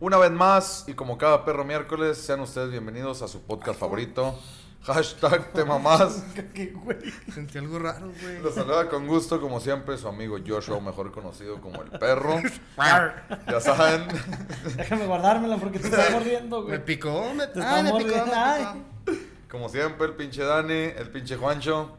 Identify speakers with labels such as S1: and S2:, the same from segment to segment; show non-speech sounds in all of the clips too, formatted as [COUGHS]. S1: Una vez más, y como cada perro miércoles, sean ustedes bienvenidos a su podcast favorito. Hashtag tema
S2: [LAUGHS]
S1: más.
S3: ¿Qué, güey? Sentí algo raro, güey.
S1: [LAUGHS] Los saluda con gusto, como siempre, su amigo Joshua, o mejor conocido como el perro. Ya saben,
S2: Déjame guardármela porque te estás mordiendo, güey.
S3: Me picó, me,
S2: Te
S3: ah,
S2: está
S3: me picó,
S2: mordiendo.
S3: me
S2: Ay.
S1: como siempre, el pinche Dani, el pinche Juancho.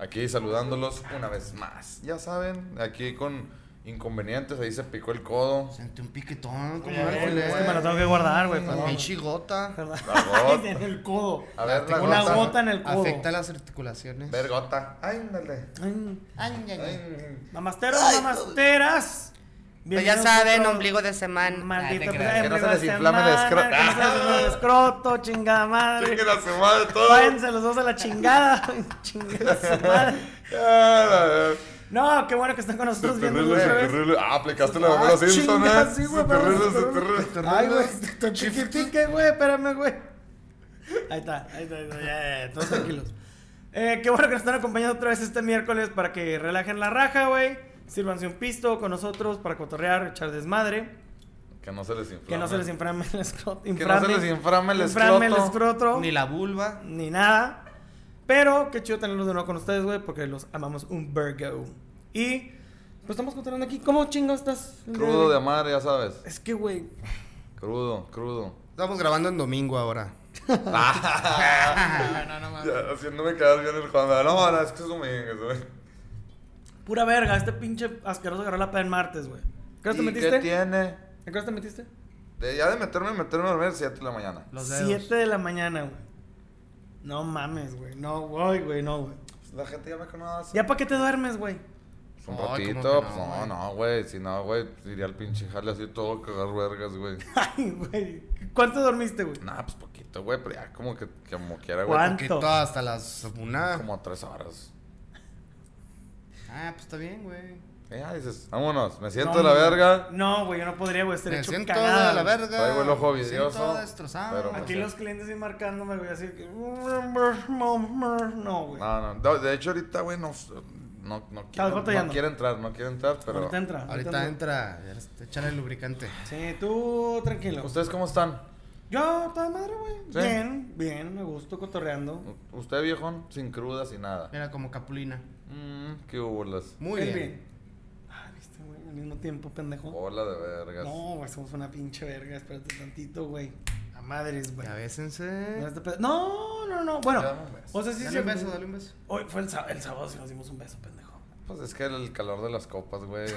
S1: Aquí saludándolos una vez más. Ya saben, aquí con inconvenientes, ahí se picó el codo.
S3: picó. Sentí un piquetón, como
S2: Oye,
S3: algo,
S2: güey,
S3: güey.
S2: es que me la tengo que guardar, güey.
S3: Con
S2: perdón.
S3: pinche gota.
S1: La
S2: [LAUGHS]
S1: gota.
S2: en el codo.
S1: A ver, la
S2: Una
S1: gota.
S2: gota en el codo.
S3: Afecta las articulaciones.
S1: Ver gota. Ay, dale.
S2: Ay,
S3: Ay, ay, ay.
S1: Ay.
S2: Mamasteros, mamasteras.
S4: Pues ya
S2: Bienvenidos
S4: saben,
S2: otro-
S4: ombligo de semana.
S2: Maldita
S4: Ah, te
S2: sea,
S4: creas.
S1: Que no se
S2: ombligo
S1: les
S2: de
S1: inflame el
S2: semana,
S1: escroto.
S2: que no se les inflame el escroto, chingada madre.
S1: Chinguen a su madre todo.
S2: Váyanse los dos a la chingada. [LAUGHS] Chinguen a su madre.
S1: Ya, la verdad.
S2: No, qué bueno que están con nosotros viendo
S1: Suterriles,
S2: otra vez.
S1: suterriles. Ah, aplicaste la de Homero Simpson,
S2: Ah, chinga,
S1: eh.
S2: sí, güey,
S1: Suterriles,
S2: pero-
S1: suterriles.
S2: Ay, güey, te chiquitique, güey, espérame, güey. Ahí está, ahí está, ahí está, ya, ya, ya, todos tranquilos. Eh, qué bueno que nos están acompañando otra vez este miércoles para que relajen la raja, güey. Sírvanse un pisto con nosotros para cotorrear, echar desmadre.
S1: Que no se les inflame.
S2: Que no se les inframe el escroto.
S1: se les inframe el escroto.
S2: escroto,
S3: Ni
S2: Ni,
S3: la vulva.
S2: nada. Pero qué chido tenerlos de nuevo con ustedes, güey, porque los amamos un Virgo. Y pues estamos cotorreando aquí. ¿Cómo chingados estás?
S1: Crudo de amar, ya sabes.
S2: Es que, güey,
S1: Crudo, crudo.
S3: Estamos grabando en domingo ahora.
S1: [LAUGHS] Ya, haciéndome quedar bien el Juan. No, no, es que es domingo, güey.
S2: Pura verga, este pinche asqueroso agarró la peda en martes, güey. ¿A qué hora te
S1: ¿Y
S2: metiste?
S1: ¿Qué tiene?
S2: ¿A qué hora te metiste?
S1: De- ya de meterme, meterme a dormir 7 de la mañana.
S3: Los dedos.
S2: Siete de la mañana, güey. No mames, güey. No, güey, güey, no, güey.
S1: Pues La gente ya me conoce.
S2: ¿Ya para qué te duermes, güey? [LAUGHS]
S1: Pues Un
S3: Ay, ¿cómo
S1: ratito,
S3: que no,
S1: pues no,
S3: güey?
S1: no, güey. Si no, güey, iría al pinche jale así todo a cagar vergas, güey.
S2: Ay, güey. ¿Cuánto dormiste, güey?
S1: Nah, pues poquito, güey, pero ya como que como quiera, güey.
S2: ¿Cuánto?
S3: Poquito hasta las una.
S1: Como tres horas.
S3: Ah, pues está bien, güey.
S1: Y Eh, Ya dices, vámonos, me siento
S2: No,
S1: de la
S2: güey.
S1: verga.
S2: No, güey, yo no podría, güey. Estaría
S3: Me
S2: hecho
S3: siento
S2: cagada.
S3: de la
S2: güey.
S3: verga.
S1: Traigo el ojo
S3: Me siento
S1: vidrioso,
S3: destrozado.
S1: pero,
S2: Aquí
S1: O sea.
S2: los clientes sí marcándome, güey, así que... No, güey.
S3: Ah,
S1: No, no, no, de hecho ahorita, güey, no, no, no, quiero, no
S2: batallando.
S1: quiere entrar, no quiere entrar, pero...
S2: Ahorita entra.
S3: Ahorita entra. Échale el lubricante.
S2: Sí, tú tranquilo.
S1: ¿Ustedes cómo están?
S2: Yo, toda madre, güey.
S1: Sí.
S2: Bien, bien, me gusto cotorreando.
S1: U- ¿Usted, viejón? Sin crudas y nada.
S3: Mira, como capulina.
S1: Mmm, qué bolas.
S3: Muy
S2: Él
S3: bien.
S2: Pues Ah, viste, güey, al mismo tiempo, pendejo.
S1: Bola de Oh, vergas.
S2: No, güey, somos una pinche verga, espérate tantito, güey. A madres, güey.
S3: Ya
S2: No,
S3: bésense.
S2: este pe- No, no, no, bueno.
S1: Ya pues, dame un beso.
S2: O sea, sí, sí.
S3: Dale un beso, dale un beso.
S2: Hoy fue el, sá- el sábado si nos dimos un beso, pendejo.
S1: Pues es que el calor de las copas, güey.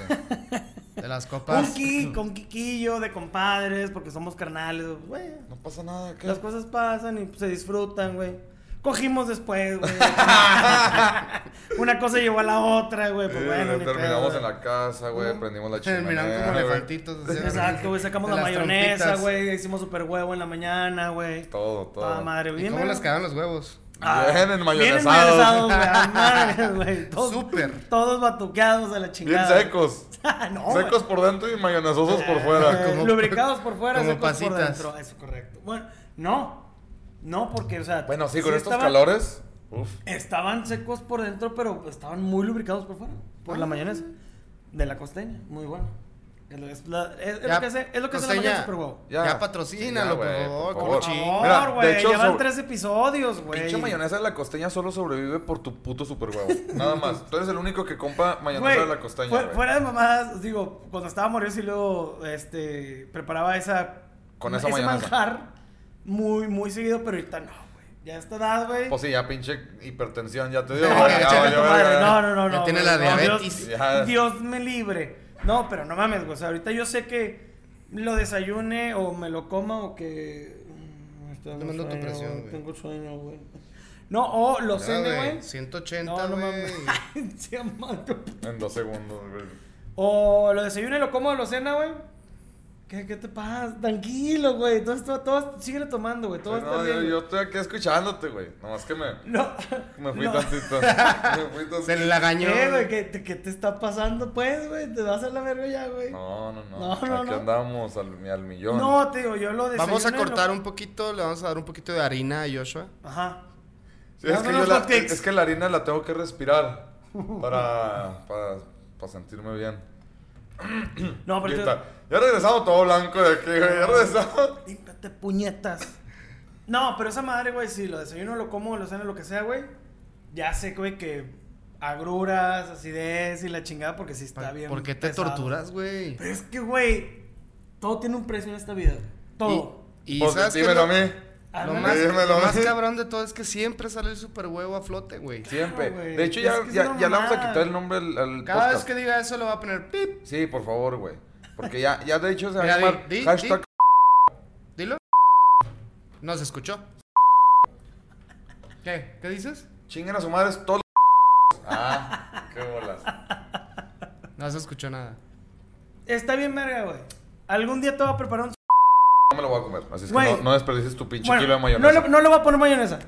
S3: De las
S2: Con
S3: copas. [LAUGHS]
S2: Ki, con Kikillo, de compadres, porque somos carnales, güey.
S1: No pasa nada, ¿qué?
S2: Las cosas pasan y pues, se disfrutan, güey. Cogimos después, güey. Una cosa llevó a la otra, güey. Pues
S1: Eh,
S2: bueno, ni
S1: terminamos
S2: pedo,
S1: en la casa, güey, prendimos la
S3: [LAUGHS]
S1: chimenea.
S3: Terminaron como
S1: güey.
S3: elefantitos. así,
S2: Exacto, güey, sacamos
S3: de
S2: la
S3: las
S2: mayonesa,
S3: trompitas.
S2: güey, hicimos super huevo en la mañana, güey.
S1: Todo, todo.
S2: Toda madre,
S3: ¿Y
S2: bien.
S3: cómo
S2: ¿verdad?
S3: les quedaron los huevos?
S2: Ah,
S1: Bien enmayonesados.
S2: mayonesados, güey, a
S1: [LAUGHS]
S2: madre, güey. Todos,
S3: Súper.
S2: Todos batuqueados a la
S1: Bien
S2: chingada. [LAUGHS] Ah,
S1: secos.
S2: no, güey.
S1: secos por dentro y mayonesosos por
S2: Eh,
S1: fuera.
S3: como-
S2: lubricados por fuera,
S3: como
S2: secos por
S3: pasitas.
S2: dentro. Eso, correcto. Bueno, no. No, porque, o sea.
S1: Bueno, sí, con estos
S2: estaban-
S1: calores. Uf.
S2: Estaban secos por dentro, pero estaban muy lubricados por fuera. Por
S1: Ah.
S2: la mayonesa. De la costeña. Muy bueno. Es lo, es la- es- es lo
S3: Ya,
S2: que hace, es lo que hace la
S3: Costeña.
S2: mayonesa super huevo.
S1: Ya.
S3: Ya, patrocínalo,
S1: Ya, güey,
S3: por favor.
S1: por
S3: con
S1: favor.
S2: Por
S3: chin-
S2: favor,
S1: Mira, de
S2: güey.
S1: hecho,
S2: ya van
S1: su-
S2: tres episodios, güey.
S1: Pinche mayonesa de la costeña solo sobrevive por tu puto super huevo. Nada más. Tú eres el único que compra mayonesa
S2: Güey,
S1: de la costeña.
S2: fue-
S1: güey.
S2: fuera de mamadas, os digo, cuando estaba Morelos y luego este, preparaba esa.
S1: Con esa
S2: ese
S1: mayonesa.
S2: manjar muy, muy seguido, pero ahorita no, güey. Ya está edad, güey. [LAUGHS]
S1: Pues sí, ya pinche hipertensión, ya te digo.
S2: No,
S1: güey, ya
S2: chinga
S1: valió
S2: tu madre,
S1: verga.
S2: no, no, no,
S3: Ya
S2: no,
S3: tiene
S2: güey,
S3: la
S2: no,
S3: diabetes.
S2: Dios,
S1: Ya.
S2: Dios me libre. No, pero no mames, güey. O sea, ahorita yo sé que lo desayune o me lo coma o que. mm, tengo
S3: Te mando tu
S2: sueño,
S3: presión, güey.
S2: Tengo sueño, güey. No, o lo
S3: Ya,
S2: cene,
S3: güey,
S2: güey.
S3: 180,
S2: No, no
S3: güey.
S2: mames. [LAUGHS] Se amargo.
S1: En dos segundos, güey.
S2: O lo desayuno y lo como o lo cena, güey. ¿Qué, ¿Qué te pasa? Tranquilo, güey. Todo, esto- todo, síguele tomando, güey. Todo está
S1: No, yo,
S2: bien.
S1: yo
S2: güey.
S1: estoy aquí escuchándote, güey. Nomás que me,
S2: No. [LAUGHS]
S1: me fui
S2: no.
S1: tantito. Me fui
S3: Se
S1: tantito.
S3: le lagañó.
S2: ¿Qué, güey? ¿Qué, te- ¿Qué te está pasando, pues, güey? Te vas a la verga ya, güey.
S1: No, no, no.
S2: No, no,
S1: aquí
S2: no.
S1: andamos al, al millón.
S2: No, te digo, yo lo desayuno.
S3: Vamos a
S2: y lo-
S3: cortar un poquito, le vamos a dar un poquito de harina a Joshua.
S2: Ajá.
S1: Sí, es,
S2: No,
S1: que
S2: no,
S1: yo
S2: los
S1: la,
S2: hotcakes.
S1: es que la harina la tengo que respirar para, para, para sentirme bien.
S2: No, pero...
S1: Ya,
S2: te-
S1: está. Ya regresamos todo blanco de aquí, güey. Ya regresamos.
S2: Límpiate, puñetas. No, pero esa madre, güey, si lo desayuno, lo como, lo ceno, lo que sea, güey. Ya sé, güey, que agruras, acidez y la chingada, porque sí está
S3: Pa-
S2: bien.
S3: ¿Por qué te
S2: pesado.
S3: torturas, güey?
S2: Pero es que, güey, todo tiene un precio en esta vida. Todo.
S3: Y, y
S1: Pues
S3: sabes qué
S1: dímelo
S3: lo-
S1: a mí.
S2: Además-
S3: Lo más,
S1: Dímelo
S3: lo
S1: a mí.
S3: más cabrón de todo es que siempre sale el super huevo a flote, güey.
S1: Siempre.
S2: güey.
S1: de hecho,
S2: Es
S1: ya,
S2: que es
S1: ya,
S2: una
S1: ya le vamos a
S2: mamada.
S1: quitar el nombre al, al
S3: Cada vez
S1: podcast.
S3: que diga eso le va a poner pip.
S1: Sí, por favor, güey. Porque ya, ya de hecho se va a
S3: Mira,
S1: llamar
S3: di- di-
S1: hashtag.
S3: Dilo. No se escuchó. ¿Qué? ¿Qué dices?
S1: Chinguen a su madre todos los. [LAUGHS] Ah, qué bolas.
S3: No se escuchó nada.
S2: Está bien, verga, güey. Algún día te voy a preparar un...
S1: No me lo voy a comer. Así es que
S2: Güey.
S1: no, no desperdicies tu pinche
S2: Bueno,
S1: kilo de
S2: no,
S1: mayonesa. Ah,
S2: le, no le voy a poner mayonesa.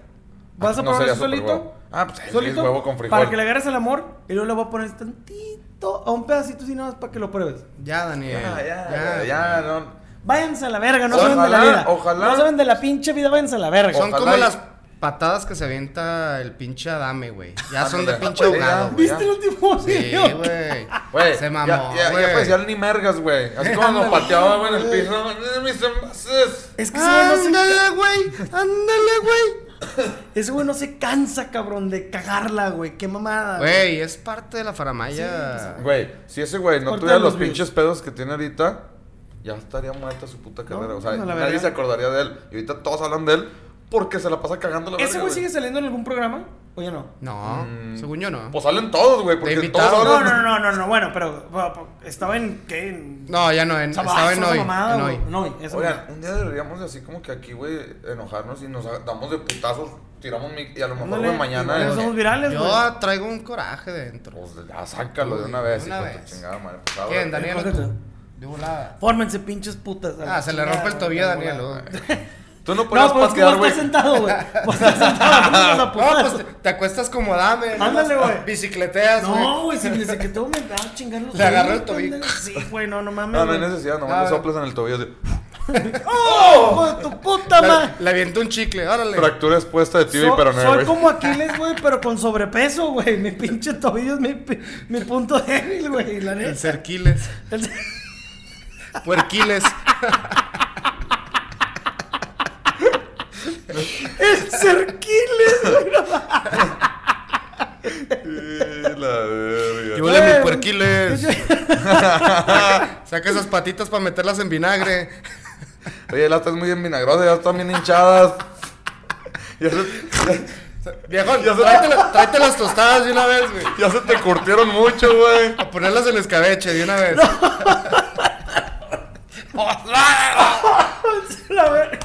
S2: Vas a
S1: No
S2: poner
S1: sería
S2: eso
S1: súper
S2: solito.
S1: huevo. Ah, pues es
S2: solito.
S1: huevo con frijol.
S2: Para que le agarres el amor y luego le voy a poner tantito a un pedacito así nada más para que lo pruebes.
S3: Ya,
S2: Ah,
S3: Daniel.
S1: Ya, ya, ya, ya, no.
S2: Váyanse a la verga, no
S1: Ojalá,
S2: saben de la vida.
S1: ojalá.
S2: No saben de la pinche vida, váyanse a la verga.
S3: Son
S1: Ojalá
S3: como
S1: y-
S3: las patadas que se avienta el pinche Adame, güey. Ya son de
S1: Ándale.
S3: pinche
S1: Güey,
S3: ahogado,
S1: ya. [LAUGHS]
S3: güey.
S2: ¿Viste el último
S3: Sí,
S2: video?
S3: güey.
S1: Güey,
S3: Se
S1: ya,
S3: mamó,
S1: ya, ya
S3: güey.
S1: parecía el ni mergas, güey. Así como nos
S3: Ándale.
S1: pateaba güey, en el piso. ¡Eh, mis envases!
S2: Es que ese güey, no se,
S3: Ándale, güey. Ándale, güey.
S2: ese güey no se cansa, cabrón, de cagarla, güey. Qué mamada.
S3: Güey, es parte de la faramaya.
S1: Güey, si ese güey no
S2: Corta
S1: tuviera
S2: los
S1: los
S2: views.
S1: pinches pedos que tiene ahorita, ya estaría muerta su puta carrera. o sea,
S2: no, la
S1: nadie
S2: verga.
S1: se acordaría de él. Y ahorita todos hablan de él porque se la pasa cagando la verga.
S2: ¿Ese güey sigue saliendo en algún programa? O ya no.
S3: No, según yo no.
S1: Pues salen todos, güey, porque todos
S3: invitaron.
S2: No,
S1: hablan.
S2: no, no, no, no, bueno, pero bueno, pero estaba en qué? En...
S3: No, ya no, en- estaba en
S2: esa
S3: hoy.
S2: mamada,
S3: en
S2: güey.
S3: hoy.
S2: En hoy, esa
S1: Oigan,
S2: mamada.
S1: un día deberíamos de así como que aquí, güey, enojarnos y nos damos de putazos, tiramos mic y a lo mejor,
S2: Ándale,
S1: güey, mañana.
S2: igual
S1: es-
S2: nos somos virales,
S3: Yo
S2: güey.
S3: traigo un coraje dentro.
S1: Pues ya sácalo de una vez,
S3: Una
S1: hijo de tu
S3: vez.
S1: chingada madre. Pues, ahora,
S3: ¿Quién,
S1: güey.
S3: Daniel?
S2: Cógete.
S3: tú? De volada.
S2: Fórmense, pinches putas. a la
S3: Ah, se le
S2: chingada,
S3: rompe el
S2: güey,
S3: tobillo a
S2: de
S3: Daniel.
S2: volada.
S3: luego.
S2: [LAUGHS]
S1: Tú no podías
S2: No, pues es que
S1: patear,
S2: vos
S1: güey.
S2: estás sentado, güey. Vos estás
S3: [LAUGHS]
S2: sentado, no vas a
S3: No,
S2: putazo.
S3: pues te- te acuestas como Adame. nada
S2: Ah, Ándale,
S3: más
S2: güey.
S3: Bicicleteas, güey.
S2: No, güey, si me dice que te voy a mandar a chingar los
S3: Le agarró el
S2: dedos,
S3: tobillo.
S2: pendejo. Sí, güey, no, no mames.
S1: No, no hay
S2: güey.
S1: necesidad,
S3: Ah,
S1: nomás le
S3: güey.
S1: soplas en el tobillo. así,
S2: ¡Oh! hijo de tu puta madre!
S3: Le, le aviento un chicle, órale.
S1: Fractura expuesta de tibia
S2: So-
S1: y peroné,
S2: soy
S1: güey. [LAUGHS]
S2: como Aquiles, güey, pero con sobrepeso, güey. Mi pinche tobillo es mi, pi- mi punto débil, güey. La
S3: El
S2: neta.
S3: cerquiles.
S2: El-
S1: [LAUGHS]
S3: Puerquiles.
S2: El cerquiles, güey. no mames.
S1: Sí, Eh, la verga.
S3: Yo huele
S2: Güey.
S3: mi puerquiles. [LAUGHS] Saca esas patitas para meterlas en vinagre.
S1: Oye, las estás muy envinagrosas, ya están bien
S2: [LAUGHS]
S1: hinchadas. Ya se,
S3: Viejón,
S1: Ya se-
S3: tráete, la- tráete las tostadas de una vez, güey.
S1: ya se te curtieron mucho, güey.
S3: A ponerlas en escabeche de una vez.
S2: La ver-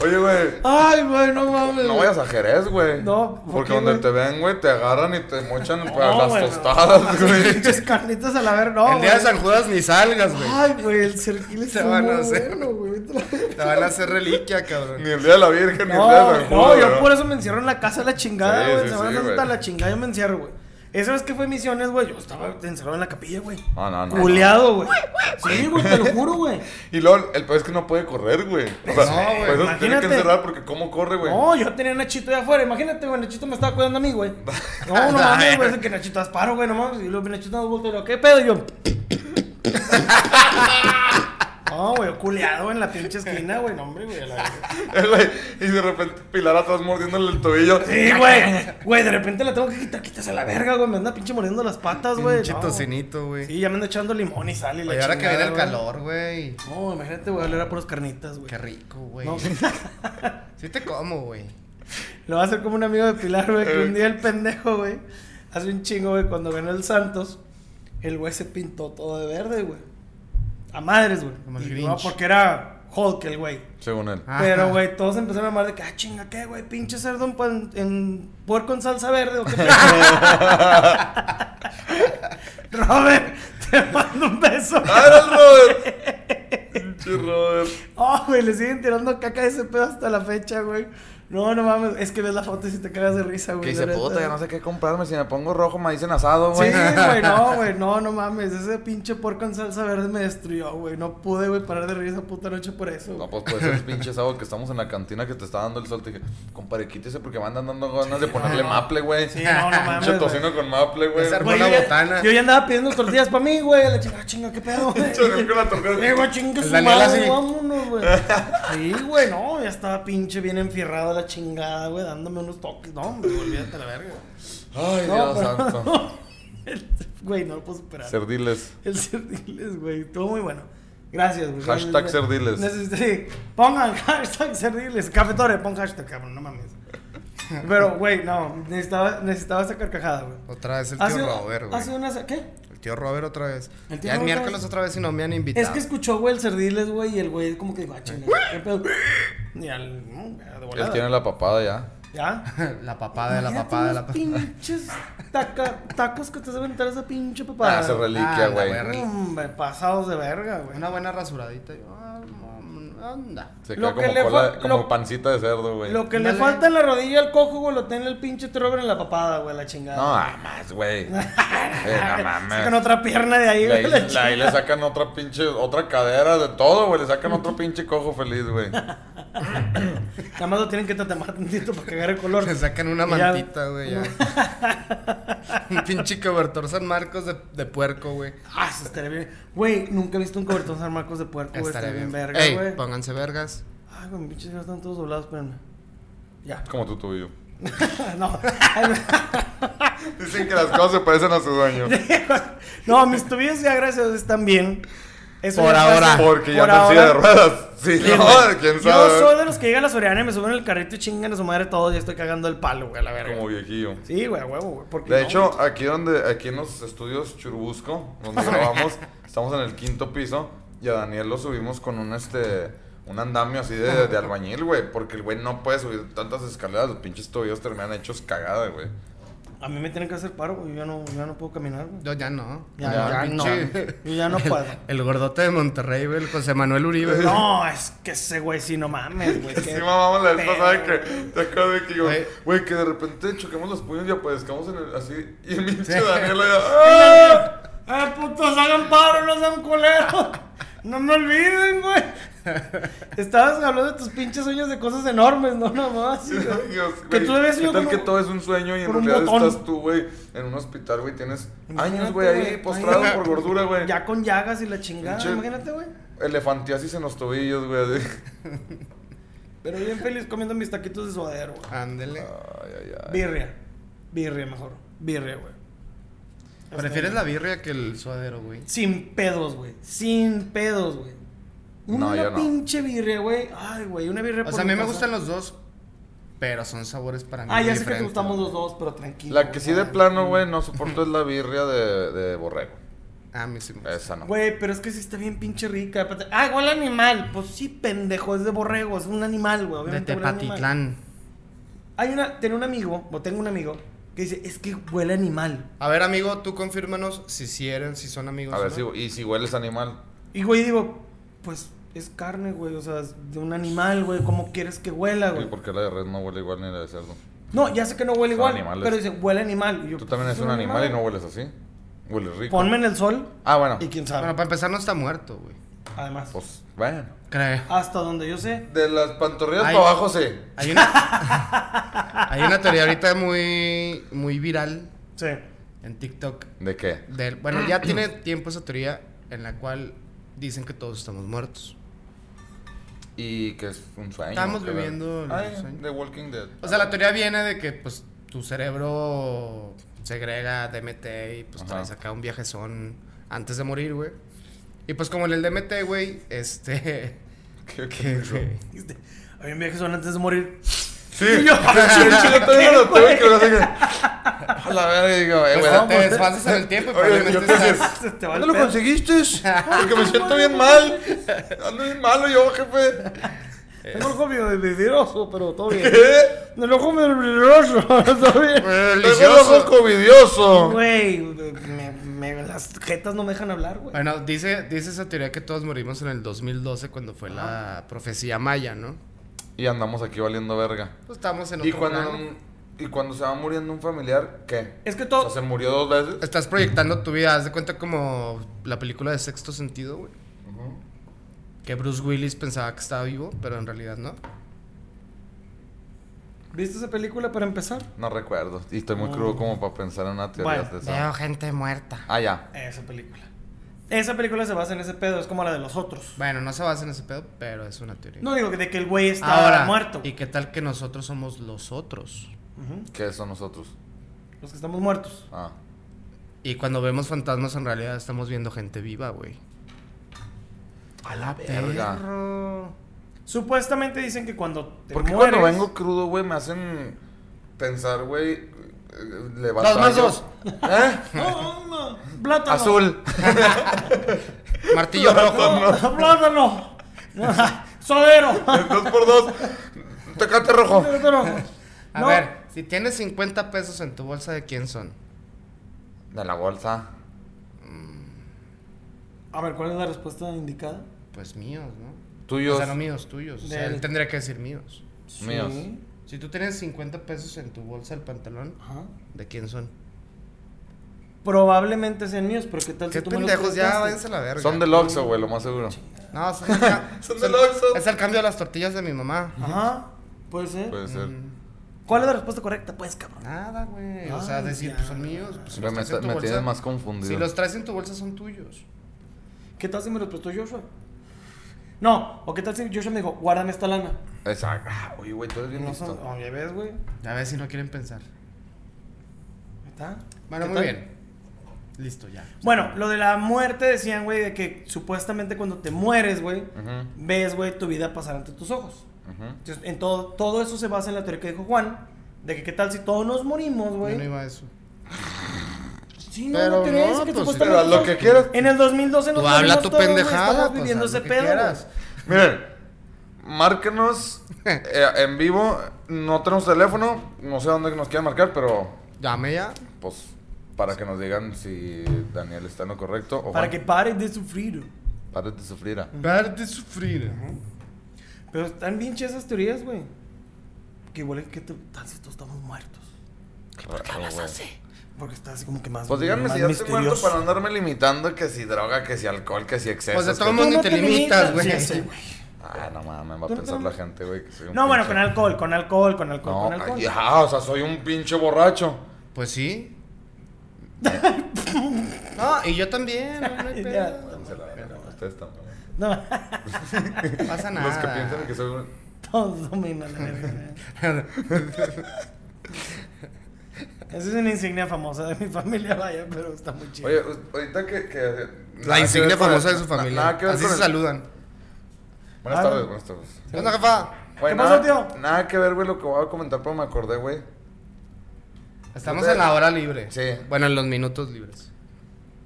S1: Oye, güey.
S2: Ay, güey, no mames.
S1: No
S2: güey.
S1: vayas a Jerez, güey.
S2: Mm. No, ¿por
S1: Porque
S2: qué,
S1: donde
S2: güey?
S1: te ven, güey, te agarran y te mochan
S2: No,
S1: para las
S2: güey, no.
S1: tostadas,
S2: [LAUGHS]
S1: güey.
S2: Pinches carnitas a la ver, no.
S3: el día
S2: güey.
S3: de
S2: Ah,
S3: San Judas ni salgas, güey.
S2: Ay, güey, el cerquil
S3: Se
S2: está
S3: van
S2: muy
S3: a hacer.
S2: bueno,
S1: [LAUGHS]
S2: güey. Vete a la-
S3: Te van a hacer reliquia, cabrón.
S1: Ni el día de la Virgen, ni el día de
S2: No,
S1: San
S2: no,
S1: Judas,
S2: yo
S1: güey.
S2: por eso me encierro en la casa de la chingada,
S1: Sí,
S2: güey.
S1: sí,
S2: Semana
S1: sí,
S2: Santa
S1: güey.
S2: la chingada yo me encierro, güey. Esa vez que fue misiones, güey, yo estaba encerrado en la capilla, güey.
S1: Ah, no, no, no.
S2: Culeado, güey. Sí, güey, te lo juro, güey.
S1: Y luego, el peor es que no puede correr, güey. O sea,
S3: no, güey,
S1: por eso se tiene
S2: imagínate.
S1: que encerrar porque cómo corre, güey. [LAUGHS]
S2: No, yo tenía a Nachito de afuera. Imagínate, güey, Nachito me estaba cuidando a mí, güey.
S3: [LAUGHS]
S2: No, no mames, güey, es que Nachito asparo, güey, no mames. Y luego Nachito nos volteó, y luego, ¿qué pedo? Y yo. [LAUGHS] No, güey, culeado en la pinche esquina, güey, no, hombre, güey. a la verga.
S1: Eh, güey, y de repente Pilar atrás mordiéndole el tobillo.
S2: Sí, güey. Güey, de repente la tengo que quitar, quitas a la verga, güey. Me anda pinche muriendo las patas, güey.
S3: Pinche
S2: No.
S3: tocinito, güey.
S2: Sí, ya me anda echando limón y sal y la
S3: Oye, ahora que
S2: chingada,
S3: viene el
S2: güey.
S3: calor, güey.
S2: No, imagínate, güey, le era puras carnitas, güey.
S3: Qué rico, güey.
S2: No. [LAUGHS]
S3: Sí te como, güey.
S2: Lo va a hacer como un amigo de Pilar, güey, que un día el pendejo, güey, hace un chingo, güey, cuando ganó el Santos, el güey se pintó todo de verde, güey. A madres, güey.
S3: Como el
S2: Y,
S3: Grinch.
S2: no, porque era Hulk el güey.
S1: Según él. [LAUGHS]
S3: Ah.
S2: Pero,
S3: Ajá.
S2: güey, todos empezaron a amar de que, ah, chinga, ¿qué, güey? Pinche cerdo en, pan- en puerco en salsa verde, ¿o qué pedo?" Robert, te mando un beso.
S1: ¡Ah, era el Robert! [LAUGHS] ¡Pinche Robert!
S2: Oh, güey, le siguen tirando caca de ese pedo hasta la fecha, güey. No, no mames, es que ves la foto y si te cagas de risa, güey.
S1: Que dice,
S2: la neta.
S1: puta, ya no sé qué comprarme. Si me pongo rojo, me dicen asado,
S2: Sí,
S1: güey.
S2: güey, no, güey, no, no mames. Ese pinche porco en salsa verde me destruyó, güey. No pude, güey, parar de reír esa puta noche por
S1: [LAUGHS]
S2: eso.
S1: No,
S2: güey.
S1: pues puede ser el pinche sábado que estamos en la cantina que te está dando el sol. Te dije, compadre, quítese porque me andan dando ganas de ponerle maple, güey. [LAUGHS]
S2: Sí, no, no mames.
S1: Pinche
S2: güey.
S1: tocino con maple, güey.
S3: Esa-
S2: Güey,
S3: Armó la
S2: yo ya-
S3: botana.
S2: Yo ya andaba pidiendo tortillas para mí, güey. La chinga, chinga, qué
S1: [LAUGHS]
S2: pedo,
S1: [LAUGHS]
S2: güey. [LAUGHS]
S1: Pinche tocino con la tortilla.
S2: Eh, güey, chinga
S3: El
S1: pues
S2: su
S3: Daniel
S2: madre,
S3: así.
S1: [LAUGHS]
S2: vámonos, güey. Sí, güey, no, ya estaba pinche bien enfierrado la chingada, güey, dándome unos toques. No, hombre, olvídate la verga.
S1: Ay,
S2: No, [LAUGHS]
S1: Dios
S2: pero-
S1: santo.
S2: El- Güey, no lo puedo superar.
S1: Cerdiles.
S2: [LAUGHS] El Cerdiles, güey. Estuvo muy bueno. Gracias, güey.
S1: Hashtag
S2: Ne-
S1: Cerdiles.
S2: necesito- sí. Pongan [LAUGHS] hashtag Cerdiles. Cafetore, pon hashtag, cabrón. No mames. Pero, güey, no. Necesitaba, necesitaba esa carcajada, güey.
S3: Otra vez el
S2: Hace-
S3: tío Robert, güey.
S2: hace una... ¿Qué?
S3: El tío Robert otra vez.
S2: El tío
S3: Ya
S2: Robert
S3: es
S2: otra
S3: miércoles
S2: vez.
S3: otra vez y no me han invitado.
S2: Es que escuchó, güey, el Cerdiles, güey, y el güey como que dijo, ah, chinga, qué pedo. Y al... no, ya, de volada.
S1: Él tiene la papada ya.
S2: ¿Ya?
S3: [LAUGHS] La papada de la
S2: Imagínate
S3: papada de la
S2: unos
S3: papada.
S2: pinches taca- tacos que te vas a aventar esa pinche papada.
S1: Ah, se reliquia,
S3: Ah, la
S1: güey.
S3: verga. re-
S2: Hombre, pasados de verga, güey.
S3: Una buena rasuradita. yo, ah, mm, Anda.
S1: Se queda
S2: Lo que
S1: como,
S2: le
S1: cola-
S2: fa-
S1: como
S2: lo-
S1: pancita de cerdo, güey.
S2: Lo que le
S3: Dale.
S2: falta en la rodilla al cojo, güey, lo tiene el pinche Trevor en la papada, güey, la chingada. [LAUGHS]
S1: No, ah, más, güey. Eh, no
S2: Sacan
S1: mames.
S2: otra pierna de ahí,
S1: Y
S2: güey.
S1: Ahí,
S2: la
S1: le- ahí le sacan otra pinche, otra cadera de todo, güey. Le sacan otro pinche cojo feliz, güey.
S2: chingada. Nada más lo tienen que tatemar tantito para cagar el color.
S3: Le sacan una
S2: Y ya-
S3: mantita, güey. ya.
S2: [LAUGHS]
S3: un pinche cobertor San Marcos de, de puerco, güey.
S2: Ah, eso estaría bien. Güey, nunca he visto un cobertón San Marcos de puerco, güey. Estaría bien verga,
S3: Ey,
S2: güey.
S3: pónganse vergas.
S2: Ay, güey, mis pinches dedos están todos doblados, espérame.
S1: [LAUGHS]
S2: Ya.
S1: Como tú, tú y yo.
S2: [LAUGHS] no.
S1: Dicen que las cosas se parecen a su dueño.
S2: [LAUGHS] no, mis tobillos ya, gracias, a Dios, están bien. Eso
S3: Por
S2: ya
S3: ahora.
S2: pasa.
S1: Porque ya
S2: Por
S1: no en silla
S2: ahora.
S1: de ruedas. Sí,
S2: Sí,
S1: no,
S2: güey.
S1: quién
S2: Yo
S1: sabe.
S2: soy de los que llega a la Soriana y me suben el carrito y chingan a su madre todos y estoy cagando el palo, güey, a la verga.
S1: Como viejillo.
S2: Sí, güey, a huevo, güey. porque
S1: De
S2: no, güey.
S1: hecho, aquí donde, aquí en los estudios Churubusco, donde grabamos, estamos en el quinto piso y a Daniel lo subimos con un este un andamio así de, de albañil, güey, porque el güey no puede subir tantas escaleras, los pinches tobillos terminan hechos cagada, güey.
S2: a mí me tienen que hacer paro, güey. Yo ya no, yo ya no puedo caminar, güey.
S3: Yo ya no.
S2: Ya,
S1: Ya,
S2: ya no.
S3: pinche.
S2: Yo ya
S1: [LAUGHS]
S2: no puedo.
S3: [LAUGHS] El gordote de Monterrey, güey. El José Manuel Uribe.
S2: No, es que ese güey sí, no mames, güey.
S1: [LAUGHS] Sí,
S2: qué
S1: mamamos la vez
S2: pedo,
S1: pasada que
S2: güey.
S1: te acuerdas de que yo,
S3: Güey.
S1: güey, que de repente choquemos los puños y aparezcamos en el, así, y el pinche
S3: Sí.
S1: Daniel allá, ¡ah!
S2: ¡Eh, putos, hagan paro, no sean culeros! ¡No me olviden,
S1: [LAUGHS]
S2: güey! Estabas hablando de tus pinches sueños de cosas
S1: [LAUGHS]
S2: enormes, ¿no? Nada más. güey.
S1: Dios,
S2: que
S1: güey,
S2: tú debes
S1: ¿qué
S2: yo
S1: tal
S2: con
S1: que
S2: un-
S1: todo es un sueño y en
S2: con un
S1: realidad
S2: botón?
S1: estás tú, güey, en un hospital, güey, tienes
S2: Imagínate,
S1: años, güey, ahí
S2: güey,
S1: postrado
S2: ay,
S1: por gordura, güey.
S2: Ya con llagas y la chingada,
S1: Pinche-
S2: imagínate, güey.
S1: Elefantiasis en los tobillos, güey. así.
S2: Pero bien feliz comiendo mis taquitos de suadero, güey.
S3: Ándele.
S2: Ah,
S1: Ay, ay, ay.
S2: Birria. Birria mejor. Birria, güey.
S3: Prefieres la birria que el suadero, güey.
S2: Sin pedos, güey. Sin pedos, güey. Una
S1: No, yo no.
S2: pinche birria, güey. Ay, güey, una birria
S3: O
S2: por
S3: sea, a
S2: mi
S3: mí me
S2: casa.
S3: gustan los dos, pero son sabores para mí
S2: Ah, ya sé
S3: muy
S2: que te
S3: diferentes.
S2: gustamos los dos, pero tranquilo.
S1: La que sí de
S2: güey.
S1: plano, güey, no soporto es la birria de, de borrego.
S3: Ah, a mí sí me gusta.
S1: Esa no.
S2: Güey, pero es que sí está bien pinche rica. Aparte- Ah, igual animal. Pues sí, pendejo, es de borrego, es un animal, güey.
S3: De
S2: obviamente huele a animal.
S3: Tepatitlán.
S2: Hay una, tenía un amigo, o tengo un amigo, que dice, es que huele a animal.
S3: A ver, amigo, tú confírmanos si sí eran, si son amigos.
S1: A ver
S3: ¿no?
S1: si, y si hueles animal.
S2: Y güey, digo, pues es carne, güey, o sea, es de un animal, güey, ¿cómo quieres que huela,
S1: ¿Y
S2: Ah, güey?
S1: por qué la de res no huele igual ni la de cerdo?
S2: No, ya sé que no huele
S1: Son
S2: igual,
S1: animales.
S2: pero dice, huele a animal. Y yo,
S1: Tú
S2: pues,
S1: también
S2: es
S1: eres un animal y no hueles así. Hueles rico.
S2: Ponme en el sol
S1: Ah, bueno.
S2: y quién sabe.
S3: Bueno, para empezar, no está muerto, güey.
S2: Además,
S1: Pues, bueno.
S3: Creo.
S2: hasta donde yo sé,
S1: De las pantorrillas
S3: Ay.
S1: para abajo, sí.
S3: Hay una,
S2: [LAUGHS]
S3: hay una teoría ahorita muy, muy viral
S2: sí.
S3: en TikTok.
S1: ¿De qué?
S3: del- bueno, ya tiene tiempo esa teoría en la cual dicen que todos estamos muertos.
S1: Y que es un sueño.
S3: Estamos
S1: que la-
S3: viviendo el
S1: Ay,
S3: sueño.
S1: The Walking Dead.
S3: O sea, la teoría viene de que, pues, tu cerebro segrega DMT y, pues,
S1: Ajá.
S3: traes acá un viajezón antes de morir, güey. Y, pues, como en el DMT, güey, este...
S1: [LAUGHS] ¿Qué,
S3: que- [LAUGHS] que-
S2: Este, Había un viaje son antes de morir.
S1: [LAUGHS] Sí.
S2: [LAUGHS] Y yo,
S1: yo todavía
S2: [LAUGHS] ¿qué,
S1: lo tengo
S2: güey?
S1: que ver así que- A la verga, digo, eh, güey.
S3: Pues, te-
S1: date-
S3: te desfasas en el tiempo y
S1: Oye,
S3: probablemente
S1: yo te
S3: estás-
S1: decía,
S2: [LAUGHS] Se te va el
S1: ¿Dónde lo
S2: pedo.
S1: conseguiste? Porque me siento bien mal. Ando bien malo yo, jefe.
S2: Tengo el ojo medio vidrioso, pero
S1: [LAUGHS]
S2: todo bien.
S1: ¿Qué?
S2: El ojo medio vidrioso, todo bien.
S1: Tengo el ojo covidioso.
S2: Güey, me- me- las jetas no me dejan hablar, güey.
S3: Bueno, dice, dice esa teoría que todos morimos en el 2012 cuando fue la profecía maya, ¿no?
S1: y andamos aquí valiendo verga.
S3: Pues estamos en
S1: Y
S3: otro
S1: cuando,
S3: plano.
S1: y cuando se va muriendo un familiar, ¿qué?
S2: Es que
S1: O
S2: todo.
S1: sea, se murió dos veces.
S3: Estás proyectando tu vida, haz de cuenta como la película de Sexto Sentido, güey.
S1: Ujú.
S3: Que Bruce Willis pensaba que estaba vivo, pero en realidad no.
S2: ¿Viste esa película para empezar?
S1: No recuerdo. Y estoy muy
S2: No.
S1: crudo como para pensar en una teoría
S2: Bueno,
S1: de esa.
S3: Veo gente muerta.
S1: Ah, ya.
S2: Esa película. Esa película se basa en ese pedo, es como la de los otros.
S3: Bueno, no se basa en ese pedo, pero es una teoría.
S2: No digo que de que el güey está
S3: Ahora,
S2: muerto.
S3: ¿y qué tal que nosotros somos los otros?
S2: Ujú.
S1: ¿Qué son nosotros?
S2: Los que estamos muertos.
S1: Ah.
S3: Y cuando vemos fantasmas, en realidad estamos viendo gente viva, güey.
S1: A la
S3: Perro.
S2: Supuestamente dicen que cuando te
S1: Porque
S2: mueres.
S1: cuando vengo crudo, güey, me hacen pensar, güey, eh, le
S3: Dos más
S1: batallo.
S3: dos.
S1: ¿Eh?
S2: No, no, no. Plátano.
S1: Azul.
S3: Martillo rojo.
S2: No, [LAUGHS] plátano. Sodero.
S1: dos por dos. Tecate
S2: [LAUGHS]
S1: rojo.
S2: Plátano.
S3: A
S2: No,
S3: ver, si tienes 50 pesos en tu bolsa, ¿de quién son?
S1: De la bolsa.
S2: A ver, ¿cuál es la respuesta indicada?
S3: Pues míos, ¿no?
S1: Tuyos.
S3: O sea, no míos, tuyos. O sea,
S2: Del-
S3: él tendría que decir míos.
S2: Sí.
S1: Míos.
S3: Si tú tienes 50 pesos en tu bolsa del pantalón,
S2: Ajá.
S3: ¿de quién son?
S2: Probablemente sean míos, pero ¿qué tal
S3: Qué
S2: Pues si tú me los
S3: pendejos, ya,
S2: prestaste?
S3: váyanse a la verga.
S1: Son del Oxxo, güey, lo más seguro.
S3: No, son, de
S2: [LAUGHS]
S1: Son del Oxxo.
S3: Es el cambio de las tortillas de mi mamá.
S2: Ajá. Puede ser.
S1: Puede ser.
S3: Mm.
S2: ¿Cuál es la respuesta correcta? Pues, cabrón.
S3: Nada, güey. O sea,
S2: Ay,
S3: decir,
S2: ya.
S3: pues son míos. Pues, si
S1: Me,
S3: los
S1: me,
S3: traes en tu
S1: me
S3: bolsa-
S1: tienes más confundido.
S3: Si los traes en tu bolsa, son tuyos.
S2: ¿Qué tal si me los prestó Joshua? No, o qué tal si Joshua me dijo, guárdame esta lana.
S1: Exacto. Ah, Oye, güey, tú eres bien
S2: No son-
S1: listo.
S2: oh, ya ves, güey.
S3: A ver si no quieren pensar.
S2: Ahí está.
S3: Bueno,
S2: ¿Qué
S3: muy
S2: tal?
S3: bien. Listo, ya.
S2: Bueno, lo de la muerte decían, güey, de que supuestamente cuando te mueres, güey,
S1: Ujú,
S2: ves, güey, tu vida pasar ante tus ojos.
S1: ujú.
S2: Entonces, en todo, todo eso se basa en la teoría que dijo Juan, de que qué tal si todos nos morimos,
S3: Yo no
S2: güey.
S3: iba a eso.
S2: Sí, no,
S3: Pero
S2: no, teoría
S3: no,
S2: es que
S3: pues,
S1: Pero haz
S2: supuestamente
S1: lo que quieras.
S2: En el 2012 nos
S3: Tú habla
S2: morimos
S3: tu
S2: todos, güey,
S3: pendejada.
S2: Estamos
S3: Pues,
S2: viviendo
S3: haz lo
S2: ese
S3: que
S2: pedo, güey.
S3: quieras.
S1: Miren, márquenos eh, en vivo. No tenemos teléfono. No sé dónde nos quieran marcar, pero
S3: Llame ya.
S1: pues para que nos digan si Daniel está en lo correcto o
S2: Para
S1: Juan,
S2: que pare de sufrir.
S1: pares de sufrir. ah.
S3: Ver de sufrir.
S2: Pero están bien chidas esas teorías, güey. Que igual que te, tal si todos estamos muertos.
S1: Raro, güey.
S2: Porque está así como que más.
S1: Pues díganme
S2: más
S1: si ya estoy muerto
S2: misterioso.
S1: para andarme limitando que si droga, que si alcohol, que si excesos.
S3: Pues de
S1: que-
S3: todo mundo
S2: no
S3: ni te
S2: te
S3: limitas,
S2: limitas,
S3: güey.
S2: sí, sí, güey.
S1: Ah, no mames, va
S2: Tú
S1: a
S2: no
S1: pensar
S2: te-
S1: la gente, güey, que soy un
S2: No, bueno,
S1: pinche-
S2: con alcohol, con alcohol, con alcohol,
S1: No,
S2: con alcohol.
S1: ay, ya, o sea, soy un pinche borracho.
S2: [LAUGHS]
S3: Pues sí. No, y yo también. No, no hay
S2: [LAUGHS] Ya.
S3: pedo.
S1: Se la verga, ustedes tampoco.
S2: No, [LAUGHS]
S3: No pasa nada.
S1: Los que piensan que soy un...
S2: todos dominan la verga.
S3: [LAUGHS]
S2: Esa es una insignia famosa de mi familia, vaya, pero está muy chido.
S1: Oye, u- ahorita que... que- nada
S3: La
S1: que
S3: insignia
S1: ver con
S3: famosa
S1: el-
S3: de su
S1: na-
S3: familia.
S1: Nada que ver
S3: Así
S1: con
S3: se
S1: el-
S3: saludan.
S1: Buenas
S2: Ah,
S1: tardes,
S2: no.
S1: buenas tardes.
S3: ¿Qué onda, jefa?
S1: Güey,
S2: ¿Qué pasó,
S1: nada-
S2: tío?
S1: Nada que ver, güey, lo que voy a comentar, pero me acordé, güey.
S3: Estamos
S1: Ustedes-
S3: en la hora libre.
S1: Sí.
S3: Bueno, en los minutos libres.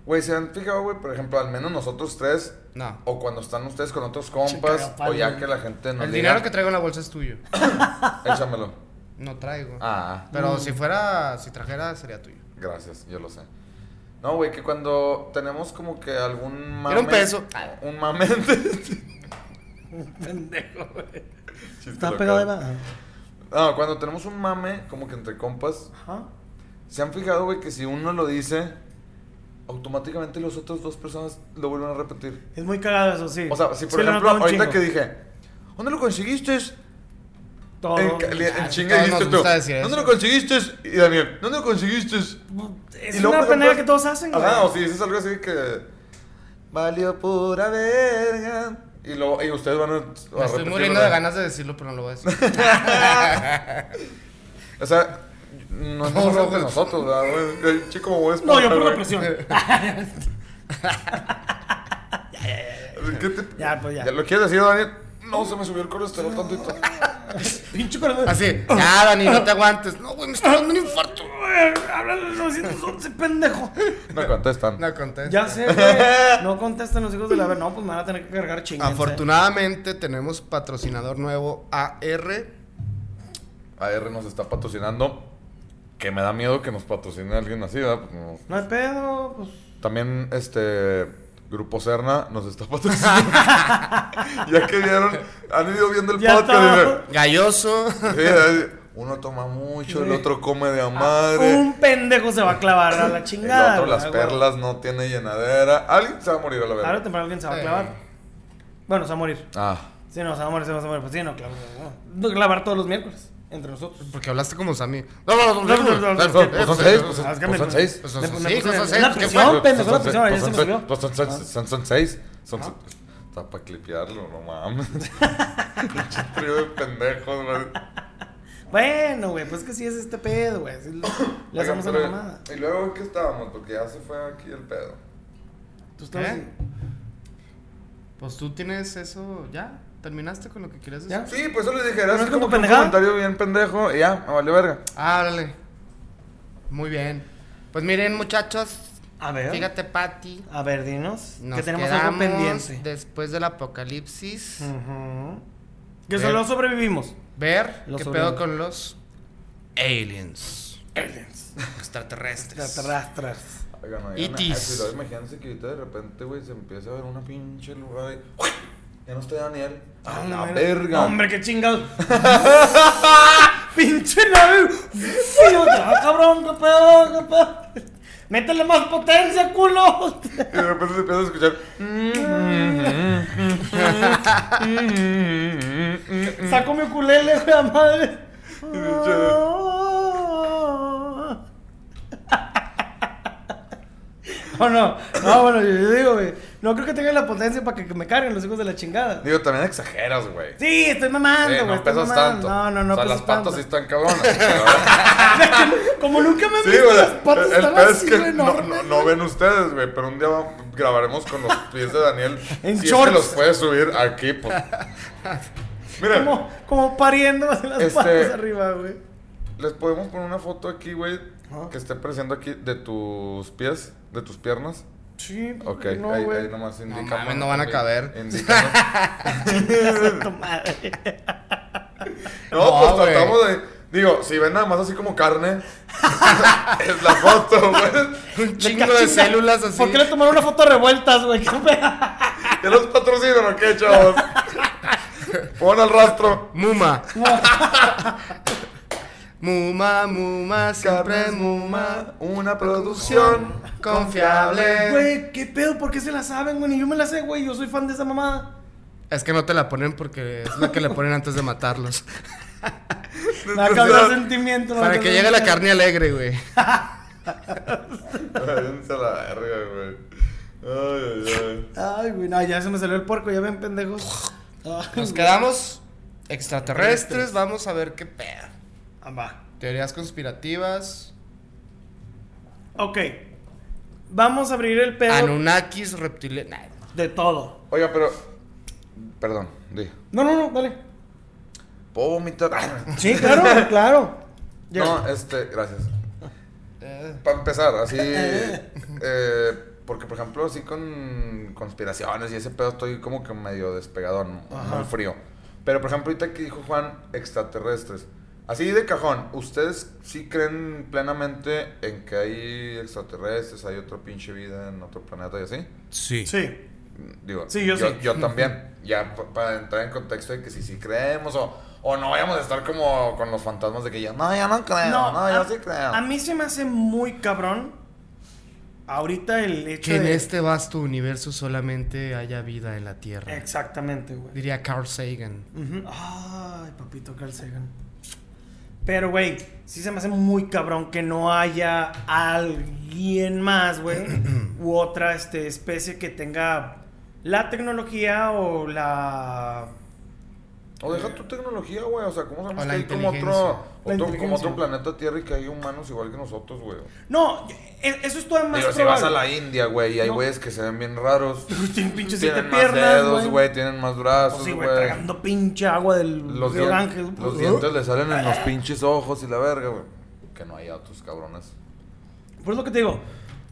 S1: Güey, ¿se han fijado, güey? Por ejemplo, al menos nosotros tres...
S3: No.
S1: O cuando están ustedes con otros
S2: Che,
S1: compas,
S2: cagapalo,
S1: o ya
S2: güey.
S1: que la gente nos
S3: El
S1: diga,
S3: dinero que traigo en la bolsa es tuyo.
S1: Échamelo.
S3: No traigo.
S1: Ah,
S3: Pero si fuera, si trajera, sería tuyo.
S1: gracias, yo lo sé. No, güey, que cuando tenemos como que algún mame...
S3: Era un peso.
S1: Un mame...
S3: [LAUGHS]
S2: Pendejo, güey.
S1: Chiste
S2: Está
S1: local.
S2: pegado de nada.
S1: No, Ah, cuando tenemos un mame, como que entre compas,
S2: Ajá.
S1: ¿se han fijado, güey, que si uno lo dice, automáticamente las otras dos personas lo vuelven a repetir?
S2: Es muy cagado eso, sí.
S1: O sea, si por
S2: Sí, lo
S1: ejemplo,
S2: notaba un
S1: ahorita
S2: chingo.
S1: que dije, ¿dónde lo conseguiste?
S2: Todo-
S1: en, ca- le- en
S3: Ah, sí,
S1: chinga
S3: todos
S1: dijiste
S3: nos
S1: tú.
S3: gusta decir
S1: ¿Dónde
S3: eso".
S1: lo conseguiste? Y Daniel, ¿dónde lo conseguiste? Y
S2: Es
S1: luego,
S2: una
S1: por ejemplo,
S2: pendeja que todos hacen, güey.
S1: Ajá, o si dices algo así que. Valió pura verga. Y, luego, y ustedes van a. a
S3: Me estoy
S1: repetirlo,
S3: muriendo de
S1: ¿verdad?
S3: ganas de decirlo, pero no lo voy a decir.
S1: O sea, no es
S3: No,
S1: no, de
S3: no,
S1: nosotros, ¿verdad, güey? El Chico, como es.
S2: No, yo por la
S1: [LAUGHS]
S2: presión.
S1: ¿Qué te-
S2: Ya, pues ya.
S1: ¿Ya lo quieres decir, Daniel? No, se me subió el colesterol tantito.
S2: Pinche corazón.
S3: Así, ya, Dani, no te aguantes. No, güey, me está dando un infarto.
S2: Háblale al 911,
S1: [LAUGHS]
S2: pendejo.
S1: No contestan.
S3: No conté.
S2: Ya sé, güey. No contestan los hijos de la ver. No, pues me van a tener que cargar chingados.
S3: Afortunadamente tenemos patrocinador nuevo AR.
S1: AR nos está patrocinando. Que me da miedo que nos patrocine alguien así, ¿verdad? Porque no-
S2: No hay pedo, pues.
S1: También, Pues este. Grupo Serna nos está [LAUGHS] patrocinando. ya que vieron, han ido viendo el
S2: Ya
S1: podcast.
S2: estaba.
S3: Galloso.
S1: y me- sí, así, uno toma mucho, el otro come de a madre.
S2: Un pendejo se va a clavar a
S1: [LAUGHS]
S2: la
S1: El
S2: chingada.
S1: otro las
S2: ¿verdad, güey?
S1: perlas no tiene llenadera. Alguien se va a morir a la
S2: Ahora
S1: verga.
S2: temprano alguien se va a
S3: Sí.
S2: clavar. Bueno, se va a morir.
S1: Ah,
S2: Sí, no, se va a morir, se va a morir. Pues sí, no, claro. No. No, Clavar todos los miércoles, entre nosotros.
S3: Porque hablaste como Sammy. No, no, no, no, no, no,
S1: pues
S3: no,
S1: son,
S3: no,
S1: pues son
S3: no,
S1: seis,
S3: no,
S1: pues,
S3: no,
S1: son-
S2: Es que
S1: pues
S2: me-
S1: son seis.
S3: Pues
S2: Me-
S3: son
S2: me
S3: seis,
S2: puse-
S3: son seis.
S2: La
S3: ¿Qué
S2: presión,
S3: fue?
S2: pendejo, la
S1: Pues
S2: presión. Ya
S1: son
S2: se me
S1: seis,
S2: subió.
S1: pues son seis, son- son seis. Son seis. Está para clipearlo, no mames. [LAUGHS] Pinche trío de pendejos, güey.
S2: Bueno, güey, pues que sí es este pedo, güey. Sí,
S1: [LAUGHS]
S2: le-
S1: Oigan,
S2: Le hacemos a la
S1: pero-
S2: mamada.
S1: Y luego en qué estábamos, porque ya se fue aquí el pedo.
S2: Tú estabas-
S3: ¿Eh? Pues tú tienes eso. ¿Ya? ¿Terminaste con lo que querías
S2: ¿Ya?
S3: decir?
S1: Sí, pues eso les dije,
S2: ¿Pero
S1: era
S2: es
S1: así
S2: con
S1: como
S2: tu
S1: que un
S2: pendejada?
S1: comentario bien pendejo y ya, me valió verga.
S3: Ah, órale. Muy bien. Pues miren, muchachos.
S2: A ver.
S3: Fíjate, Pati.
S2: A ver, dinos.
S3: Nos
S2: que tenemos algo
S3: quedamos
S2: pendiente. Mm.
S3: Después del apocalipsis.
S2: Ujú. Que solo
S3: Ver.
S2: sobrevivimos.
S3: Ver
S2: Los
S3: qué
S2: sobreviven.
S3: pedo con los aliens.
S2: Aliens.
S3: Extraterrestres.
S2: Extraterrestres.
S1: Oigan, oigan,
S3: Itis.
S1: así, luego Imagínense que ahorita de repente, güey, se empieza a ver una pinche lugar y... ¡Uy! Ya no estoy Daniel. A la
S2: mera-
S1: verga.
S2: Hombre, qué chingados. [LAUGHS] Pinche nave. Sí, otra, cabrón, qué pedo, qué pedo. Métele más potencia, culo.
S1: Y de repente se empieza a "Mm, escuchar...
S2: Mm. Saco mi ukulele, güey, a madre. [LAUGHS] Oh, no, no, bueno, yo, yo digo, güey. No creo que tenga la potencia para que, que me carguen los hijos de la chingada.
S1: Digo, también exageras, güey.
S2: Sí, estoy mamando,
S1: Sí,
S2: güey.
S1: no
S2: estoy
S1: pesas tanto.
S2: mamando. No, no, no.
S1: O sea,
S2: pesas
S1: las patas sí
S2: tanto.
S1: están cabronas.
S2: [LAUGHS]
S1: pero-
S2: Como nunca me han
S1: Sí,
S2: visto,
S1: güey.
S2: las patas
S1: el
S2: están
S1: pedo es
S2: así,
S1: que
S2: güey,
S1: no,
S2: enormes,
S1: no,
S2: güey.
S1: no ven ustedes, güey, pero un día va- grabaremos con los pies de Daniel.
S2: [LAUGHS] En
S1: si Es
S2: shorts.
S1: que los puedes subir aquí,
S2: [LAUGHS]
S1: pues. Mira,
S2: Como, como pariendo así las
S1: Este-
S2: patas arriba, güey.
S1: les podemos poner una foto aquí, güey,
S2: Ajá.
S1: que esté apareciendo aquí de tus pies, de tus piernas.
S2: Sí,
S1: Ok,
S2: no,
S1: ahí,
S2: güey.
S1: ahí
S2: [LAUGHS]
S1: nomás indicamos.
S3: mames, no van a
S1: güey,
S3: caber.
S1: indícanos.
S2: Tu madre. [LAUGHS]
S1: No,
S3: No,
S1: pues
S3: güey.
S1: tratamos de. Digo, si ven nada más así como carne, [LAUGHS] es la foto, güey.
S3: Un chingo de
S2: Chinga,
S3: células así.
S2: ¿Por qué le tomaron una foto de revueltas, güey? [LAUGHS] ¿Qué pedo?
S1: ¿Ya los patrocinan o qué, chavos? [LAUGHS] Pon al rastro.
S3: Muma. muma, muma, siempre muma.
S1: una
S3: producción confiable.
S2: Güey, ¿qué pedo? ¿Por qué se la saben, güey? Ni yo me la sé, güey. Yo soy fan de esa mamada.
S3: Es que no te la ponen porque es la que le ponen antes de matarlos.
S2: Me va a causar sentimiento. me va a
S3: Pues, Para que
S2: causar
S3: llegue la
S2: sentimiento.
S3: carne alegre, güey.
S1: Váyanse a la verga, güey. Ay, ay, ay.
S2: Ay, güey, no, ya se me salió el puerco, ya ven, pendejos. Ay,
S3: Nos
S2: güey.
S3: quedamos extraterrestres. Vamos a ver qué pedo.
S2: Ah, va.
S3: Teorías conspirativas.
S2: Ok. Vamos a abrir el pedo
S3: Anunnakis, reptiles. nah.
S2: de todo.
S1: Oiga, pero. Perdón, di.
S2: No, no, no, dale.
S1: ¿Puedo vomitar? Ah,
S2: Sí, claro, [LAUGHS] güey, claro. Ya.
S1: No, este, gracias.
S3: Eh,
S1: Para empezar,
S2: [LAUGHS]
S1: así. eh, porque, por ejemplo, así con conspiraciones y ese pedo estoy como que medio despegadón,
S2: Ajá.
S1: muy frío. Pero, por ejemplo, ahorita que dijo Juan, extraterrestres. Así de cajón, ¿ustedes sí creen plenamente en que hay extraterrestres, hay otra pinche vida en otro planeta y así?
S3: Sí.
S2: Sí.
S1: Digo,
S2: Sí, yo sí. [LAUGHS]
S1: también. Ya pa- para entrar en contexto de que si sí creemos o, o no vayamos a estar como con los fantasmas de que ya, no, ya no creo, no, yo
S2: a,
S1: sí creo.
S2: a mí se me hace muy cabrón. Ahorita el hecho
S3: Que en
S2: de.
S3: este vasto universo solamente haya vida en la Tierra.
S2: Exactamente, güey.
S3: Diría Carl Sagan.
S2: Ujú. Ay, papito Carl Sagan. Pero, güey, sí se me hace muy cabrón que no haya alguien más, güey, u otra este, especie que tenga la tecnología o la...
S1: O deja tu tecnología, güey. O sea, ¿cómo sabemos
S3: Eh, O
S1: que
S3: la
S1: hay como otro,
S3: inteligencia.
S2: La
S1: otro, como
S2: inteligencia.
S1: otro planeta Tierra y que hay humanos igual que nosotros, güey?
S2: No, e- eso es todavía más
S1: Digo, si
S2: probable.
S1: vas a la India, güey, y hay
S2: No.
S1: güeyes que se ven bien
S2: [LAUGHS]
S1: raros.
S2: Tienen pinches siete
S1: tienen más
S2: piernas,
S1: dedos,
S2: güey.
S1: güey, tienen más
S2: O
S1: brazos,
S2: sí,
S1: güey.
S2: güey, tragando pues, pinche agua del
S1: los,
S2: río
S1: dien-
S2: Ganges.
S1: los dientes le salen en los pinches ojos y la verga, güey. Que no haya otros cabrones.
S2: Por eso lo que te digo,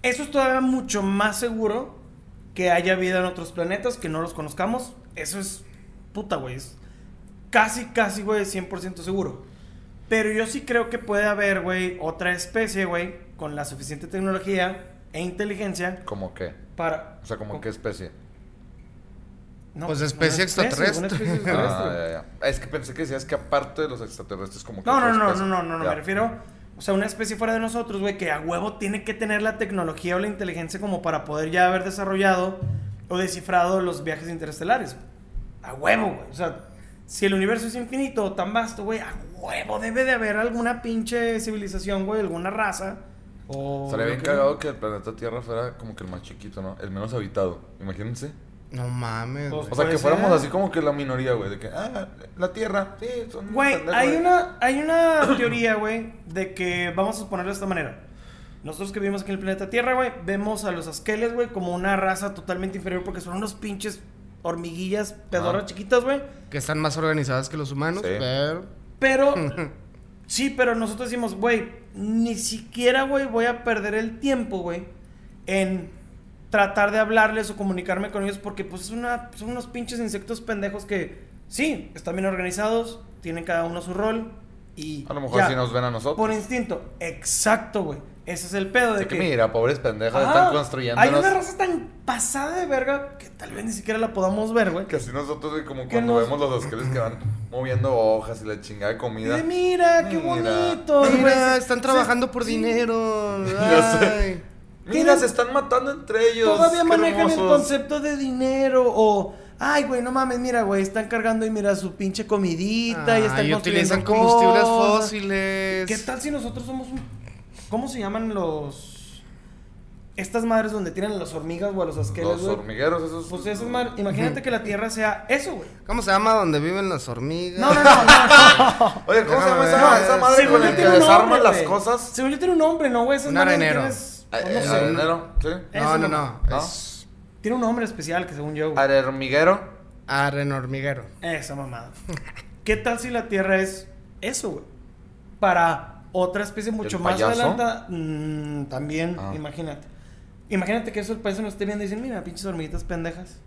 S2: eso es todavía mucho más seguro que haya vida en otros planetas, que no los conozcamos. Eso es puta, güey. Es casi, casi, güey, 100% seguro. Pero yo sí creo que puede haber, güey, otra especie, güey, con la suficiente tecnología e inteligencia
S1: ¿Como qué?
S2: para...
S1: O sea, ¿como qué especie?
S2: No,
S3: Pues
S2: no
S3: especie
S2: es especie, una especie
S3: extraterrestre.
S1: Ah,
S2: extraterrestre.
S1: ya, ya. Es que pensé que decías que aparte de los extraterrestres, como que.
S2: No, no,
S1: otras
S2: no, no,
S1: especies.
S2: no, no, no,
S1: Ya.
S2: me refiero. O sea, una especie fuera de nosotros, güey, que a huevo tiene que tener la tecnología o la inteligencia como para poder ya haber desarrollado o descifrado los viajes interestelares. A huevo, güey. O sea, si el universo es infinito, tan vasto, güey, a huevo debe de haber alguna pinche civilización, güey, alguna raza. O
S1: Estaría
S2: lo
S1: bien
S2: que-
S1: cagado que el planeta Tierra fuera como que el más chiquito, ¿no? El menos habitado. Imagínense.
S3: No
S2: Pues,
S3: mames, güey.
S1: O sea,
S2: Puede
S1: que fuéramos
S2: ser.
S1: así como que la minoría, güey. De que, ah, la Tierra, sí, son. unos
S2: Güey,
S1: pendejos,
S2: hay
S1: güey.
S2: una, hay
S1: [COUGHS]
S2: una teoría, güey, de que vamos a suponerlo de esta manera. Nosotros que vivimos aquí en el planeta Tierra, güey, vemos a los asqueles, güey, como una raza totalmente inferior porque son unos pinches hormiguillas pedoras
S1: Ah.
S2: chiquitas, güey.
S3: Que están más organizadas que los humanos,
S1: Sí.
S3: pero...
S1: [LAUGHS]
S2: Pero, sí, pero nosotros decimos, güey, ni siquiera, güey, voy a perder el tiempo, güey, en tratar de hablarles o comunicarme con ellos porque, pues, es una, son unos pinches insectos pendejos que, sí, están bien organizados, tienen cada uno su rol y.
S1: A lo mejor
S2: ya.
S1: sí nos ven a nosotros.
S3: Pues-
S2: Por instinto, exacto, güey. Ese es el pedo de
S1: Así que
S2: que.
S1: mira, pobres pendejos,
S2: Ajá,
S1: están construyendo.
S2: Hay una raza tan pasada de verga que tal vez ni siquiera la podamos ver, güey.
S1: [LAUGHS] Que así nosotros, güey, como
S2: Que
S1: cuando
S2: nos-
S1: vemos los asqueles que van moviendo hojas y la chingada de
S2: Y
S1: comida.
S2: de mira, qué
S1: Mira.
S2: bonito, güey.
S3: pues, Mira, están trabajando por dinero.
S1: Ya sé.
S3: ay.
S1: Mira, se están matando entre ellos.
S2: Todavía
S1: qué
S2: manejan el
S1: hermosos.
S2: concepto de dinero o. Ay, güey, no mames, mira, güey, están cargando y mira su pinche comidita y están
S3: Ay, utilizan
S2: construyendo
S3: combustibles
S2: cosas.
S3: fósiles.
S2: ¿Qué tal si nosotros somos un... ¿Cómo se llaman los... Estas madres donde tienen a las hormigas o a los asqueles,
S1: Los
S2: güey?
S1: hormigueros, esos.
S2: Pues esas madres... Imagínate que la Tierra sea
S1: [LAUGHS]
S2: eso, güey.
S3: ¿Cómo se llama donde viven las hormigas?
S2: No, no, no, no.
S1: Oye, ¿cómo se llama
S3: Déjame
S1: esa,
S3: ver.
S1: esa madre
S3: Según
S1: con
S3: yo
S1: la que
S3: tiene un
S1: desarman
S2: nombre,
S1: las
S2: güey.
S1: cosas?
S2: Según yo tiene un nombre, ¿no, güey? Esas
S3: Un
S2: madres que
S3: arenero.
S2: tienes-
S1: Eh,
S2: o no
S1: eh,
S2: sé.
S1: ¿Arenero? ¿Sí?
S2: Eso
S3: No, no,
S2: no.
S3: no.
S1: ¿No?
S3: Es
S2: Tiene un nombre especial que según yo, güey.
S1: ¿Arermiguero?
S3: aren hormiguero.
S2: Esa mamada. ¿Qué tal si la Tierra es eso, güey? Para otra especie mucho
S1: ¿El
S2: más
S1: payaso?
S2: adelantada, mm, también,
S1: Ah.
S2: imagínate. Imagínate que eso el payaso nos esté viendo y dicen, mira, pinches hormiguitas pendejas.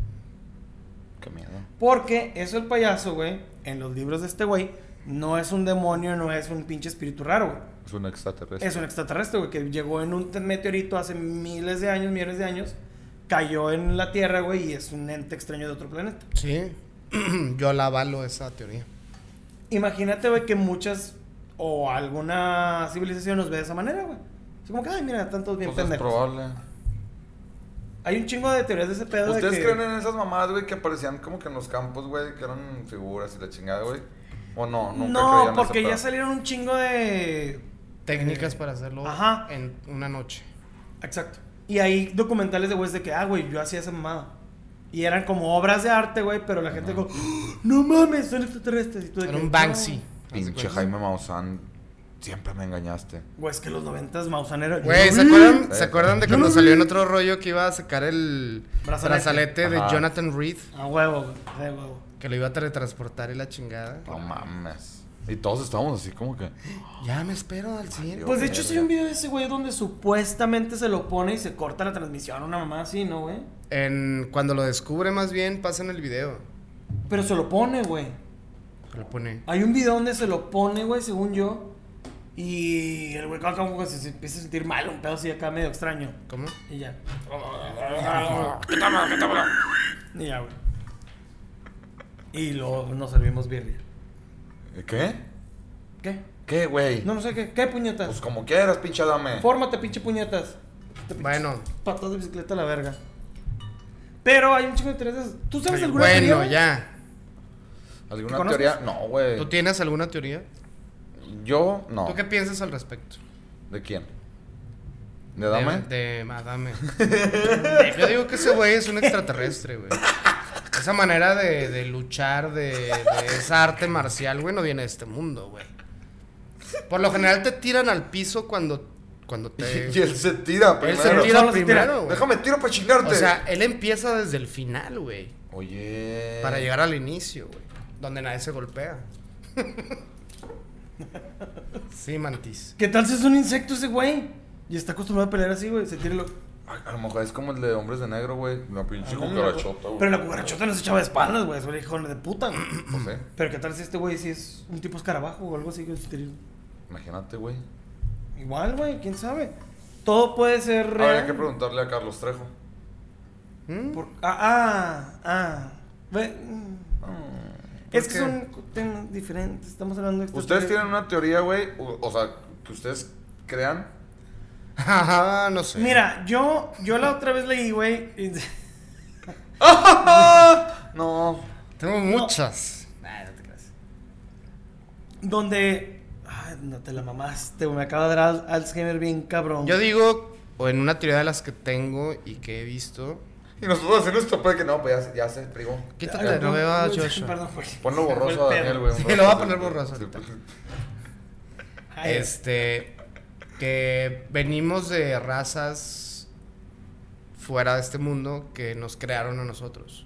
S1: Qué miedo.
S2: Porque eso el payaso, güey, en los libros de este güey, no es un demonio, no es un pinche espíritu raro, güey.
S1: Es un extraterrestre.
S2: Es un extraterrestre, güey, que llegó en un meteorito hace miles de años, millones de años, cayó en la Tierra, güey, y es un ente extraño de otro planeta.
S3: Sí. [CLEARS THROAT] Yo la avalo esa teoría.
S2: Imagínate, güey, que muchas o alguna civilización nos ve de esa manera, güey. Es como que, ay, mira, tantos bien
S1: Pues es
S2: pendejos.
S1: probable.
S2: Hay un chingo de teorías de ese pedo de
S1: ¿Ustedes
S2: que...
S1: creen en esas mamadas, güey, que aparecían como que en los campos, güey, que eran figuras y la chingada, güey? ¿O no? Nunca
S2: No,
S1: creían
S2: porque
S1: ese
S2: ya
S1: pedo?
S2: salieron un chingo de...
S3: Técnicas
S2: Eh,
S3: para hacerlo
S2: ajá.
S3: en una noche.
S2: Exacto. Y hay documentales de güeyes de que, ah, güey, yo hacía esa mamada. Y eran como obras de arte, güey, pero la gente como, "¡Ah! no mames, son extraterrestres. Y tú de
S3: Era
S2: que,
S3: un Banksy.
S2: "No".
S3: pues.
S1: Pinche Jaime Maussan, siempre me engañaste.
S2: Güey, es que los noventas mausanero.
S3: Güey,
S2: yo-
S3: ¿se acuerdan,
S1: Eh.
S3: ¿se acuerdan de
S2: Yo lo
S3: cuando salió
S2: vi.
S3: en otro rollo que iba a sacar el
S2: Brazalete.
S3: brazalete, de
S1: Ajá.
S3: Jonathan Reed?
S2: A huevo, güey, a huevo.
S3: Que lo iba a teletransportar y la chingada.
S1: No mames. Y todos estábamos así como que...
S3: Ya me espero al siguiente.
S1: Dios.
S2: Pues de hecho
S1: Verga.
S2: sí hay un video de ese güey donde supuestamente se lo pone y se corta la transmisión, una mamá así, ¿no, güey?
S3: En, cuando lo descubre más bien, pasa en el video.
S2: Pero se lo pone, güey.
S3: Se Lo pone.
S2: Hay un video donde se lo pone, güey, según yo. Y el güey acá como que se, se empieza a sentir mal, un pedo así acá medio extraño.
S3: ¿Cómo?
S2: Y ya. Y ya, güey. Y luego nos servimos birria.
S1: ¿Qué?
S2: ¿Qué?
S1: ¿Qué, güey?
S2: No, no sé qué. ¿Qué
S1: Pues
S2: puñetas?
S1: como quieras, pinche dame.
S2: Fórmate, pinche puñetas. Te pinches
S3: Bueno.
S2: Patas de bicicleta a la verga. Pero hay un chico de intereses. ¿Tú sabes alguna teoría,
S3: Bueno,
S2: güey?
S3: ya.
S1: ¿Alguna
S2: ¿Conoces?
S1: teoría? No,
S3: ¿Tú
S1: güey.
S3: tienes alguna teoría?
S1: Yo, no.
S3: ¿Tú qué piensas al respecto?
S1: ¿De quién? ¿De Dame?
S3: De, de Madame. [LAUGHS] Yo digo que ese güey es un extraterrestre, güey. Esa manera de, de luchar, de, de esa arte marcial, güey, no viene de este mundo, güey. Por lo general te tiran al piso cuando, cuando te...
S1: [LAUGHS] Y él se tira
S3: Él
S1: primero.
S3: se
S2: Solo
S3: tira
S2: se tira.
S3: primero, güey.
S1: Déjame tiro para chingarte.
S3: O sea, él empieza desde el final, güey.
S1: Oye.
S3: Para llegar al inicio, güey. Donde nadie se golpea. [LAUGHS] sí, Mantis.
S2: ¿Qué tal si es un insecto ese güey? Y está acostumbrado a pelear así, güey. Se tira y lo...
S1: Ay, a lo mejor es como el de Hombres de Negro, güey. Una pinche
S2: Ah,
S1: cucarachota, güey.
S2: Pero la cucarachota no se echaba de espaldas, güey. Es un hijo de puta.
S3: [CLEARS THROAT]
S2: güey.
S1: No sé.
S2: Pero ¿qué tal si este güey si es un tipo escarabajo o algo así? que se tira y-
S1: Imagínate, güey.
S2: Igual, güey. ¿Quién sabe? Todo puede ser real.
S1: Habría que preguntarle a Carlos Trejo.
S3: ¿Mm?
S2: Por- ah, ah, ah. Ve- mm. Es que
S3: qué?
S2: son temas diferentes. Estamos hablando de
S1: Ustedes tienen una teoría, güey, o, o sea, que ustedes crean.
S3: Ajá, no sé.
S2: Mira, yo, yo la otra vez leí, güey. y- [LAUGHS]
S1: No.
S3: Tenemos muchas.
S2: Nah,
S1: Ah,
S2: no te creas. Donde. Ay, no te la mamaste, güey. Me acaba de dar al- Alzheimer bien cabrón.
S3: Yo digo, o en una teoría de las que tengo y que he visto.
S1: Y nosotros haciendo esto, puede que no, pues ya, se- ya se privó.
S3: Quítate, no veo a Joshua.
S2: Perdón, güey.
S1: Ponlo borroso a
S2: Fue el
S1: Daniel,
S2: pedo.
S1: güey. un
S3: Sí,
S1: rato.
S3: lo voy a poner borroso
S1: Sí,
S3: ahorita.
S1: pues,
S2: Ay,
S3: Este. Que venimos de razas fuera de este mundo que nos crearon a nosotros.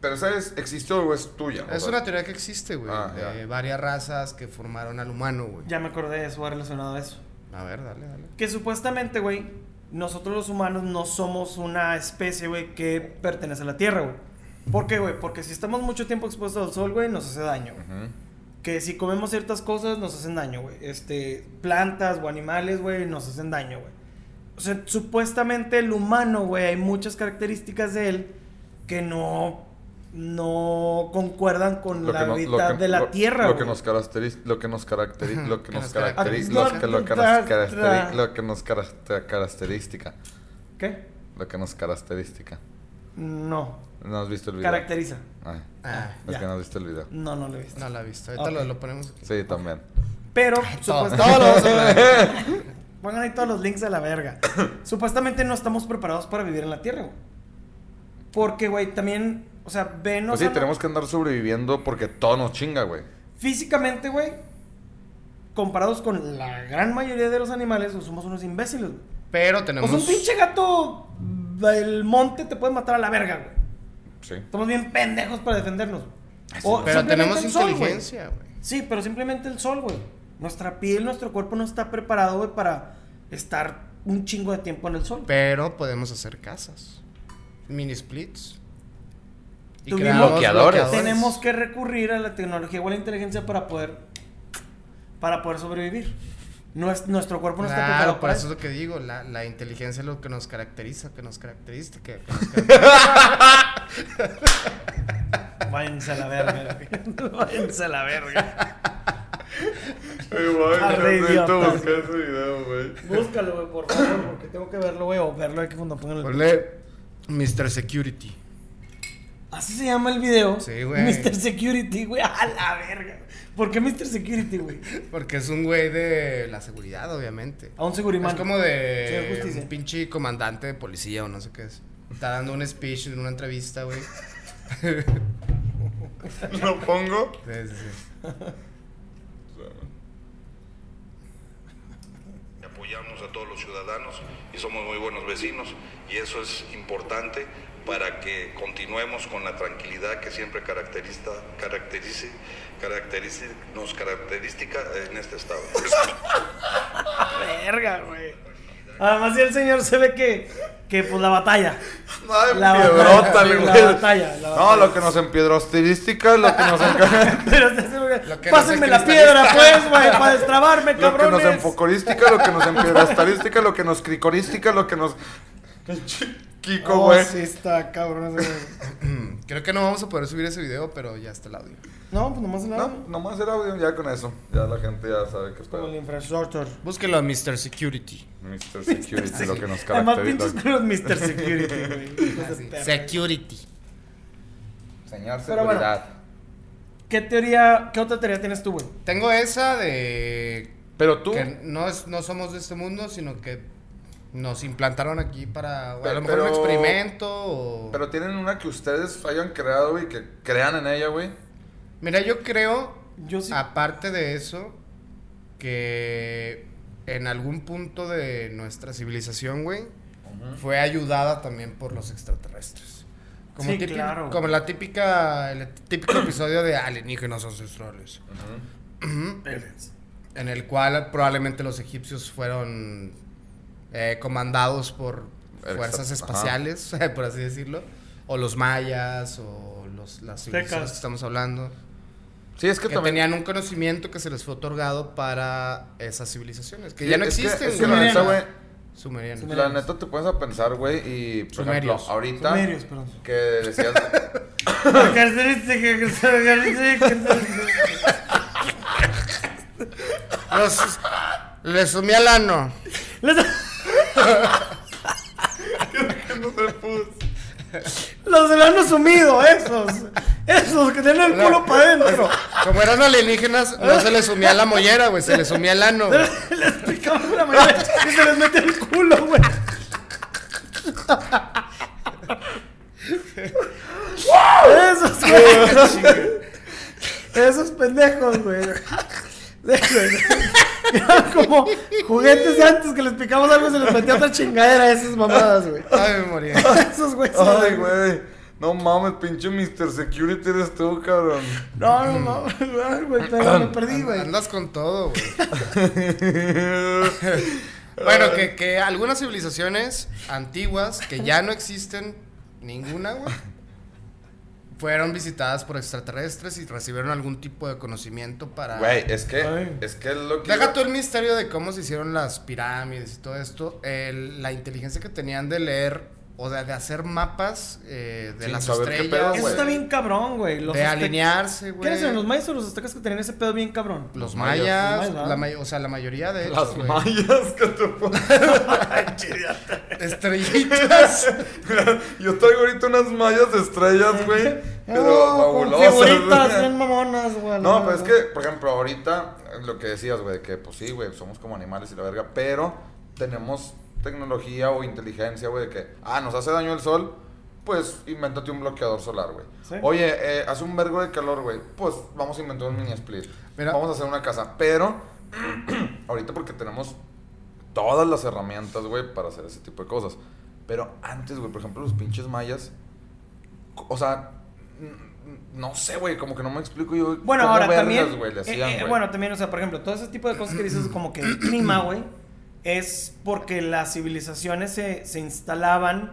S1: Pero ¿sabes? ¿Existe o es tuya? O
S3: Es
S1: sea,
S3: una teoría que existe, güey.
S1: Ah,
S3: de
S1: ya.
S3: varias razas que formaron al humano, güey.
S2: Ya me acordé de eso, va relacionado a eso.
S3: A ver, dale, dale.
S2: Que supuestamente, güey, nosotros los humanos no somos una especie, güey, que pertenece a la Tierra, güey. ¿Por qué, güey? Porque si estamos mucho tiempo expuestos al sol, güey, nos hace daño. güey.
S1: ujú.
S2: Que si comemos ciertas cosas, nos hacen daño, güey. Este, plantas o animales, güey, nos hacen daño, güey. O sea, supuestamente el humano, güey, hay muchas características de él que no, no concuerdan con la
S1: no-
S2: vida
S1: que-
S2: de la
S1: lo-
S2: Tierra,
S1: lo
S2: güey.
S1: que nos caracteriza lo que nos caracteriza lo que
S3: Que
S1: nos
S3: nos
S1: caracteriza
S2: caracteriza.
S1: lo que lo que nos
S2: Ah,
S1: caracteriza
S2: tra-
S1: lo que nos caracter- característica
S2: ¿Qué?
S1: lo que nos característica
S2: No.
S1: no has visto el video
S2: Caracteriza.
S1: Ay,
S3: Ah,
S1: es
S2: Ya.
S1: que no has visto el video
S2: No, no lo he visto.
S3: no la he visto. Ahorita
S2: Ok. Pues
S3: lo, lo ponemos aquí.
S1: sí
S2: [LAUGHS]
S1: también
S2: Pero,
S3: Todo,
S2: supuestamente...
S3: todo lo
S1: [LAUGHS]
S3: [LAUGHS] vamos a poner.
S2: Pongan ahí todos los links a la
S1: [COUGHS]
S2: verga. Supuestamente no estamos preparados para vivir en la Tierra, güey. Porque, güey, también, o sea, venos.
S1: pues sí tenemos que andar sobreviviendo porque todo nos chinga güey
S2: Físicamente, güey, comparados con la gran mayoría de los animales, pues, somos unos imbéciles, güey.
S3: Pero
S2: O
S3: tenemos.
S2: sea, Pues un pinche gato del monte te puede matar a la verga, güey.
S1: sí
S2: Estamos bien pendejos para defendernos. güey. O
S3: Ah, Pero
S2: simplemente
S3: tenemos
S2: el sol, güey.
S3: inteligencia, güey.
S2: Sí, pero simplemente el sol, güey. Nuestra piel, nuestro cuerpo no está preparado, güey, para estar un chingo de tiempo en el sol.
S3: Pero podemos hacer casas. Mini splits. Y
S2: Tuvimos-
S3: creamos
S1: Bloqueadores.
S3: bloqueadores.
S2: Tenemos que recurrir a la tecnología o a la inteligencia para poder para poder sobrevivir. Nues- nuestro cuerpo no está
S3: Claro,
S2: preparado
S3: por
S2: para
S3: eso es
S2: eso.
S3: lo que digo. La, la inteligencia es lo que nos caracteriza, que nos caracteriza. Que,
S2: [LAUGHS]
S3: que nos
S2: Váyanse a la verga. güey. [LAUGHS] Váyanse a la verga. Ah, re
S1: necesito
S2: idiota.
S1: buscar ese video güey
S2: Búscalo, güey, por favor, porque tengo que verlo, güey, o verlo aquí cuando pongan el...
S3: Ponle Mr. Security.
S2: Así se llama el video.
S3: Sí, güey.
S2: Mr. Security, güey, a la verga. ¿Por qué Mr. Security, güey?
S3: Porque es un güey de la seguridad, obviamente.
S2: A un
S3: Es
S2: segurimán.
S3: como
S2: Señor
S3: de
S2: Justicia.
S3: un pinche comandante de policía o no sé qué es. Está dando un speech en una entrevista, güey.
S1: [LAUGHS] lo pongo
S3: Sí, sí, sí.
S4: Apoyamos a todos los ciudadanos y somos muy buenos vecinos y eso es importante para que continuemos con la tranquilidad que siempre caracteriza, caracterice, caracterice, nos característica en este estado.
S2: Verga, güey. Además, y el señor se ve que, que pues la batalla. [LAUGHS]
S1: Ay,
S2: La
S1: piedrota,
S2: batalla,
S1: güey.
S2: la batalla, la
S1: no,
S2: batalla.
S1: lo que nos empiedró estilística, lo que nos enca-
S2: Pero este es el-
S3: Lo que
S2: Pásenme
S3: no
S2: la
S3: sé
S2: piedra, pues,
S3: [LAUGHS]
S2: güey, para destrabarme,
S1: Lo que nos
S2: cabrones.
S1: enfocorística, lo que nos empiedrastarística, lo que nos cricorística, lo que nos. Kiko,
S2: Oh,
S1: güey.
S2: sí está, cabrón. ese güey.
S3: Mm, Creo que no vamos a poder subir ese video, pero ya está el audio.
S2: No, pues nomás el
S1: No,
S2: audio.
S1: nomás era audio, ya con eso. Ya la gente ya sabe que es
S2: Como el infrastructure.
S3: Búsquelo a Mr. Security.
S1: Mr. Security, lo que nos
S2: Además, pinches
S1: caracteriza. [LAUGHS]
S2: culos Mr. Security, güey. Hijos
S3: Ah,
S2: de perra.
S3: Security.
S1: Señor
S2: Pero bueno.
S1: Seguridad.
S2: ¿Qué teoría, qué otra teoría tienes tú, güey?
S3: Tengo esa de
S1: Pero tú.
S3: que no, es, no somos de este mundo, sino que nos implantaron aquí para o a
S1: Pero-
S3: lo mejor un experimento. o-
S1: Pero tienen una que ustedes hayan creado, güey, que crean en ella, güey.
S3: Mira, yo creo,
S2: Yo
S3: Ah.
S2: sí.
S3: aparte de eso, que en algún punto de nuestra civilización, güey, fue ayudada también por los extraterrestres. Como,
S2: Sí,
S3: típico-
S2: claro.
S3: como la típica, el típico episodio de alienígenas ancestrales. en el cual probablemente los egipcios fueron eh, comandados por
S1: Exacto,
S3: fuerzas
S1: ajá.
S3: espaciales, [LAUGHS] por así decirlo, o los mayas, o los, las civilizaciones
S2: Tecas.
S3: que estamos hablando,
S1: Sí, es que,
S3: que,
S1: también.
S3: tenían un conocimiento que se les fue otorgado para esas civilizaciones, que
S1: Sí,
S3: ya no
S1: es que-
S3: existen.
S1: Es que,
S3: güey.
S1: la neta, güey.
S3: Sumerianos.
S1: La neta te pones a pensar, güey, y por ejemplo,
S3: Sumerios.
S1: ahorita
S2: Sumerios, perdón.
S1: que decías
S2: Característica, característica.
S3: [LAUGHS] Los- le sumí al ano.
S2: Los,
S1: no se puso.
S2: [LAUGHS] los enanos sumidos, esos. Esos que tienen el culo para adentro.
S3: Como eran alienígenas, no se le sumía la mollera, güey, se le sumía el ano. güey.
S2: Les picamos la mañana y se les mete el culo, güey. Esos, güey. Esos pendejos, güey. De- güey. Eran como juguetes de antes que les picamos algo y se les metía otra chingadera a esas mamadas, güey.
S3: Ay, me moría.
S2: Esos, güey. son- [LAUGHS]
S1: Ay, güey. No mames, pinche Mr. Security eres tú, cabrón.
S2: No, no, no, ay, güey, pero me perdí, güey.
S3: Andas con todo, güey. [LAUGHS] Bueno, que, que algunas civilizaciones antiguas que ya no existen ninguna, güey, fueron visitadas por extraterrestres y recibieron algún tipo de conocimiento para.
S1: Güey, es que
S2: Ay.
S1: es que es lo que
S3: Deja tú el misterio de cómo se hicieron las pirámides y todo esto. el- la inteligencia que tenían de leer o de, de hacer mapas eh, de
S1: Sin
S3: las
S1: saber qué
S3: estrellas.
S1: pedo,
S2: Eso
S1: güey.
S2: está bien cabrón, güey. Los
S3: de
S2: aztecas-
S3: alinearse, güey.
S2: ¿Quiénes eran los mayas o los aztecas que tenían ese pedo bien cabrón?
S3: Los
S1: Los mayas,
S2: los
S3: mayas,
S2: mayas,
S3: la
S2: ¿verdad?
S3: may- o sea, la mayoría de ellos,
S1: las
S3: güey.
S1: mallas que te [LAUGHS] pones.
S3: Estrellitas.
S1: Yo traigo ahorita unas mallas de estrellas, [LAUGHS]
S2: [LAUGHS]
S1: güey. Pero
S2: Oh, con
S1: fabulosas,
S2: figuritas
S1: güey.
S2: bien mamonas, güey.
S1: No, pero es que, por ejemplo, ahorita eh, lo que decías, güey, que pues sí, güey, somos como animales y la verga, pero tenemos tecnología o inteligencia, güey, de que, ah, nos hace daño el sol, pues invéntate un bloqueador solar, güey.
S2: Sí.
S1: Oye, eh, hace un vergo de calor, güey, pues vamos a inventar un mini split.
S3: Mira.
S1: Vamos a hacer una casa, pero [CLEARS THROAT] ahorita porque tenemos todas las herramientas, güey, para hacer ese tipo de cosas. Pero antes, güey, por ejemplo, los pinches mayas, co- o sea, n- n- no sé, güey, como que no me explico yo.
S2: Bueno,
S1: cómo
S2: ahora
S1: vergas,
S2: también.
S1: güey, le
S2: eh,
S1: hacían,
S2: eh,
S1: güey.
S2: bueno, también, o sea, por ejemplo, todo ese tipo de cosas que dices, como que el clima,
S1: [CLEARS THROAT]
S2: güey, es porque las civilizaciones se, se instalaban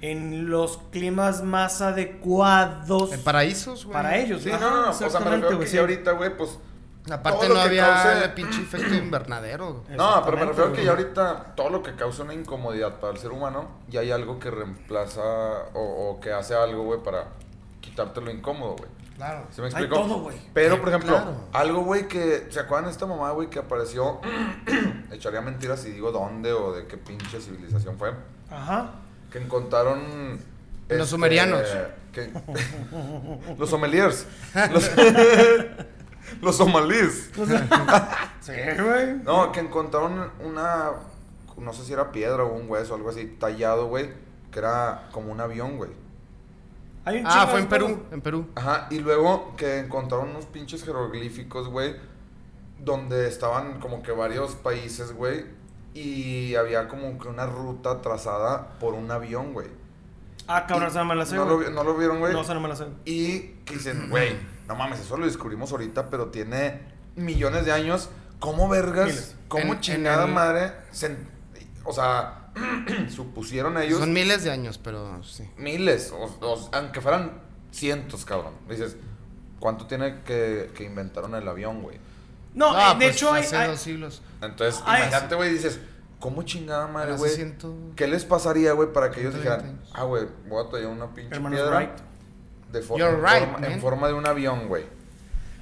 S2: en los climas más adecuados
S3: en paraísos, Eh, güey.
S2: para ellos,
S1: sí,
S2: Ajá,
S1: no, no, no, o sea, me refiero que
S2: güey,
S1: ya
S2: sí.
S1: ahorita, güey, pues.
S3: Aparte
S1: todo lo
S3: no
S1: que
S3: había
S1: cause-
S3: el pinche efecto invernadero.
S1: No, pero
S3: güey.
S1: me
S2: Exactamente,
S1: refiero que
S2: güey.
S1: ya ahorita todo lo que causa una incomodidad para el ser humano, ya hay algo que reemplaza o, o que hace algo, güey, para quitarte lo incómodo, güey.
S3: Claro.
S1: ¿Sí me
S2: Hay
S1: explico?
S2: todo, güey.
S1: Pero, por ejemplo,
S3: Claro.
S1: algo, güey, que... ¿Se acuerdan de esta mamá, güey, que apareció? [CLEARS THROAT] Echaría mentiras si digo dónde o de qué pinche civilización fue.
S2: Ajá.
S1: Que encontraron... este,
S3: Los sumerianos.
S1: que- [LAUGHS] los sommeliers.
S3: [LAUGHS]
S1: Los, los somalíes.
S3: Sí.
S2: güey.
S1: No, que encontraron una... No sé si era piedra o un hueso o algo así tallado, güey. Que era como un avión, güey.
S2: Hay un
S3: Ah,
S2: chingo
S3: fue
S2: de
S3: en Perú, en Perú.
S1: Ajá, y luego que encontraron unos pinches jeroglíficos, güey, donde estaban como que varios países, güey, y había como que una ruta trazada por un avión, güey.
S2: Ah, cabrón,
S1: Y-
S2: se me la sé,
S1: no, lo,
S2: güey.
S1: vi- no lo vieron, güey.
S2: No, se no me la sé.
S1: Y que dicen, güey, no mames, eso lo descubrimos ahorita, pero tiene millones de años. ¿Cómo vergas?
S2: Miles.
S1: ¿Cómo
S3: En- en
S1: chingada
S3: el-
S1: madre? se- [CLEARS THROAT] o sea, [CLEARS THROAT] supusieron ellos
S3: Son miles de años, pero sí.
S1: miles, o, o- aunque fueran cientos, cabrón. Dices, ¿cuánto tiene que, que inventaron el avión, güey?
S2: No,
S3: Ah,
S2: eh, de
S3: pues,
S2: hecho, hay,
S3: hace
S2: hay-
S3: dos siglos.
S1: Entonces,
S2: Ay,
S1: imagínate, güey, dices, ¿cómo chingada madre,
S3: Hace
S1: güey?
S3: ciento-
S1: ¿Qué les pasaría, güey, para que ellos
S3: 120
S1: dijeran,
S3: años.
S1: ah, güey, voy a traer una pinche
S2: hermanos
S1: piedra
S2: Wright.
S1: de fo-
S3: You're
S1: en,
S3: right,
S1: forma, en
S3: man.
S1: forma de un avión, güey?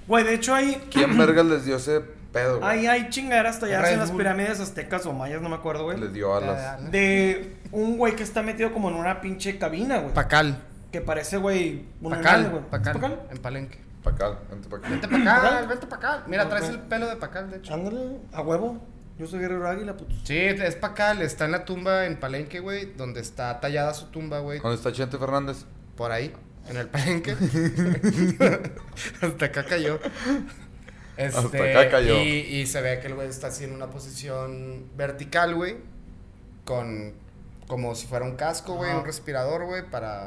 S2: Güey, de hecho, hay, [CLEARS THROAT]
S1: ¿Quién vergas les dio ese pedo, güey?
S2: Ahí hay chingaderas talladas
S3: Red
S2: en las
S3: Bull.
S2: pirámides aztecas o mayas, no me acuerdo, güey.
S1: Les dio alas.
S2: De un güey que está metido como en una pinche cabina, güey.
S3: Pacal.
S2: que parece, güey, un animal, güey.
S3: Pacal. Pacal.
S2: ¿Es Pacal?
S3: En Palenque.
S1: Pa' acá, vente pa' acá.
S3: Vente Pacal,
S2: ¿Pacal?
S3: vente Pacal. Mira,
S2: Ok.
S3: traes el pelo de Pacal, de hecho.
S2: Ándale, a huevo. Yo soy guerrero águila, puto.
S3: Sí, es Pacal. Está en la tumba en Palenque, güey. Donde está tallada su tumba, güey.
S1: ¿Dónde está Chente Fernández?
S3: Por ahí, en
S1: [LAUGHS]
S3: el palenque. Hasta acá cayó. Este,
S1: Hasta acá cayó.
S3: Y, y se ve que el güey está así en una posición vertical, güey. Con. Como si fuera un casco, güey.
S2: Ajá.
S3: Un respirador, güey. Para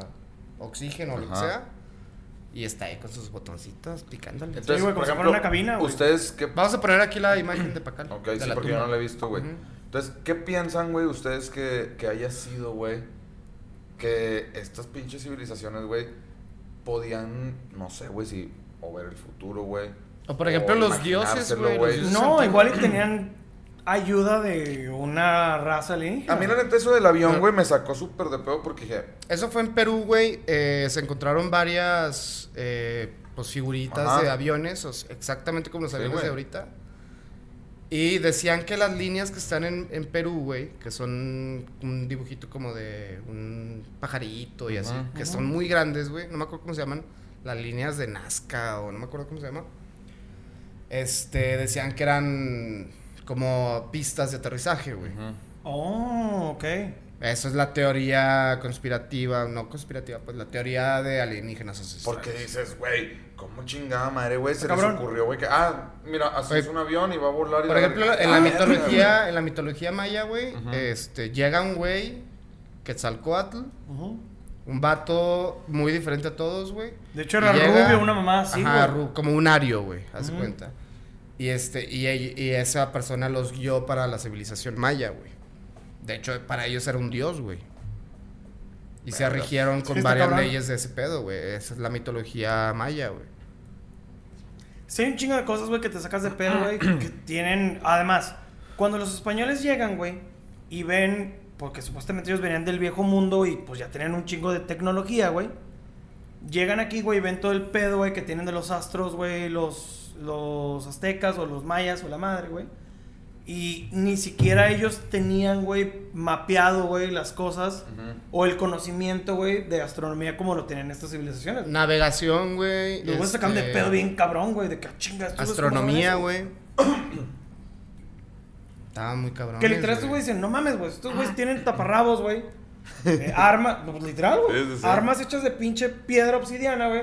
S3: oxígeno o lo que
S1: Ajá.
S3: sea. Y está ahí con sus botoncitos picándole.
S1: Entonces,
S2: güey, como
S1: por
S2: si fuera
S1: ejemplo,
S2: una cabina, güey.
S1: ¿ustedes qué
S3: Vamos a poner aquí la imagen de Pacal.
S1: Ok,
S3: de
S1: sí,
S3: la
S1: porque
S3: tumba.
S1: yo no la he visto, güey.
S3: Ujú.
S1: Entonces, ¿qué piensan, güey, ustedes que, que haya sido, güey, que estas pinches civilizaciones, güey, podían, no sé, güey, si, o ver el futuro, güey?
S3: O por ejemplo, los dioses,
S1: imaginárselo,
S3: güey, los dioses-
S2: No,
S3: sentí-
S2: igual y tenían ayuda de una raza alienígena.
S1: A mí la neta eso del avión, güey, me sacó súper de pedo porque dije,
S3: Eso fue en Perú, güey. eh, se encontraron varias eh, pues, figuritas
S1: Ajá.
S3: de aviones, o sea, exactamente como los
S1: Sí,
S3: aviones
S1: güey.
S3: de ahorita. Y decían que las líneas que están en, en Perú, güey, que son un dibujito como de un pajarito y así,
S1: Ajá.
S3: que son muy grandes, güey. No me acuerdo cómo se llaman. Las líneas de Nazca o no me acuerdo cómo se llama. Este, decían que eran como pistas de aterrizaje, güey.
S2: Oh, ok.
S3: Eso es la teoría conspirativa, no conspirativa, pues la teoría de alienígenas ancestrales.
S1: porque dices, güey, ¿cómo chingada madre, güey? Se
S2: Cabrón.
S1: les ocurrió, güey, que, ah, mira, así
S3: Oye,
S1: es un avión y va a volar. y
S3: Por
S1: la
S3: ejemplo,
S1: verga".
S3: en la
S1: Ah,
S3: mitología, en la mitología maya, güey,
S1: Ujú.
S3: este, llega un güey, Quetzalcoatl,
S2: Ujú.
S3: un vato muy diferente a todos, güey.
S2: De hecho,
S3: y
S2: era
S3: llega-
S2: rubio, una mamá así,
S3: Ajá,
S2: güey.
S3: ru- como un ario, güey, hace
S2: Ujú.
S3: cuenta. Y este, y, ell- y esa persona los guió para la civilización maya, güey. De hecho, para ellos era un dios, güey. Y se
S1: Verga.
S3: rigieron con
S2: está
S3: varias
S2: cabrón.
S3: leyes de ese pedo, güey. Esa es la mitología maya, güey.
S2: Sí, hay un chingo de cosas, güey, que te sacas de pedo, güey. que tienen. Además, cuando los españoles llegan, güey, y ven. Porque supuestamente ellos venían del viejo mundo y pues ya tenían un chingo de tecnología, güey. Llegan aquí, güey, y ven todo el pedo, güey, que tienen de los astros, güey, los, los aztecas o los mayas o la madre, güey. Y ni siquiera ellos tenían, güey, mapeado, güey, las cosas
S1: Ujú.
S2: o el conocimiento, güey, de astronomía como lo tenían estas civilizaciones.
S3: Navegación, güey.
S2: Los güeyes
S3: este,
S2: sacaban de pedo bien cabrón, güey. De que "Ah, chinga. estos güeyes, ¿cómo saben
S3: Astronomía,
S2: eso?"
S3: güey. Estaba muy cabrón.
S2: Que literal estos güeyes dicen, no mames, güey. Estos
S3: Ah.
S2: güeyes tienen taparrabos, güey. Eh, armas, pues, literal, güey.
S1: Sí, sí, sí.
S2: Armas hechas de pinche piedra obsidiana, güey.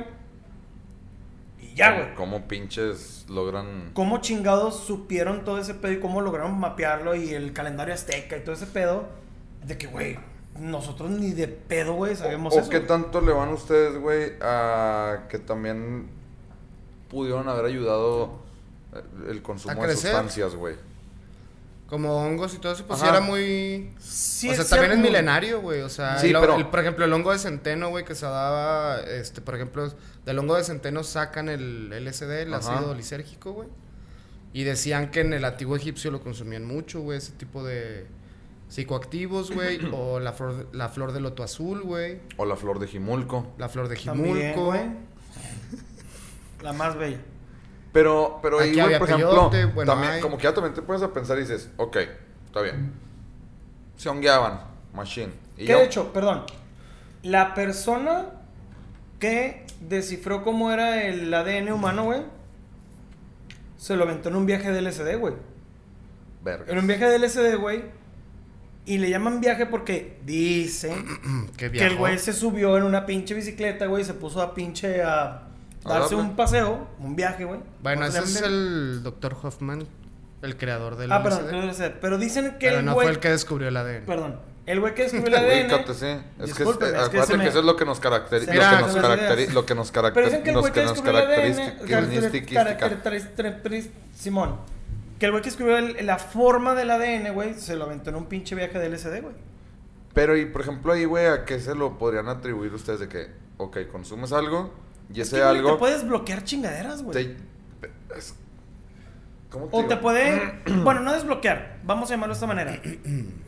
S2: Y ya, güey.
S1: ¿Cómo pinches logran...?
S2: ¿Cómo chingados supieron todo ese pedo y cómo lograron mapearlo y el calendario azteca y todo ese pedo? De que, güey, nosotros ni de pedo, güey, sabemos
S1: ¿O
S2: eso.
S1: qué
S2: güey.
S1: tanto le van ustedes, güey, a que también pudieron haber ayudado eh, el consumo de
S3: crecer?
S1: sustancias, güey?
S3: Como hongos y todo eso, pues sí
S1: Ajá.
S3: era muy.
S2: Sí,
S3: o sea,
S2: sí,
S3: también es
S2: como-
S3: milenario, güey. O sea,
S1: Sí,
S3: el,
S1: pero-
S3: el- por ejemplo, el hongo de centeno, güey, que se daba, este, por ejemplo, del hongo de centeno sacan el LSD, el
S1: Ajá.
S3: ácido lisérgico, güey. Y decían que en el antiguo egipcio lo consumían mucho, güey, ese tipo de psicoactivos,
S2: [CLEARS THROAT]
S3: güey, o la flor, la flor de loto azul, güey,
S1: O la flor de Jimulco.
S3: la flor de
S2: También,
S3: jimulco,
S2: güey. La más bella.
S1: Pero, pero ahí,
S3: Aquí
S1: güey,
S3: había
S1: por
S3: peyote,
S1: ejemplo,
S3: bueno,
S1: también,
S3: hay.
S1: como que ya también te puedes a pensar y dices, ok, está bien. Se hongueaban, machine. Y
S2: Que
S1: ya-
S2: de hecho, perdón, la persona que descifró cómo era el ADN humano, güey, se lo aventó en un viaje de LSD, güey.
S1: Verga.
S2: En un viaje de LSD, güey. Y le llaman viaje porque dicen
S3: [CLEARS THROAT] que
S2: que el
S3: viajó.
S2: güey se subió en una pinche bicicleta, güey, y se puso a pinche a
S1: darle.
S2: darse un paseo, un viaje, güey.
S3: Bueno,
S2: ¿Cómo se
S3: ese es
S2: llama?
S3: el doctor Hoffman, el creador del
S2: Ah,
S3: LSD.
S2: perdón, el LSD. Pero dicen que
S3: Pero
S2: el
S3: no
S2: güey...
S3: fue el que descubrió el ADN.
S2: Perdón, el güey que descubrió el
S1: [LAUGHS]
S2: ADN...
S1: Ubícate, sí. Es que, es-
S2: Discúlpeme, es que
S1: eh, acuérdate
S2: se
S1: que,
S2: me-
S1: eso es lo que nos caracteriza.
S2: Mira,
S1: Lo que nos
S2: se me
S1: caracteriza.
S2: olvidó.
S1: Lo que nos
S2: Pero dicen que
S1: caracteriza. Nos
S2: el güey que
S1: que nos
S2: descubrió el ADN,
S1: caracteriza.
S2: característica- Simón, que el güey que descubrió el- la forma del ADN, güey, se lo aventó en un pinche viaje de LSD, güey.
S1: Pero, y por ejemplo, ahí, güey, ¿a qué se lo podrían atribuir ustedes de que, ok, consumes algo y
S2: Es
S1: ese
S2: que, güey,
S1: algo.
S2: Te puedes bloquear chingaderas, güey.
S1: te- es- ¿Cómo
S2: O te
S1: digo?
S2: puede.
S1: [CLEARS THROAT]
S2: bueno, no desbloquear. Vamos a llamarlo de esta manera.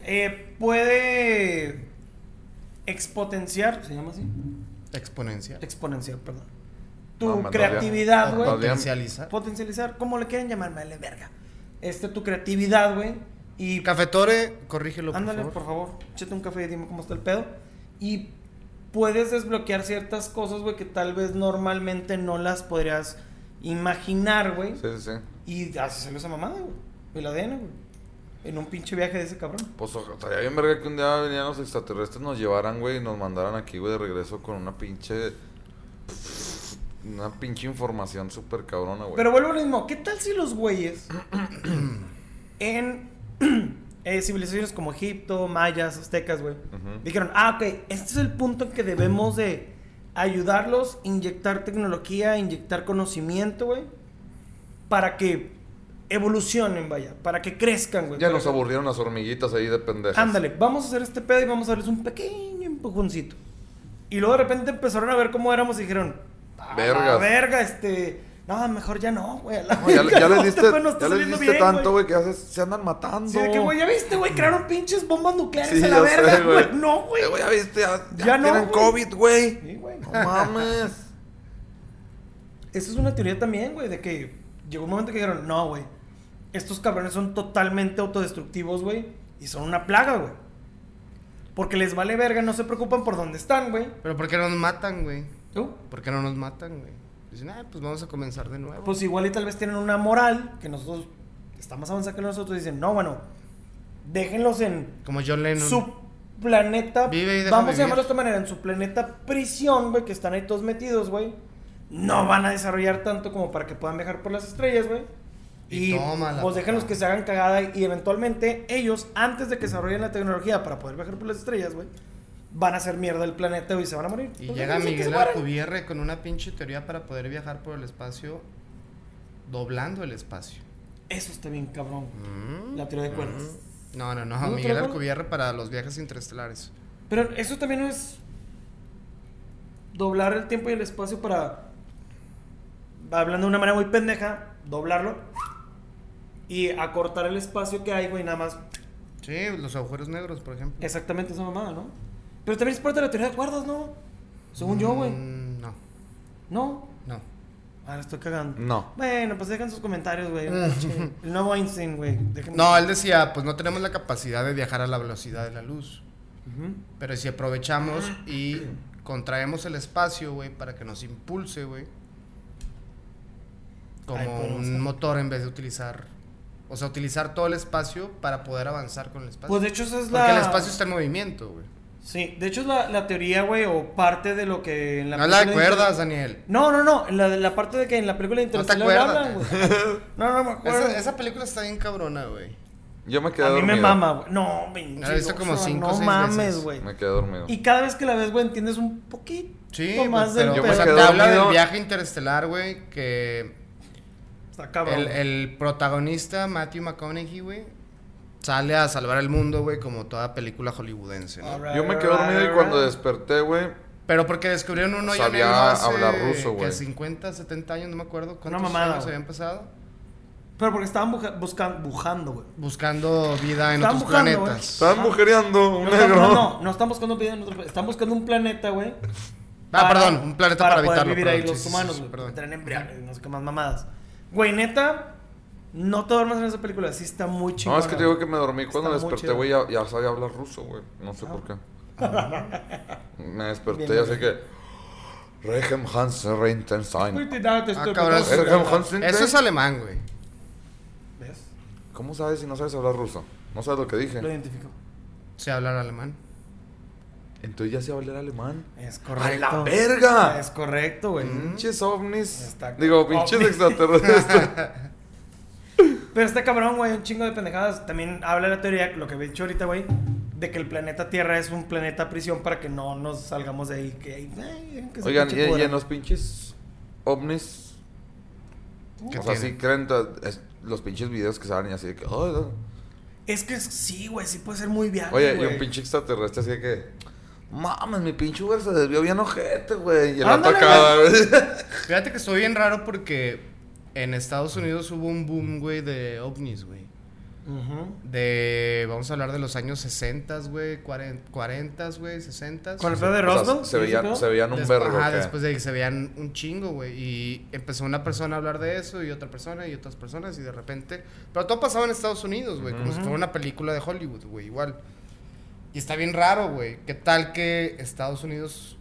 S2: Eh, puede. Expotenciar. ¿Se llama así?
S3: Exponencial.
S2: Exponenciar, perdón. Tu
S1: No, más
S2: creatividad,
S1: bien.
S2: Ah, güey.
S1: Más bien.
S3: Potencializar.
S2: Potencializar, como le quieren llamar, me vale verga. Este, tu creatividad, güey. Y
S3: Cafetore, corrígelo, por
S2: Ándale,
S3: favor.
S2: por favor, échate un café y dime cómo está el pedo. Y puedes desbloquear ciertas cosas, güey, que tal vez normalmente no las podrías imaginar, güey.
S1: Sí, sí, sí.
S2: Y así salió esa mamada, güey. El ADN, güey. En un pinche viaje de ese cabrón.
S1: Pues oja- estaría bien verga que un día venían los extraterrestres, nos llevaran, güey, y nos mandaran aquí, güey, de regreso con una pinche. Una pinche información súper cabrona, güey.
S2: Pero vuelvo a lo mismo, ¿qué tal si los güeyes
S1: [CLEARS THROAT]
S2: en [CLEARS THROAT] eh, civilizaciones como Egipto, mayas, aztecas, güey,
S1: Ujú.
S2: dijeron, ah, ok, este es el punto en que debemos de ayudarlos, inyectar tecnología, inyectar conocimiento, güey, para que evolucionen, vaya, para que crezcan, güey.
S1: Ya
S2: para
S1: nos
S2: que-
S1: aburrieron las hormiguitas ahí de pendejas.
S2: Ándale, vamos a hacer este pedo y vamos a darles un pequeño empujoncito. Y luego de repente empezaron a ver cómo éramos y dijeron, "A la
S1: Vergas.
S2: verga, este, No, mejor ya no, güey. a la
S1: No, ya,
S2: [LAUGHS]
S1: le- ya
S2: verga,
S1: les
S2: no,
S1: diste,
S2: este pedo no está
S1: ya les
S2: saliendo
S1: diste
S2: bien,
S1: tanto, güey, que ya se, se andan matando.
S2: Sí, de que, güey, ya viste, güey, crearon pinches bombas nucleares
S1: Sí,
S2: a la
S1: ya sé,
S2: verga, güey.
S1: güey.
S2: No, güey.
S1: Eh, güey, ya viste, ya, ya
S2: Ya no,
S1: tienen
S2: güey.
S1: COVID, güey.
S2: Sí,
S1: [LAUGHS]
S2: güey.
S1: No mames.
S2: Esa es una teoría también, güey, de que llegó un momento que dijeron, no, güey, estos cabrones son totalmente autodestructivos, güey, y son una plaga, güey. Porque les vale verga, no se preocupan por dónde están, güey.
S3: Pero ¿por qué no nos matan, güey?
S2: ¿Tú?
S3: ¿Por qué no nos matan, güey? Dicen, ah, pues vamos a comenzar de nuevo.
S2: Pues igual y tal vez tienen una moral que nosotros, está más avanzada que nosotros, y dicen, no, bueno, déjenlos en
S3: Como John Lennon.
S2: su planeta.
S3: Vive y deja
S2: vamos
S3: vivir.
S2: a llamarlo de esta manera, en su planeta prisión, güey, que están ahí todos metidos, güey. No van a desarrollar tanto como para que puedan viajar por las estrellas, güey.
S3: Y
S2: Y,
S3: tómala,
S2: pues déjenlos
S3: papá.
S2: que se hagan cagada y eventualmente ellos, antes de que desarrollen la tecnología para poder viajar por las estrellas, güey, van a hacer mierda del planeta güey, y se van a morir.
S3: Y
S2: Pues
S3: llega
S2: déjenlos que se
S3: Miguel
S2: mueran.
S3: Alcubierre con una pinche teoría para poder viajar por el espacio, doblando el espacio.
S2: Eso está bien, cabrón.
S3: Mm.
S2: La teoría de cuerdas.
S3: No, no, no,
S2: ¿No te
S3: Miguel
S2: acuerdas?
S3: Alcubierre para los viajes interestelares.
S2: Pero eso también no es doblar el tiempo y el espacio para, hablando de una manera muy pendeja, doblarlo y acortar el espacio que hay, güey, nada más.
S3: Sí, los agujeros negros, por ejemplo.
S2: Exactamente esa mamada, ¿no? Pero también es parte de la teoría de cuerdas, ¿no? Según yo, güey.
S3: Mm, No,
S2: ¿No?
S3: no.
S2: Ahora estoy
S3: Mm.
S2: cagando.
S1: No.
S2: Bueno, pues dejen sus comentarios,
S3: [LAUGHS]
S2: güey. Che, El nuevo Einstein, güey. Déjenme-
S3: No, él decía, pues no tenemos la capacidad de viajar a la velocidad de la luz.
S2: Ujú.
S3: Pero si aprovechamos
S2: Ah.
S3: y contraemos el espacio, güey, para que nos impulse, güey. Como
S2: Ay, podemos
S3: un
S2: hacer.
S3: motor en vez de utilizar. O sea, utilizar todo el espacio para poder avanzar con el espacio.
S2: Pues de hecho esa es la...
S3: Porque el espacio está en movimiento, güey.
S2: Sí, de hecho es la, la teoría, güey, o parte de lo que... En la
S3: No la
S2: película de-
S3: acuerdas, Daniel.
S2: No, no, no. La, la parte de que en la película de
S3: te
S2: Interestelar hablan, güey.
S3: acuerdas.
S2: No, no me acuerdo.
S3: Esa, esa película está bien cabrona, güey.
S1: Yo me quedé
S2: a mí
S1: dormido.
S2: me mama, güey. No, pinche.
S3: La he visto como
S2: Oxxo,
S3: cinco,
S2: No
S3: seis
S2: mames,
S3: veces.
S2: güey.
S1: Me quedé dormido.
S2: Y cada vez que la ves, güey, entiendes un poquito
S3: Sí,
S2: más
S3: pues,
S2: del
S3: pero
S1: Yo
S3: o
S1: me
S3: sea,
S2: pedo.
S1: quedé
S3: te habla del
S1: dormido.
S3: viaje interestelar, güey, que
S2: Está cabrón.
S3: el, el protagonista, Matthew McConaughey, güey, sale a salvar el mundo, güey, como toda película hollywoodense, ¿no?
S2: Alright,
S1: Yo me quedé
S2: alright,
S1: dormido y
S2: alright.
S1: cuando desperté, güey,
S3: Pero porque descubrieron un hoyo
S1: Sabía
S3: negro hace
S1: hablar ruso,
S3: que
S1: güey.
S3: 50, 70 años, no me acuerdo cuántos
S2: mamada,
S3: años
S2: güey.
S3: habían pasado,
S2: Pero porque estaban buja- buscan- bujando,
S1: [LAUGHS]
S2: güey.
S3: buscando vida en
S2: Estaban
S3: otros
S2: buscando,
S3: planetas.
S1: estaban mujereando un
S2: No,
S1: negro.
S2: están, no, no, no están buscando vida en otro planeta. Están buscando un planeta, güey.
S3: Ah, perdón, un planeta para
S2: poder
S3: habitarlo,
S2: vivir
S3: perdón,
S2: ahí los
S3: sí, sí,
S2: humanos,
S3: sí,
S2: güey.
S3: perdón.
S2: porque Traen embriones, no sé qué más mamadas. Güey, neta, no te duermas en esa película. Sí está muy
S1: No,
S2: chingona.
S1: es que te digo que me dormí
S2: Está
S1: cuando
S2: muy
S1: desperté,
S2: chido.
S1: güey, ya, ya sabía hablar ruso, güey. No sé
S2: [LAUGHS]
S1: por qué. Me desperté,
S2: Bien,
S1: así que... Regem Hansen Reintenstein.
S3: Ah, cabrón, eso-
S1: Erham Hansen,
S3: Eso
S1: güey.
S3: es alemán, güey.
S2: ¿Ves?
S1: ¿Cómo sabes si no sabes hablar ruso? No sabes lo que
S2: Lo
S1: dije.
S2: identifico.
S3: Se habla alemán.
S1: Entonces ya sé hablar alemán.
S2: Es
S1: ¡A
S2: correcto.
S1: la verga!
S2: Es correcto, güey.
S3: Mm.
S1: Pinches ovnis.
S2: Está-
S1: Digo, pinches
S2: ovnis. [LAUGHS]
S1: extraterrestres.
S2: Pero este cabrón, güey, un chingo de pendejadas. También habla la teoría, lo que he dicho ahorita, güey, de que el planeta Tierra es un planeta prisión para que no nos salgamos de ahí. Que, ay, que se
S1: Oigan, y,
S2: pinche pudra.
S1: y en los pinches ovnis.
S2: Uh,
S3: ¿Qué
S1: o sea,
S3: tiene?
S1: sí creen to- es- los pinches videos que salen y así de que. "Oh, no".
S2: Es que sí, güey, sí puede ser muy viable.
S1: Oye, y
S2: güey.
S1: un pinche extraterrestre así de que. Mames, mi pinche Uber se desvió bien ojete, güey. Y el vato
S2: Ándale,
S1: acá, güey. [LAUGHS]
S3: Fíjate que estoy bien raro porque en Estados Unidos hubo un boom, güey, de ovnis, güey.
S2: Ujú.
S3: De, vamos a hablar de los años 60, güey, 40, 40, güey, 60.
S2: Con el pedo de
S1: O sea,
S2: Roswell.
S1: se, veían, se veían un
S3: Después-
S1: verbo.
S3: ajá, después de que se veían un chingo, güey. Y empezó una persona a hablar de eso, y otra persona, y otras personas, y de repente. Pero todo pasaba en Estados Unidos, güey. Como si fuera una película de Hollywood, güey, igual. Y está bien raro, güey. ¿Qué tal que Estados Unidos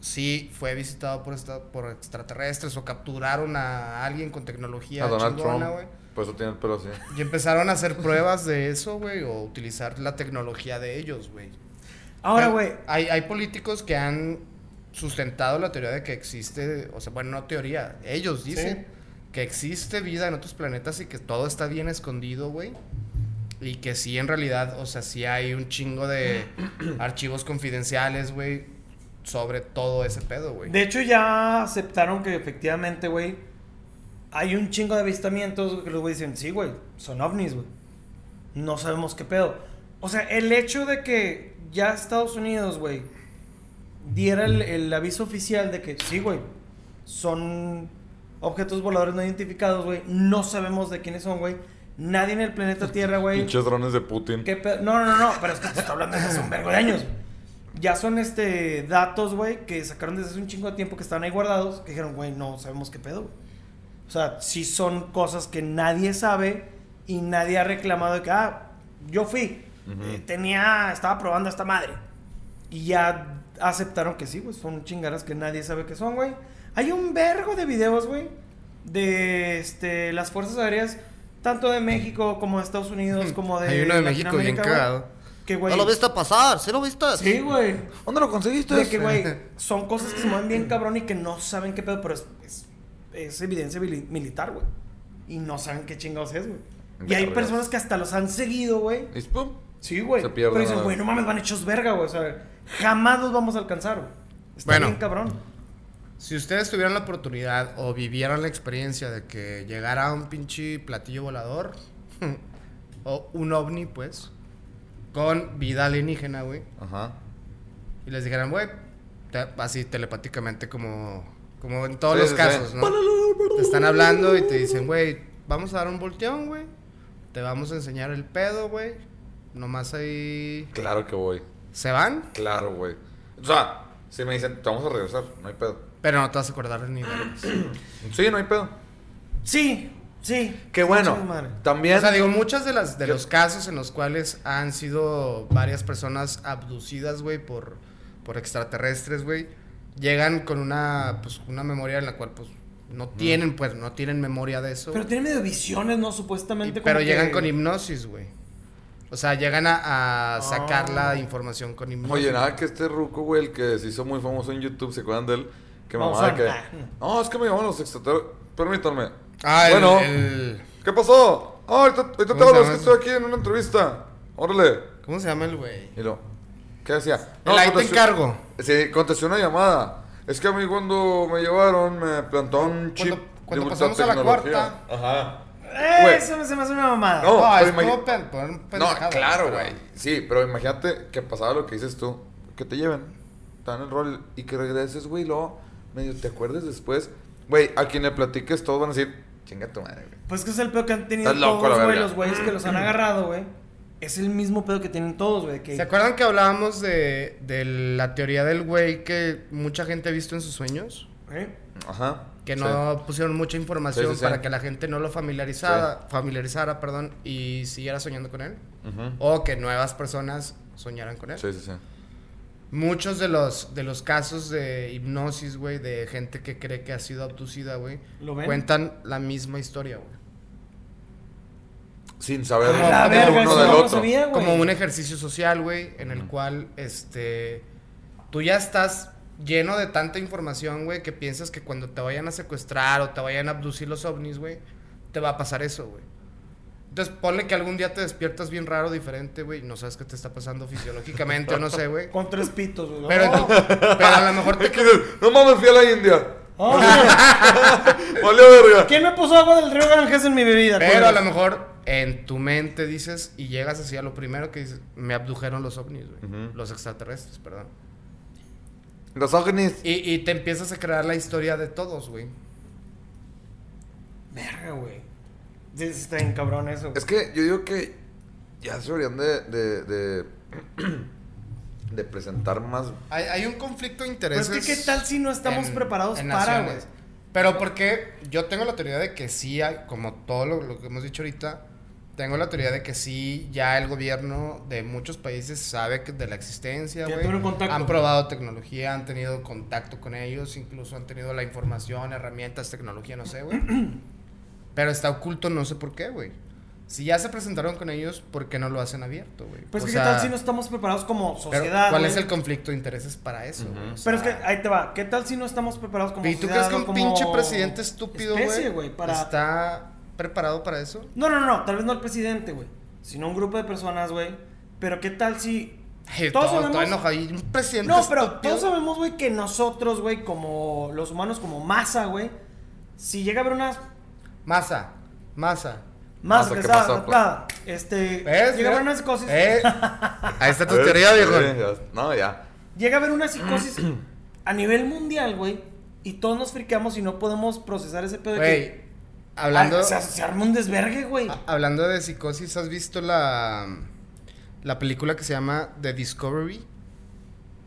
S3: sí fue visitado por, esta- por extraterrestres o capturaron a alguien con tecnología
S1: A Donald
S3: chingona,
S1: Trump.
S3: güey?
S1: Por eso tiene el pelo así.
S3: Y empezaron a hacer pruebas de eso, güey, o utilizar la tecnología de ellos, güey.
S2: Ahora,
S3: Hay-
S2: güey,
S3: Ah, Hay, hay políticos que han sustentado la teoría de que existe, o sea, bueno, no teoría, ellos dicen que existe vida en otros planetas y que todo está bien escondido, güey. Y que sí, en realidad, o sea, sí hay un chingo
S2: [CLEARS THROAT]
S3: de archivos confidenciales, güey, sobre todo ese pedo, güey.
S2: De hecho, ya aceptaron que efectivamente, güey, hay un chingo de avistamientos güey, que los güeyes dicen, sí, güey, son ovnis, güey. No sabemos qué pedo. O sea, el hecho de que ya Estados Unidos, güey, diera el, el aviso oficial de que, sí, güey, son objetos voladores no identificados, güey. No sabemos de quiénes son, güey. Nadie en el
S1: [LAUGHS]
S2: planeta Tierra, güey.
S1: Pinches drones de Putin.
S2: ¿Qué pedo? No, no, no, pero es que te está hablando desde hace un vergo de años. Ya son este datos, güey, que sacaron desde hace un chingo de tiempo que estaban ahí guardados, que dijeron, güey, no sabemos qué pedo. güey. O sea, sí son cosas que nadie sabe y nadie ha reclamado de que, ah, yo fui, eh, tenía, estaba probando esta madre. Y ya aceptaron que sí, güey, son chingaras que nadie sabe qué son, güey. Hay un vergo de videos, güey, de este, las Fuerzas Aéreas, tanto de México como de Estados Unidos, como de...
S3: Hmm. Hay uno de México bien
S2: Latinoamérica, güey,
S3: cagado.
S2: Que, güey,
S5: pasar, ¿sí lo viste?
S2: Sí, güey.
S1: ¿Dónde lo conseguiste?
S2: De que,
S3: [LAUGHS]
S2: güey, son cosas que se mueven bien cabrón y que no saben qué pedo, pero es, es, es evidencia mili- militar, güey. Y no saben qué chingados es, güey. Y hay
S1: Vergas.
S2: personas que hasta los han seguido, güey.
S1: Y pum,
S2: Sí, güey.
S1: Se pierde
S2: Pero dicen,
S1: nada.
S2: güey, no mames, van hechos verga, güey. O sea, jamás los vamos a alcanzar, güey. Está
S3: Bueno.
S2: bien cabrón.
S3: Si ustedes tuvieran la oportunidad o vivieran la experiencia de que llegara un pinche platillo volador [LAUGHS] o un ovni, pues, con vida alienígena, güey,
S1: Ajá.
S3: y les dijeran, güey, te- así telepáticamente como, como en todos
S1: Sí,
S3: los
S1: sí, sí.
S3: casos, ¿no? Te están hablando y te dicen, güey, vamos a dar un volteón, güey, te vamos a enseñar el pedo, güey, nomás ahí...
S1: Claro que voy.
S3: Se van,
S1: Claro, güey. O sea, si me dicen, te vamos a regresar, no hay pedo.
S3: pero no te vas a acordar de
S1: [GASPS]
S3: ni vergas.
S1: Sí, no hay pedo.
S2: Sí, sí.
S1: Qué bueno.
S2: Chingas madre.
S1: También.
S3: O sea, digo, muchas de las de
S1: Yo-
S3: los casos en los cuales han sido varias personas abducidas, güey, por, por extraterrestres, güey, llegan con una, pues, una memoria en la cual, pues, no tienen, pues, no tienen memoria de eso.
S2: Pero
S3: güey.
S2: tiene medio visiones, ¿no?
S3: Y-
S2: Supuestamente.
S3: pero
S2: como
S3: llegan
S2: que-
S3: con hipnosis, güey. O sea, llegan a, a sacar
S2: Ah.
S3: la información con hipnosis.
S1: Oye, nada que este ruco, güey, el que se hizo muy famoso en YouTube, ¿se acuerdan de él? Que
S2: Vamos
S1: mamá
S2: a-
S1: que.
S2: ah.
S1: No, es que me llamaron los extraterrestres. Permítanme.
S3: Ah, el-
S1: bueno,
S3: el-
S1: ¿qué pasó? Ah, ahorita, ahorita te
S3: ¿Cómo se
S1: hablo, es
S3: llama
S1: que
S3: ese?
S1: estoy aquí en una entrevista. Órale.
S3: ¿Cómo se llama el güey?
S1: Y lo, ¿qué hacía?
S3: El ahí te
S1: contesté-
S3: encargo.
S1: Sí, contesté una llamada. Es que a mí cuando me llevaron me plantó un chip.
S3: cuando
S1: de
S3: pasamos a la
S1: ultratecnología.
S3: cuarta.
S1: Ajá.
S2: Eh,
S1: Güey.
S2: Eso me- se me hace una mamada.
S1: No,
S3: Ah,
S1: pero
S3: es
S1: imagi-
S3: como pen- poner un
S1: No,
S3: pendejado,
S1: claro,
S3: pero-
S1: güey. Sí, pero imagínate que pasaba lo que dices tú. Que te lleven, te dan el rol y que regreses, güey, y luego medio te acuerdes después. Güey, a quien le platiques todos van a decir, chinga tu madre, güey.
S2: Pues que es el pedo que han tenido
S1: Estás loco,
S2: todos,
S1: la
S2: güey,
S1: verga.
S2: los güeyes que los han agarrado, güey. Es el mismo pedo que tienen todos, güey. que-
S3: ¿Se acuerdan que hablábamos de, de la teoría del güey que mucha gente ha visto en sus sueños?
S2: ¿Eh?
S1: Ajá.
S3: Que
S1: sí.
S3: no pusieron mucha información
S1: Sí, sí, sí.
S3: para que la gente no lo familiarizara, familiarizara perdón, y siguiera soñando con él.
S1: Ujú.
S3: O que nuevas personas soñaran con él.
S1: Sí, sí, sí.
S3: Muchos de los, de los casos de hipnosis, güey, de gente que cree que ha sido abducida, güey,
S2: ¿Lo ven?
S3: cuentan la misma historia, güey.
S1: Sin saber
S2: A la
S3: como
S2: verga,
S1: uno
S2: eso
S1: del
S2: no lo
S1: otro.
S2: sabía, güey.
S3: Como un ejercicio social, güey, en el cual, este, tú ya estás lleno de tanta información, güey, que piensas que cuando te vayan a secuestrar o te vayan a abducir los ovnis, güey, te va a pasar eso, güey. Entonces, ponle que algún día te despiertas bien raro, diferente, güey, y no sabes qué te está pasando fisiológicamente o no sé,
S2: [LAUGHS]
S3: güey.
S2: Con tres pitos, güey.
S3: Pero,
S2: Oh,
S3: pero a lo mejor
S1: [LAUGHS]
S3: te...
S1: Es que dices, no mames, fui a la India.
S2: oh.
S1: Valió verga.
S2: ¿Quién me puso agua del río Ganges en mi bebida?
S3: Pero a lo
S2: Cuelgas.
S3: mejor en tu mente dices y llegas así a lo primero que dices, me abdujeron los ovnis, güey. Los extraterrestres, perdón.
S1: Los ovnis.
S3: Y, y te empiezas a crear la historia de todos, güey.
S2: Verga, güey. Sí, sí está bien cabrón eso. güey.
S1: Es que yo digo que ya se deberían de. de, de, [CLEARS THROAT] de presentar más.
S3: Hay, hay un conflicto de
S2: Pero Pues es
S3: intereses.
S2: que, ¿qué tal si no estamos
S3: en-
S2: preparados
S3: en
S2: para, güey?
S3: naciones? Pero porque yo tengo la teoría de que sí hay, como todo lo, lo que hemos dicho ahorita, tengo la teoría de que sí ya el gobierno de muchos países sabe que de la existencia,
S2: Ya
S3: güey.
S2: tuvieron contacto.
S3: Han probado tecnología, han tenido contacto con ellos, incluso han tenido la información, herramientas, tecnología,
S2: [CLEARS THROAT]
S3: no sé, güey. Pero está oculto, no sé por qué, güey. Si ya se presentaron con ellos, ¿por qué no lo hacen abierto, güey?
S2: Pues
S3: O
S2: que, ¿qué
S3: sea,
S2: tal si no estamos preparados como
S3: pero,
S2: sociedad?
S3: ¿Cuál
S2: güey?
S3: es el conflicto de intereses para eso, güey? O
S2: Pero es que
S3: sea,
S2: ahí te va. ¿Qué tal si no estamos preparados como
S3: ¿Y tú crees
S2: sociedad
S3: que
S2: o
S3: un
S2: como
S3: pinche presidente estúpido,
S2: especie,
S3: güey,
S2: para-
S3: está preparado para eso?
S2: No, no, no. Tal vez no el presidente, güey. Sino un grupo de personas, güey. Pero ¿qué tal si.
S3: Ay,
S2: [LAUGHS] Todos
S3: [LAUGHS] todo- todo
S2: sabemos-
S3: enojado. Y un presidente
S2: No, pero
S3: estúpido.
S2: todos sabemos, güey, que nosotros, güey, como los humanos, como masa, güey, si llega a haber unas
S3: Masa, masa.
S2: más
S1: Masa que
S2: pesada,
S1: masa,
S2: mezclada, este,
S3: pues.
S2: llega a
S3: ¿Ves? Mira.
S2: haber una psicosis, [LAUGHS]
S3: Eh, Ahí está tu teoría,
S1: Eh,
S3: viejo.
S1: ya- No, ya.
S3: [CLEARS THROAT]
S2: llega a haber una psicosis a nivel mundial, güey, Y todos nos friqueamos y no podemos procesar ese pedo de
S3: Güey,
S2: que.
S3: hablando, Ah,
S2: Ah, se, se arma un desvergue, güey.
S3: a- hablando de psicosis, ¿has visto la, la película que se llama The Discovery?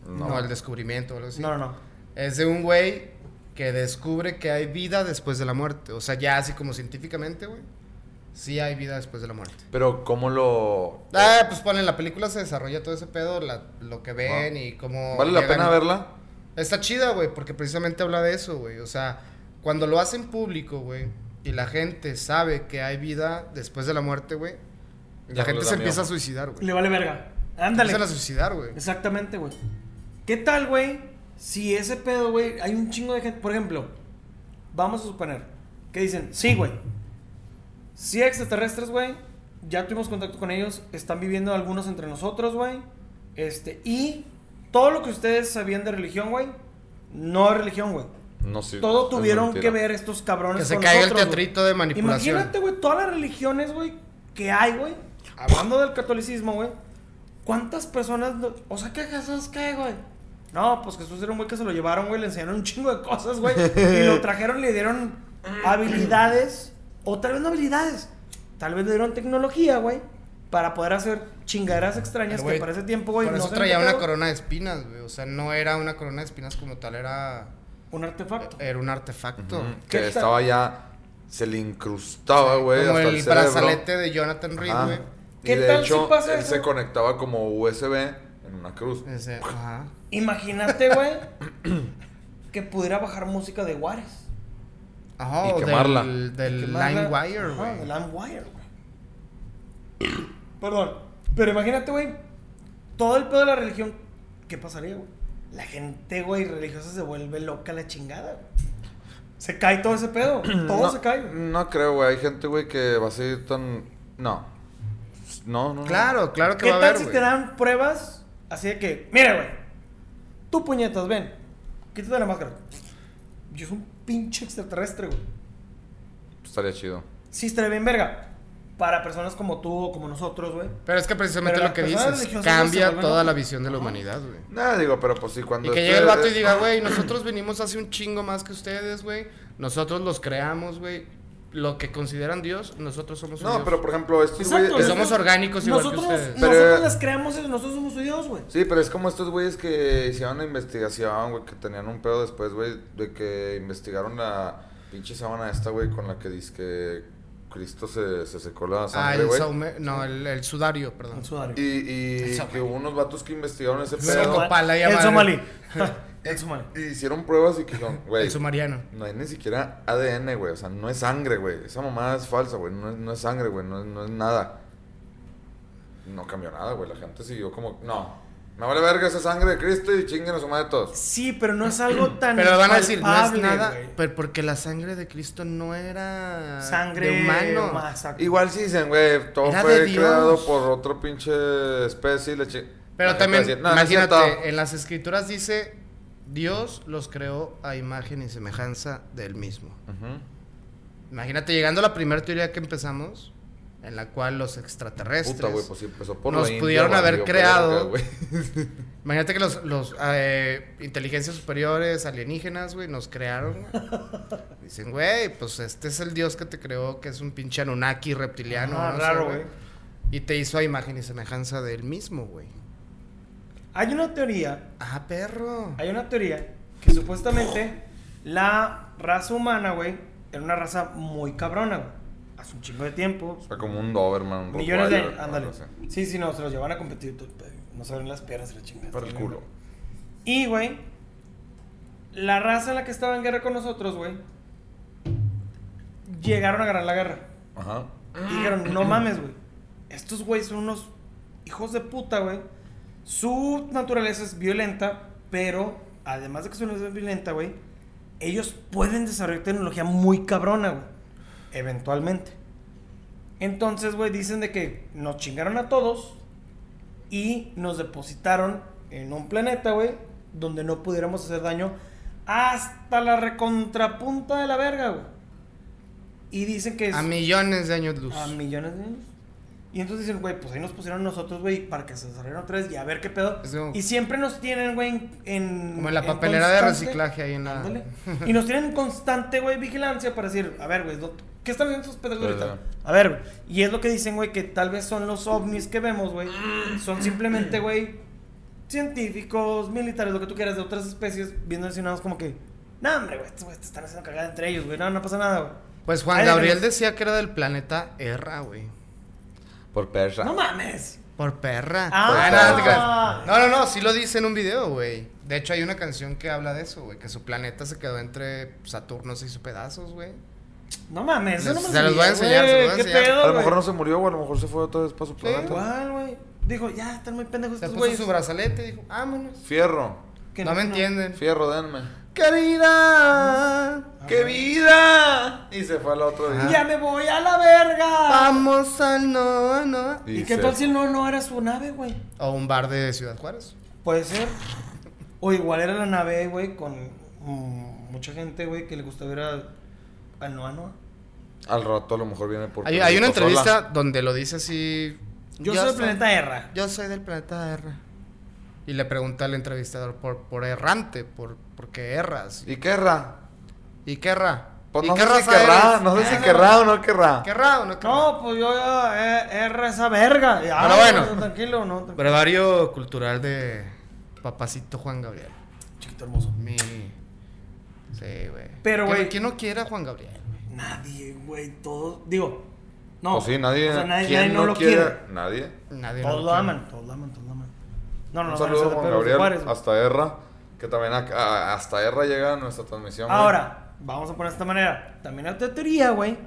S3: No, El Descubrimiento o algo así.
S2: No, no, no.
S3: Es de un güey que descubre que hay vida después de la muerte. O sea, ya así como científicamente, güey. Sí hay vida después de la muerte.
S1: Pero, ¿cómo lo...?
S3: Ah, pues ponen, la película se desarrolla todo ese pedo, la- lo que ven
S1: Ah.
S3: y cómo...
S1: ¿Vale la
S3: llegan-
S1: pena verla?
S3: Está chida, güey, porque precisamente habla de eso, güey. O sea, cuando lo hacen público, güey, y la gente sabe que hay vida después de la muerte, güey,
S1: Ya
S3: la
S1: no
S3: gente
S1: les
S3: se
S1: da
S3: empieza a
S1: miedo.
S3: suicidar, güey.
S2: Le vale verga. Ándale.
S3: Empiezan a suicidar, güey.
S2: Exactamente, güey. ¿Qué tal, güey? Si ese pedo, güey, hay un chingo de gente. Por ejemplo, vamos a suponer que dicen, sí, güey. Sí, hay extraterrestres, güey. Ya tuvimos contacto con ellos. Están viviendo algunos entre nosotros, güey. Este, y todo lo que ustedes sabían de religión, güey, no es religión, güey.
S1: No sé.
S2: Todo
S1: es
S2: tuvieron
S1: mentira.
S2: que ver estos cabrones.
S3: Que se
S2: con
S3: caiga el
S2: nosotros, güey.
S3: teatrito de manipulación.
S2: Imagínate, güey, todas las religiones, güey, que hay, güey. Hablando del catolicismo, güey. ¿Cuántas personas? no- O sea, ¿qué Jesús qué, güey? No, pues Jesús era un güey que se lo llevaron, güey, le enseñaron un chingo de cosas, güey. y lo trajeron, le dieron habilidades. O tal vez no habilidades. Tal vez le dieron tecnología, güey. Para poder hacer chingaderas extrañas
S3: Pero, güey,
S2: que para ese tiempo, güey,
S3: Por
S2: no
S3: eso
S2: se
S3: traía
S2: han
S3: una
S2: tocado.
S3: corona de espinas, güey. O sea, no era una corona de espinas como tal, era,
S2: Un artefacto.
S3: era un artefacto.
S1: Ujú,
S2: ¿Qué
S1: Mm, Que
S2: tal?
S1: estaba ya... Se le incrustaba, güey,
S3: como
S1: hasta el,
S3: el,
S1: cerebro.
S3: brazalete de Jonathan Reed,
S1: Ajá.
S3: güey.
S1: Y
S2: ¿Qué
S1: de
S2: tal si
S1: hecho,
S2: pasa
S1: él
S2: eso?
S1: se conectaba como USB en una cruz.
S3: Ese, ajá.
S2: Imagínate, güey, que pudiera bajar música de Juárez.
S3: Ajá,
S1: Y
S3: o
S1: quemarla.
S3: del, del
S2: Que más la-
S3: Line Wire,
S2: Ajá,
S3: güey.
S2: del Line Wire, güey. Perdón. Pero imagínate, güey, todo el pedo de la religión, ¿qué pasaría, güey? La gente, güey, religiosa se vuelve loca la chingada, güey. Se cae todo ese
S3: [CLEARS THROAT]
S2: pedo. Todo
S1: no,
S2: se cae. güey.
S1: No creo, güey. Hay gente, güey, que va a seguir tan. No. No, no. no.
S3: Claro, claro que
S2: ¿Qué
S3: va a
S2: tal
S3: haber,
S2: si
S3: güey.
S2: te dan pruebas así de que, mira, güey, tú puñetas, ven, quítate la máscara. Yo soy un pinche extraterrestre, güey.
S1: Estaría chido.
S2: Sí, estaría bien verga. Para personas como tú o como nosotros, güey.
S3: Pero es que precisamente
S2: Pero
S3: lo que
S2: las personas
S3: dices
S2: religiosas se
S3: cambia
S2: vuelven
S3: toda la
S2: locas.
S3: visión de la humanidad, güey.
S1: Nada, digo, pero pues sí, cuando.
S3: Y que
S1: esté-
S3: llegue el vato y diga, güey, nosotros venimos hace un chingo más que ustedes, güey. Nosotros los creamos, güey. Lo que consideran Dios, nosotros somos un
S1: No,
S3: Dios".
S1: pero por ejemplo, este estos
S2: Exacto,
S1: güeyes-
S3: pues, Que somos orgánicos igual que
S2: nosotros,
S3: ustedes.
S1: Pero-
S2: nosotros las creamos y nosotros somos su Dios, güey.
S1: Sí, pero es como estos güeyes que hicieron la investigación, güey, que tenían un pedo después, güey, de que investigaron la pinche sábana esta, güey, con la que dice que Cristo se, se secó la
S3: Ah,
S1: sangre,
S3: el
S1: güey.
S3: saume- no, el, el sudario, perdón.
S2: En sudario.
S1: y y
S3: El
S1: que
S3: saumerio.
S1: hubo unos vatos que investigaron ese
S3: El
S1: pedo.
S3: saumerio. Copala, ya
S2: el
S3: madre.
S2: somalí. el somalí.
S1: Y hicieron pruebas y que dijeron, güey.
S3: El sumariano.
S1: No hay ni siquiera ADN, güey. O sea, no es sangre, güey. Esa mamada es falsa, güey. No es, no es sangre, güey. No, es- no es nada. No cambió nada, güey. La gente siguió como... No. Me vale verga esa sangre de Cristo y chinguen a su madre todos.
S2: Sí, pero no es algo tan.
S3: Pero van a decir, no es
S2: palpable,
S3: nada.
S2: güey.
S3: Pero porque la sangre de Cristo no era
S2: Sangre
S3: de humano.
S2: humana, exacto.
S1: Igual sí dicen, güey, todo
S3: Era de
S1: fue
S3: Dios.
S1: creado por otro pinche especie y le chi-
S3: Pero
S1: la gente va a
S3: también,
S1: decir, "No, no es cierto".
S3: imagínate, eh, en las escrituras dice, Dios los creó a imagen y semejanza del mismo.
S1: Ujú.
S3: Imagínate llegando a la primera teoría que empezamos, en la cual los extraterrestres...
S1: Puta, güey, pues sí empezó por
S3: este Nos
S1: la India,
S3: pudieron
S1: güey,
S3: haber
S1: digo,
S3: creado.
S1: verga, güey.
S3: Imagínate que los, los eh, inteligencias superiores, alienígenas, güey,
S2: [LAUGHS]
S3: nos crearon. güey. Dicen, güey, pues este es el Dios que te creó, que es un pinche Anunnaki reptiliano.
S2: Ah,
S3: no sé,
S2: raro, güey.
S3: Y te hizo a imagen y semejanza del mismo, güey.
S2: Hay una teoría.
S3: Ah, perro.
S2: Hay una teoría que supuestamente la raza humana, güey, era una raza muy cabrona, güey. Hace un chingo de tiempo.
S1: Fue como un Doberman, un
S2: Millones de
S1: Rottweiler,
S2: años. Ándale.
S1: Pues, no sé.
S2: Sí, sí, no, se los llevan a competir. No saben las piernas y la chingada.
S1: Por el culo.
S2: Y, güey, la raza en la que estaba en guerra con nosotros, güey, llegaron a ganar la guerra.
S1: Ajá.
S2: Y dijeron, no mames, güey. Estos güeyes son unos hijos de puta, güey. Su naturaleza es violenta, pero además de que su naturaleza es violenta, güey, ellos pueden desarrollar tecnología muy cabrona, güey. Eventualmente. Entonces, güey, dicen de que nos chingaron a todos y nos depositaron en un planeta, güey, donde no pudiéramos hacer daño hasta la recontrapunta de la verga, güey. Y dicen que es
S3: A millones de años luz.
S2: a millones de años. Y entonces dicen, güey, pues ahí nos pusieron nosotros, güey, para que se desarrollen otra vez y a ver qué pedo.
S3: Es como-
S2: Y siempre nos tienen, güey, en, en-
S3: Como en la papelera de
S2: constante-
S3: reciclaje ahí en la-
S2: Ándale. Y nos tienen en constante, güey, vigilancia para decir, a ver, güey, lo- ¿qué están haciendo estos pendejos
S1: Pero-
S2: ahorita? A ver, güey. y es lo que dicen, güey, que tal vez son los ovnis que vemos, güey. Son simplemente, güey, científicos, militares, lo que tú quieras, de otras especies, viendo mencionados como que, no, hombre, güey, estos güeyes te están haciendo cagada entre ellos, güey, no, no pasa nada, güey.
S3: Pues Juan
S2: Ay,
S3: Gabriel
S2: déjanos.
S3: decía que era del planeta Erra, güey.
S1: Por persa.
S2: No mames.
S3: Por perra.
S2: Ah.
S3: Ay, nada, no, te creas. no, no, no, sí lo dice en un video, güey. De hecho, hay una canción que habla de eso, güey. Que su planeta se quedó entre Saturno y sus pedazos, güey.
S2: No mames, eso no me
S3: Se
S2: lo
S3: los voy a
S2: sabía,
S3: enseñar, se los
S2: güey.
S3: voy a
S2: ¿Qué
S3: enseñar.
S2: pedo,
S1: a lo mejor
S2: güey?
S1: no se murió, o a lo mejor se fue otra vez para su planeta.
S2: ¿Cuál, güey? Dijo, ya, están muy pendejos
S3: Se
S2: estos
S3: puso
S2: güeyes.
S3: su brazalete y dijo, vámonos.
S1: Fierro.
S2: Que
S3: no, me entienden.
S1: Fierro, denme.
S3: Querida,
S2: Ah.
S1: ¡Qué vida! Y se fue al otro día.
S2: ¡Ya me voy a la verga!
S3: vamos al no, no.
S2: ¿Y qué
S1: se-
S2: tal si el no, no era su nave, güey?
S3: O un bar de Ciudad Juárez.
S2: Puede ser. O igual era la nave, güey, con mm, mucha gente, güey, que le gustaba ir a- al Noa Noa.
S1: Al rato a lo mejor viene por
S3: Hay, hay una
S1: Pedrito sola.
S3: entrevista donde lo dice así.
S2: Yo soy del planeta Erra.
S3: Yo soy del planeta Erra. Y le pregunta al entrevistador por, por errante, por, por qué erras. ¿Y,
S1: ¿Y querrá?
S3: qué erra?
S1: Pues
S3: ¿Y
S1: no
S3: qué
S1: sé si
S3: raza
S1: querrá,
S3: eres?
S1: no sé si querrá o no querrá.
S3: ¿Querrá o no querrá?
S2: No, pues yo ya eh, Erra esa verga. Ya,
S3: Pero bueno.
S2: no, Tranquilo, no. tranquilo.
S3: Brevario cultural de Papacito Juan Gabriel.
S2: Chiquito hermoso.
S3: Mi. Sí, güey.
S2: Pero,
S3: ¿Quién-
S2: güey-
S3: ¿Quién no quiere a Juan Gabriel?
S2: Nadie, güey, todos. Digo, no.
S1: Pues sí, nadie.
S2: O sea, nadie,
S1: ¿Quién
S2: nadie no, lo quiere.
S1: quiere? Nadie.
S3: Nadie no
S2: Todos lo
S3: quiere.
S2: aman, todos lo aman, todos lo aman. No, no,
S1: Un
S2: no.
S1: saludo a
S2: van
S1: Juan
S2: ser de
S1: Gabriel,
S2: Pedro Juárez, güey.
S1: hasta Erra, que también acá- a- hasta Erra llega a nuestra transmisión. güey.
S2: Ahora, vamos a poner de esta manera. También hay otra teoría, güey.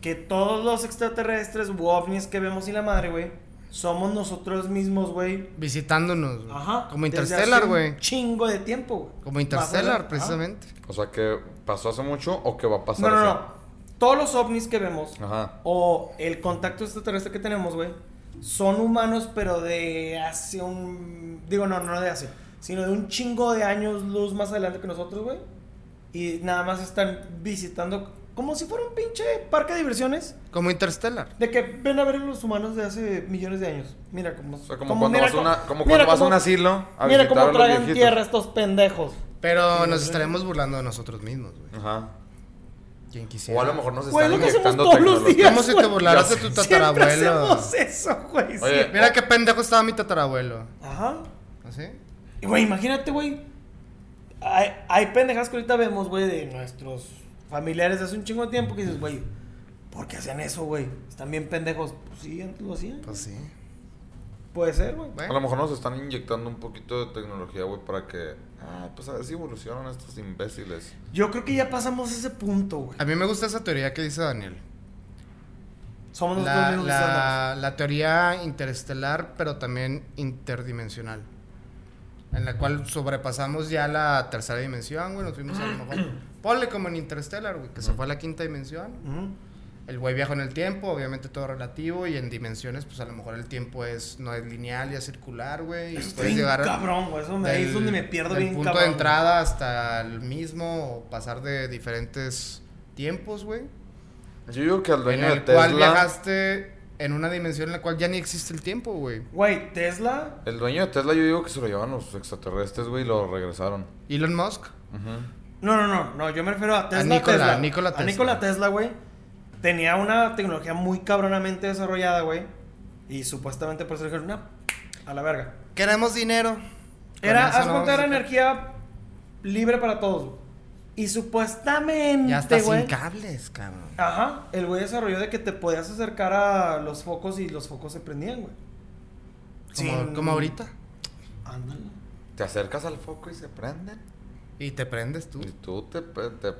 S2: Que todos los extraterrestres u ovnis que vemos y la madre, güey, somos nosotros mismos, güey.
S3: Visitándonos. güey.
S2: Ajá.
S3: Como
S2: desde hace
S3: Interstellar,
S2: un
S3: güey.
S2: Chingo de tiempo, güey.
S3: Como
S2: Bajo la-
S3: Interstellar,
S2: ah.
S3: precisamente.
S1: O sea, que pasó hace mucho o que va a pasar
S2: No, no,
S1: hace-
S2: no. Todos los ovnis que vemos
S1: Ajá.
S2: o el contacto extraterrestre que tenemos, güey, son humanos, pero de hace un. Digo, no, no de hace, sino de un chingo de años luz más adelante que nosotros, güey. Y nada más están visitando como si fuera un pinche parque de diversiones.
S3: Como Interstellar.
S2: De que ven a ver a los humanos de hace millones de años. Mira cómo.
S1: O sea, como, cuando
S2: mira
S1: vas, a
S2: cómo-
S1: una, como cuando
S2: mira
S1: vas a
S2: cómo-
S1: un asilo a
S2: Mira
S1: visitar
S2: cómo
S1: a los
S2: tragan
S1: viejitos.
S2: tierra estos pendejos.
S3: Pero nos estaremos burlando de nosotros mismos, güey.
S1: Ajá.
S3: Quien quisiera.
S1: O a lo mejor nos
S2: Güey,
S1: están
S2: lo que hacemos
S1: inyectando
S2: todos los
S1: tecnología.
S2: días.
S3: ¿Cómo si te
S2: güey.
S3: burlaras de
S2: Ya
S3: tu
S2: sé.
S3: tatarabuelo?
S2: Siempre hacemos eso, güey. sí.
S1: Oye.
S3: Mira qué pendejo estaba mi tatarabuelo. ¿Ah,
S2: Ajá.
S3: ¿Así?
S2: Y, güey, imagínate, güey. Hay, hay pendejas que ahorita vemos, güey, de nuestros familiares de hace un chingo de tiempo que dices, güey, ¿por qué hacían eso, güey? Están bien pendejos. Pues sí, antes lo hacían.
S3: Pues sí.
S2: Puede ser, güey.
S1: A lo mejor nos están inyectando un poquito de tecnología, güey, para que. Ah, pues a ver si evolucionan estos imbéciles.
S2: Yo creo que ya pasamos ese punto, güey.
S3: A mí me gusta esa teoría que dice Daniel.
S2: Somos nosotros
S3: La,
S2: mismos
S3: la-
S2: diciéndonos.
S3: la teoría interestelar, pero también interdimensional. En la cual sobrepasamos ya la tercera dimensión, güey. Nos fuimos a
S2: [CLEARS THROAT]
S3: lo mejor. Ponle como en Interstellar, güey, que se fue a la quinta dimensión.
S2: Ujú.
S3: El güey viaja en el tiempo, obviamente todo relativo y en dimensiones, pues a lo mejor el tiempo es no es lineal, ya es circular, güey. Y
S2: Eso está
S3: puedes
S2: bien
S3: llegar a-
S2: cabrón, güey. Eso me, ahí
S3: del-
S2: es donde me pierdo
S3: del
S2: bien
S3: punto
S2: cabrón,
S3: de entrada hasta el mismo o pasar de diferentes tiempos, güey.
S1: Yo digo que al
S3: En
S1: dueño de
S3: el cual
S1: Tesla.
S3: viajaste en una dimensión en la cual ya ni existe el tiempo, güey.
S2: güey. Güey, Tesla.
S1: El dueño de Tesla, yo digo que se lo llevan los extraterrestres, güey, y lo regresaron.
S3: Elon Musk.
S1: Ujú.
S2: No, no, no, no. Yo me refiero a Tesla.
S3: Nikola,
S2: Tesla.
S3: Nikola
S2: A
S3: Tesla.
S2: Nikola Tesla, güey. Tenía una tecnología muy cabronamente desarrollada, güey. Y supuestamente por eso le dijeron, no, a la verga.
S3: Queremos dinero.
S2: Era,
S3: Con eso
S2: haz cuenta,
S3: no vamos
S2: era
S3: a-
S2: energía libre para todos. güey. Y supuestamente,
S3: Ya está
S2: güey.
S3: sin cables, cabrón.
S2: Ajá, el güey desarrolló de que te podías acercar a los focos y los focos se prendían, güey.
S3: Como,
S2: Sin-
S3: como ahorita.
S2: Ándale.
S1: Te acercas al foco y se prenden.
S3: Y te prendes tú.
S1: Y tú te. pe- te-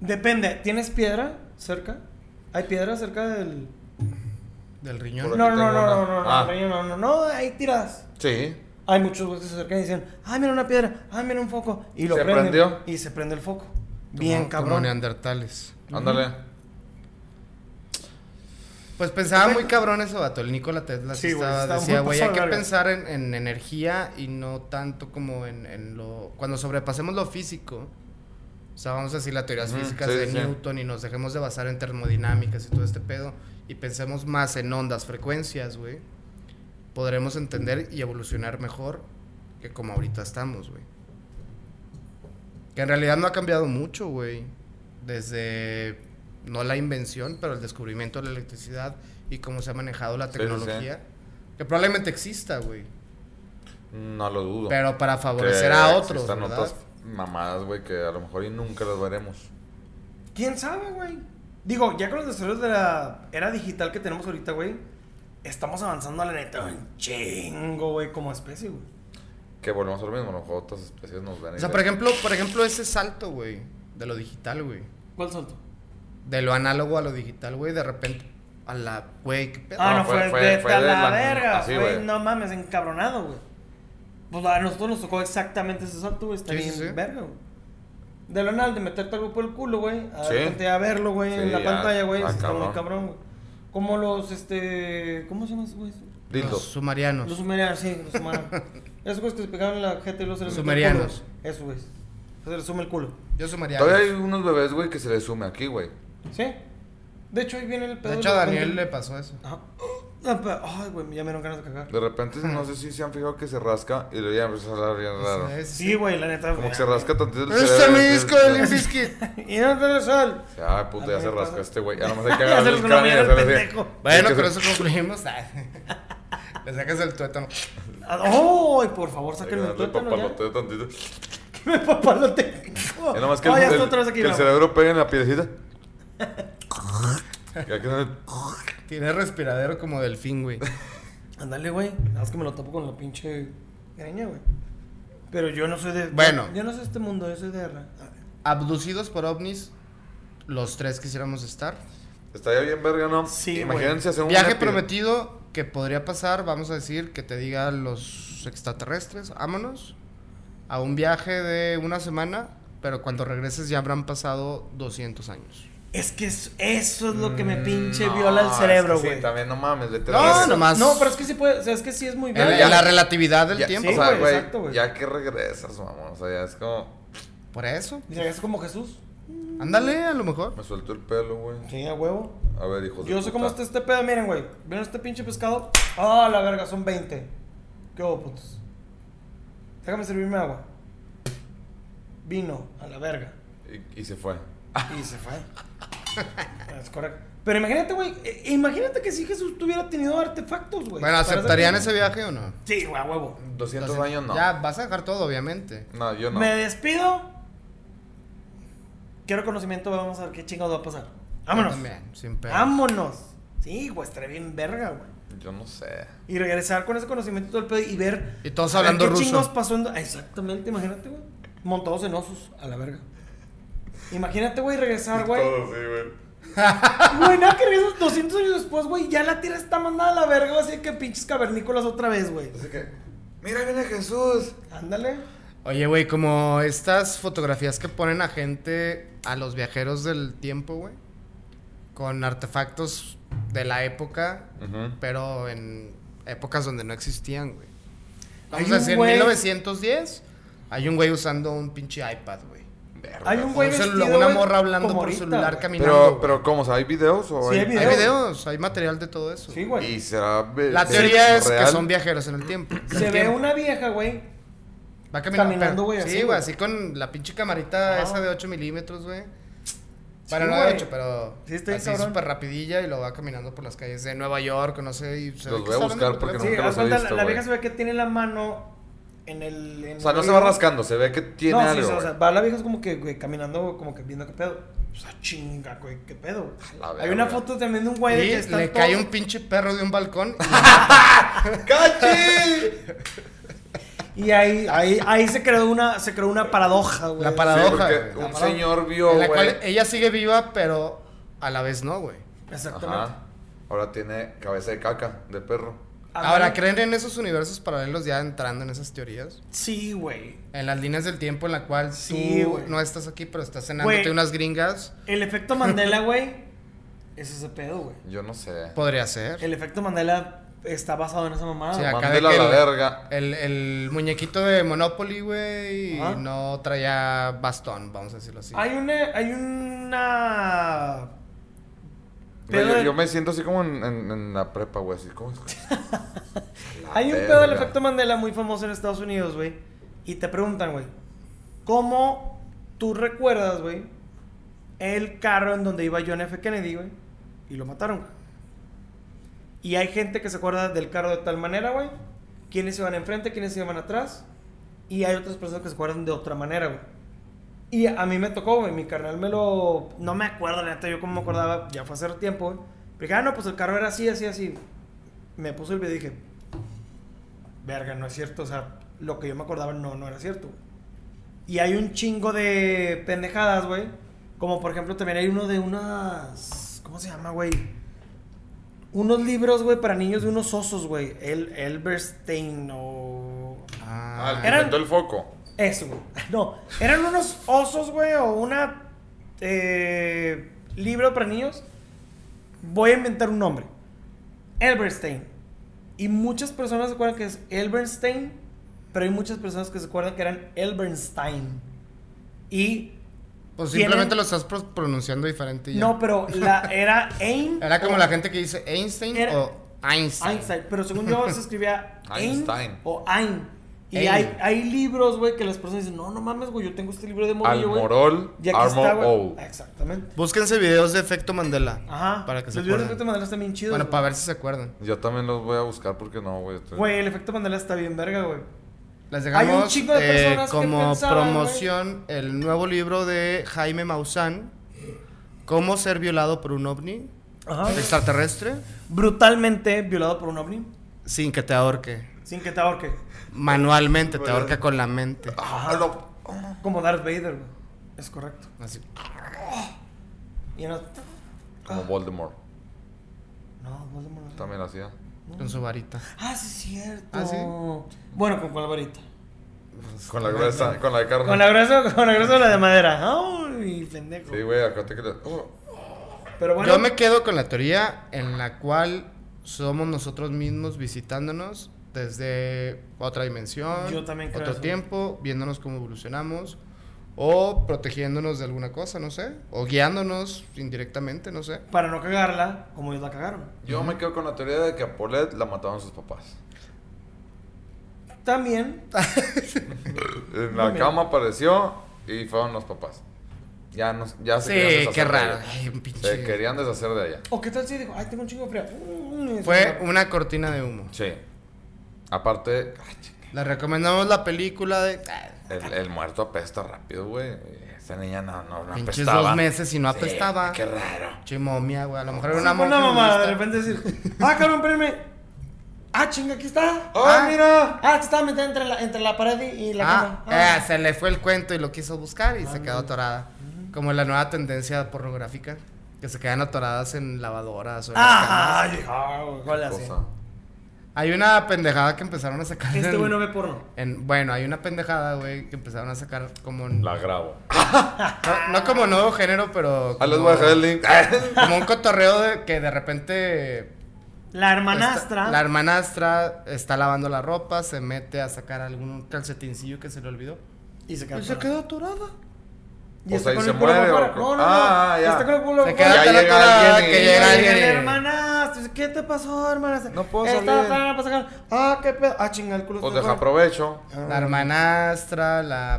S2: Depende, ¿tienes piedra cerca? ¿Hay piedra cerca del.?
S3: Del
S1: Por
S3: riñón.
S1: aquí
S2: No, no, no,
S1: tengo una.
S2: no, no, no,
S1: Ah.
S2: no, no, no, no, ahí tiras.
S1: Sí.
S2: Hay muchos güeyes que se acercan y dicen, ay, mira una piedra, ay, mira un foco. Y lo
S1: ¿Se
S2: prenden.
S1: prendió?
S2: Y se prende el foco. Bien,
S3: Como- Como
S2: cabrón.
S3: neandertales.
S1: Ándale.
S3: Pues pensaba muy cabrón eso, vato. El Nikola Tesla sí
S2: Sí, güey,
S3: estaba-
S2: estaba muy
S3: decía, güey, hay
S2: pasado de
S3: que
S2: verga".
S3: pensar en, en energía y no tanto como en, en lo... Cuando sobrepasemos lo físico, o sea, vamos a decir las teorías
S1: Ujú,
S3: físicas
S1: sí,
S3: de
S1: sí, sí.
S3: Newton y nos dejemos de basar en termodinámicas y todo este pedo y pensemos más en ondas, frecuencias, güey, podremos entender y evolucionar mejor que como ahorita estamos, güey. Que en realidad no ha cambiado mucho, güey. Desde, no la invención, pero el descubrimiento de la electricidad y cómo se ha manejado la
S1: Sí, sí, sí.
S3: tecnología. Que probablemente exista, güey.
S1: No lo dudo.
S3: Pero para
S1: Que
S3: favorecer a otros,
S1: existan
S3: ¿verdad?
S1: otras mamadas, güey, que a lo mejor y nunca las veremos.
S2: ¿Quién sabe, güey? Digo, ya con los desarrollos de la era digital que tenemos ahorita, güey, estamos avanzando a la neta un chingo, güey, como especie, güey.
S1: Que volvemos a lo mismo, a lo mejor otras especies nos ven. y
S3: O sea,
S1: dicen,
S3: por ejemplo, por ejemplo ese salto, güey, de lo digital, güey.
S2: ¿Cuál salto?
S3: De lo análogo a lo digital, güey, de repente a la, güey, qué pedo.
S2: Ah, no,
S1: No,
S2: fue,
S1: fue- fue-
S2: de
S1: fue
S2: tal
S1: de
S2: la
S1: la-
S2: verga,
S1: así,
S2: güey.
S1: güey.
S2: No mames, encabronado, güey. Pues a nosotros nos tocó exactamente ese salto, güey. Está
S3: Sí,
S2: bien
S3: sí, sí.
S2: verga, güey. De lo nada, de meterte al grupo del culo, güey. A
S1: Sí.
S2: de repente a verlo, güey, en
S1: Sí,
S2: la
S1: ya,
S2: pantalla, güey.
S1: ah,
S2: sí Está muy
S1: cabrón.
S2: cabrón, güey. Como los, este. ¿Cómo se llaman esos güeyes?
S3: Los
S1: Dildos.
S3: sumarianos.
S2: Los sumerianos, sí, los sumerianos. Esos güeyes que se pegaban en la gente y los se les
S3: Los
S2: metía el culo,
S3: sumerianos.
S2: güey. Esos güeyes. Se les suma el culo.
S3: Yo sumariano.
S1: Todavía hay unos bebés, güey, que se les sume aquí, güey.
S2: ¿Sí? De hecho, ahí viene el pedo.
S3: De hecho, a
S2: los
S3: Daniel
S2: pendrive.
S3: le pasó eso.
S2: Ajá. Ah, pero- Ay, güey, ya me dieron ganas de cagar.
S1: De repente, no sé si se han fijado que se rasca y le ya empieza a hablar bien raro.
S3: Sí, sí,
S2: Sí, güey, la neta.
S1: Como
S2: güey.
S1: que se rasca tantito el
S3: ¡Este
S1: cerebro,
S3: mi
S1: y-
S3: disco de Limp Bizkit!
S2: Y no te sol.
S1: Ah, puta, ya
S2: Ah,
S1: se
S2: pasa.
S1: rasca este güey. Ya
S2: [LAUGHS]
S1: nomás hay que
S2: Ya se
S1: agarrar
S2: los
S1: el cráneo y
S2: conocí al
S1: hacerle así.
S2: pendejo.
S3: [LAUGHS] Bueno,
S1: Sí, que
S3: con
S1: se-
S3: eso concluimos. [LAUGHS] Ah, Le sacas el tuétano.
S2: Ah, ¡Oh! Por favor,
S1: hay que
S2: sáquenlo el
S1: darle
S2: tuétano ya.
S1: papaloteo tantito.
S2: [LAUGHS] Que
S1: [LAUGHS]
S2: me papalote. Oh,
S1: Ya nomás que,
S2: oh,
S1: el,
S2: ya está
S1: el-
S2: otra vez aquí.
S1: que el
S2: no.
S1: cerebro pegue en la [LAUGHS] piedecita. Y aquí no-
S3: Tiene respiradero como delfín, güey.
S2: Ándale, güey. Nada más que me lo topo con la pinche greña, güey. Pero yo no soy de.
S3: Bueno.
S2: Yo, no soy de este mundo, yo soy de R.
S3: Abducidos por ovnis, los tres quisiéramos estar.
S1: Estaría bien verga, ¿no?
S2: Sí,
S1: Imagínense hacer un
S3: Viaje
S1: epi-
S3: prometido que podría pasar, vamos a decir, que te diga los extraterrestres, vámonos a un viaje de una semana, pero cuando regreses ya habrán pasado 200 años.
S2: Es que es- eso es lo que me
S1: Mm,
S2: pinche
S1: no,
S2: viola el
S1: es que
S2: cerebro, güey. Ah,
S1: Sí, también no mames, vete a
S3: No,
S1: la verga.
S3: no nomás.
S2: No, pero es que sí puede. O sea, es que sí es muy
S3: El-
S1: ya-
S3: la relatividad del
S1: Ya-
S3: tiempo.
S1: O
S2: Sí,
S1: sea,
S2: güey,
S1: güey,
S2: exacto, güey.
S1: ya que regresas, mamón. O sea, ya es como.
S3: Por eso.
S2: Dice, es como Jesús.
S3: Ándale, a lo mejor.
S1: Me suelto el pelo, güey.
S2: Sí, a huevo.
S1: A ver,
S3: Pues
S1: hijos de
S2: Yo sé cómo está
S1: puta.
S2: este pedo, miren, güey. ¿Vieron este pinche pescado? Ah, la verga, son 20. ¿Qué hubo, putos? Déjame servirme agua. Vino, a la verga.
S1: Y, y se fue.
S2: Y se
S3: [LAUGHS]
S2: fue. Es correcto. Pero imagínate, güey. eh, Imagínate que si Jesús tuviera tenido artefactos, güey.
S3: Bueno,
S2: para ese
S3: ¿aceptarían
S2: tiempo.
S3: ese viaje o no?
S2: Sí, güey, a huevo.
S1: 200
S3: Entonces,
S1: años no.
S3: Ya, vas a dejar todo, obviamente.
S1: No, yo no.
S2: Me despido. Quiero conocimiento, vamos a ver qué chingados va a pasar. Vámonos.
S3: Yo también, sin pedo.
S2: Vámonos. Sí, güey, estaría bien verga, güey.
S1: Yo no sé.
S2: Y regresar con ese conocimiento y todo el pedo y ver.
S3: Y todos
S2: a ver
S3: hablando
S2: qué
S3: ruso.
S2: chingos pasó en- ah, Exactamente, imagínate, güey. Montados en osos, a la verga. Imagínate, güey, regresar, güey.
S1: Todo sí, güey.
S2: [LAUGHS] Güey, nada que regresas 200 años después, güey. Ya la tira está mandada a la verga, güey, así que pinches cavernícolas otra vez, güey.
S1: Así que. Mira, viene Jesús.
S2: Ándale.
S3: Oye, güey, como estas fotografías que ponen a gente, a los viajeros del tiempo, güey, con artefactos de la época,
S1: Ujú.
S3: pero en épocas donde no existían, güey. Vamos
S2: Hay
S3: a
S2: un
S3: decir, en
S2: güey-
S3: 1910, hay un güey usando un pinche iPad, güey.
S1: Verga.
S2: Hay un güey
S3: Un celu-
S2: vestido,
S3: una
S2: güey,
S3: morra hablando
S2: como
S3: por
S2: ahorita,
S3: celular
S2: güey.
S3: caminando.
S1: Pero,
S3: güey.
S1: pero, ¿cómo? o sea, ¿Hay videos o
S2: Sí, hay
S3: hay
S2: videos.
S3: videos, hay material de todo eso.
S2: Sí, güey.
S1: Y será. ve-
S3: La
S1: ve-
S3: teoría es
S1: real?
S3: que son viajeros en el tiempo. del
S2: Se ve
S3: tiempo.
S2: una vieja, güey.
S3: Va caminando,
S2: Caminando, güey, así,
S3: Sí,
S2: güey.
S3: güey, así con la pinche camarita
S2: Ah.
S3: esa de 8 milímetros, güey. Bueno, no
S2: güey.
S3: de 8, pero
S2: Sí, está bien
S3: así
S2: cabrón.
S3: súper rapidilla y lo va caminando por las calles de Nueva York, no sé. Y se
S1: Los
S3: ve que
S1: voy a
S3: está
S1: buscar
S3: hablando por
S1: porque
S2: Sí,
S3: teléfono.
S1: nunca los he
S2: haz cuenta, la,
S1: visto,
S2: la
S1: güey.
S2: vieja se ve que tiene la mano en el. en
S1: O sea,
S2: el
S1: no se va
S2: oído.
S1: rascando, se ve que tiene
S2: no,
S1: algo.
S2: sí, o sea,
S1: güey.
S2: va la vieja es como que güey, caminando, como que viendo qué pedo. O sea, chinga, güey, qué pedo.
S1: A la
S2: Hay una
S1: verga.
S2: foto también de un güey de
S3: Y
S2: que está
S3: le
S2: todo-
S3: cae un pinche perro de un balcón.
S1: [LAUGHS] ¡Cachi!
S2: Y ahí, ahí, ahí se creó una, se creó una paradoja, güey.
S3: La
S1: Sí,
S3: paradoja,
S1: porque
S3: güey.
S1: un señor vio,
S3: en la cual
S1: güey.
S3: ella sigue viva, pero a la vez no, güey.
S2: Exactamente.
S1: Ajá. Ahora tiene cabeza de caca, de perro.
S2: Ándale.
S3: Ahora, ¿creen en esos universos paralelos ya entrando en esas teorías?
S2: Sí, güey.
S3: En las líneas del tiempo en la cual
S2: Sí,
S3: tú
S2: güey.
S3: no estás aquí, pero estás cenándote
S2: Güey.
S3: unas gringas.
S2: El efecto Mandela, güey, es ese pedo, güey.
S1: Yo no sé.
S3: Podría ser.
S2: El efecto Mandela está basado en esa mamada.
S3: Sí,
S2: güey.
S3: acá
S1: Mandela
S3: de que
S1: a la
S3: el-
S1: verga.
S3: El, el muñequito de Monopoly, güey, y
S2: Ajá.
S3: no traía bastón, vamos a decirlo así.
S2: Hay una, hay una
S1: Güey,
S2: Pedo
S1: yo,
S2: de-
S1: yo me siento así como en, en- en la prepa, güey, así como...
S2: Hay un pedo del efecto Mandela muy famoso en Estados Unidos, güey. Y te preguntan, güey, ¿cómo tú recuerdas, güey, el carro en donde iba John F. Kennedy, güey? Y lo mataron. Y hay gente que se acuerda del carro de tal manera, güey. Quiénes iban enfrente, quiénes iban atrás. Y hay otras personas que se acuerdan de otra manera, güey. Y a mí me tocó, güey. Mi carnal me lo. No me acuerdo, la neta. Yo como me acordaba, ya fue hace tiempo, güey. Pero dije, ah, no, pues el carro era así, así, así. Me puso el video y dije, verga, no es cierto. O sea, lo que yo me acordaba no, no era cierto. güey. Y hay un chingo de pendejadas, güey. Como por ejemplo, también hay uno de unas. ¿Cómo se llama, güey? Unos libros, güey, para niños de unos osos, güey. El Elberstein o.
S1: Ah, el que
S2: Eran-
S1: inventó el foco.
S2: Eso, güey. [LAUGHS] No, eran unos osos, güey, o una eh, libro para niños. Voy a inventar un nombre. Elberstein. Y muchas personas se acuerdan que es Elberstein, pero hay muchas personas que se acuerdan que eran Elberstein. Y
S3: Pues
S2: Tienen-
S3: simplemente lo estás pro- pronunciando diferente. y ya.
S2: no, pero
S3: [LAUGHS]
S2: la era Ein
S3: Era como
S2: o
S3: la gente que dice Einstein
S2: Era-
S3: o Einstein.
S2: Einstein, pero según yo se escribía Ein
S1: Einstein.
S2: o Ein. Y
S3: Ein.
S2: hay, hay libros, güey, que las personas dicen, no, no mames, güey, yo tengo este libro de morrillo, güey.
S1: Almorol,
S2: Y aquí está,
S1: Armor
S2: güey.
S1: O.
S2: Exactamente.
S3: Búsquense videos de efecto Mandela.
S2: Ajá.
S3: Para que se
S2: Los videos de
S3: acuerden.
S2: efecto Mandela están bien chidos.
S3: Bueno,
S2: güey.
S3: para ver si se acuerdan.
S1: Yo también los voy a buscar porque no, güey. estoy-
S2: Güey, el efecto Mandela está bien verga, güey.
S3: Las
S2: Hay un
S3: dejamos
S2: chingo de
S3: eh,
S2: personas que
S3: como
S2: pensaban, güey.
S3: promoción el nuevo libro de Jaime Maussan, Cómo ser violado por un ovni
S2: Ajá.
S3: extraterrestre
S2: Brutalmente violado por un ovni
S3: sin que te ahorque.
S2: sin que te ahorque.
S3: Manualmente te ahorca con la mente.
S1: Ah, lo-
S2: Como Darth Vader, güey. Es correcto.
S3: Así.
S2: Y no.
S1: Como Voldemort.
S2: No, Voldemort. no.
S1: También lo hacía.
S3: Con su varita.
S2: Ah, sí, es cierto.
S3: Ah, ¿sí?
S2: Bueno, con cuál varita.
S1: Con la gruesa, con la de carne.
S2: Con la gruesa, con la gruesa o la de madera. Ay, pendejo.
S1: Sí, güey, acuérdate que... le- Oh,
S2: Pero bueno.
S3: Yo me quedo con la teoría en la cual somos nosotros mismos visitándonos desde otra dimensión,
S2: Yo también creo
S3: otro
S2: eso.
S3: tiempo, viéndonos cómo evolucionamos o protegiéndonos de alguna cosa, no sé, o guiándonos indirectamente, no sé.
S2: Para no cagarla, como ellos la cagaron.
S1: Yo me quedo con la teoría de que a Paulette la mataron sus papás.
S2: También.
S1: En la
S2: Mami.
S1: cama apareció y fueron los papás. Ya, nos, ya se
S3: Sí,
S1: querían deshacer
S3: qué
S1: de
S3: raro.
S1: ella.
S3: Ay, un pinche-
S1: Se querían deshacer de ella.
S2: ¿O qué tal si dijo, ay, tengo un chingo de frío? Mm, y se
S3: Fue
S2: agarró.
S3: una cortina de humo.
S1: Sí. Aparte, ay, chica,
S3: Le recomendamos la película de ah,
S1: el, el muerto apesta rápido, güey. Esa niña no, no, no
S3: pinches
S1: apestaba.
S3: dos meses y no
S1: Sí,
S3: apestaba.
S1: qué raro.
S3: Che, momia, güey. A lo mejor era
S2: Sí,
S3: una
S2: Ah, fue
S3: monja
S2: mamada, de
S3: budista.
S2: repente decir, ah, cabrón, espérame. Ah, chinga, aquí está.
S1: ¡Ah, mira!
S2: Ah, que estaba metida entre la, entre la pared y, y la
S3: Ah,
S2: cama. Ah.
S3: eh, se le fue el cuento y lo quiso buscar y se quedó atorada.
S2: Mm.
S3: Como la nueva tendencia pornográfica, que se quedan atoradas en lavadoras o en las
S2: Ah,
S3: camas.
S2: ay, ah, güey, ¿cuál la
S1: Cosa.
S2: hacía?
S3: Hay una pendejada que empezaron a sacar.
S2: Este
S3: en-
S2: güey no ve porno.
S3: en- bueno, hay una pendejada, güey, que empezaron a sacar como. en-
S1: La grabo.
S3: no, no como nuevo género, pero.
S1: Ah, les
S3: como-
S1: voy a dejar el link.
S3: [LAUGHS] Como un cotorreo de que de repente
S2: La
S3: Está-
S2: hermanastra.
S3: la hermanastra está lavando la ropa, se mete a sacar algún calcetincillo que se le olvidó.
S2: Y se quedó.
S3: Y se quedó atorada.
S1: O sea,
S2: está
S1: y
S2: con
S1: se
S2: el culo para
S1: muere,
S2: afuera.
S1: o-
S2: No, no, no.
S1: Ah, ya.
S2: Está con el culo
S3: Se
S2: para
S3: queda
S1: Ya
S3: tan
S1: llega
S3: atorada
S1: alguien y-
S3: que
S1: Ya
S3: llega
S2: Llega la
S3: alguien. y-
S2: hermanastra. ¿Qué te pasó, hermanastra?
S1: No puedo
S2: Estaba
S1: salir.
S2: parada para sacar. Ah, qué pedo. Ah, chinga, el culo
S1: Pues
S2: está
S1: deja
S2: afuera. Ah,
S1: provecho.
S3: La hermanastra, la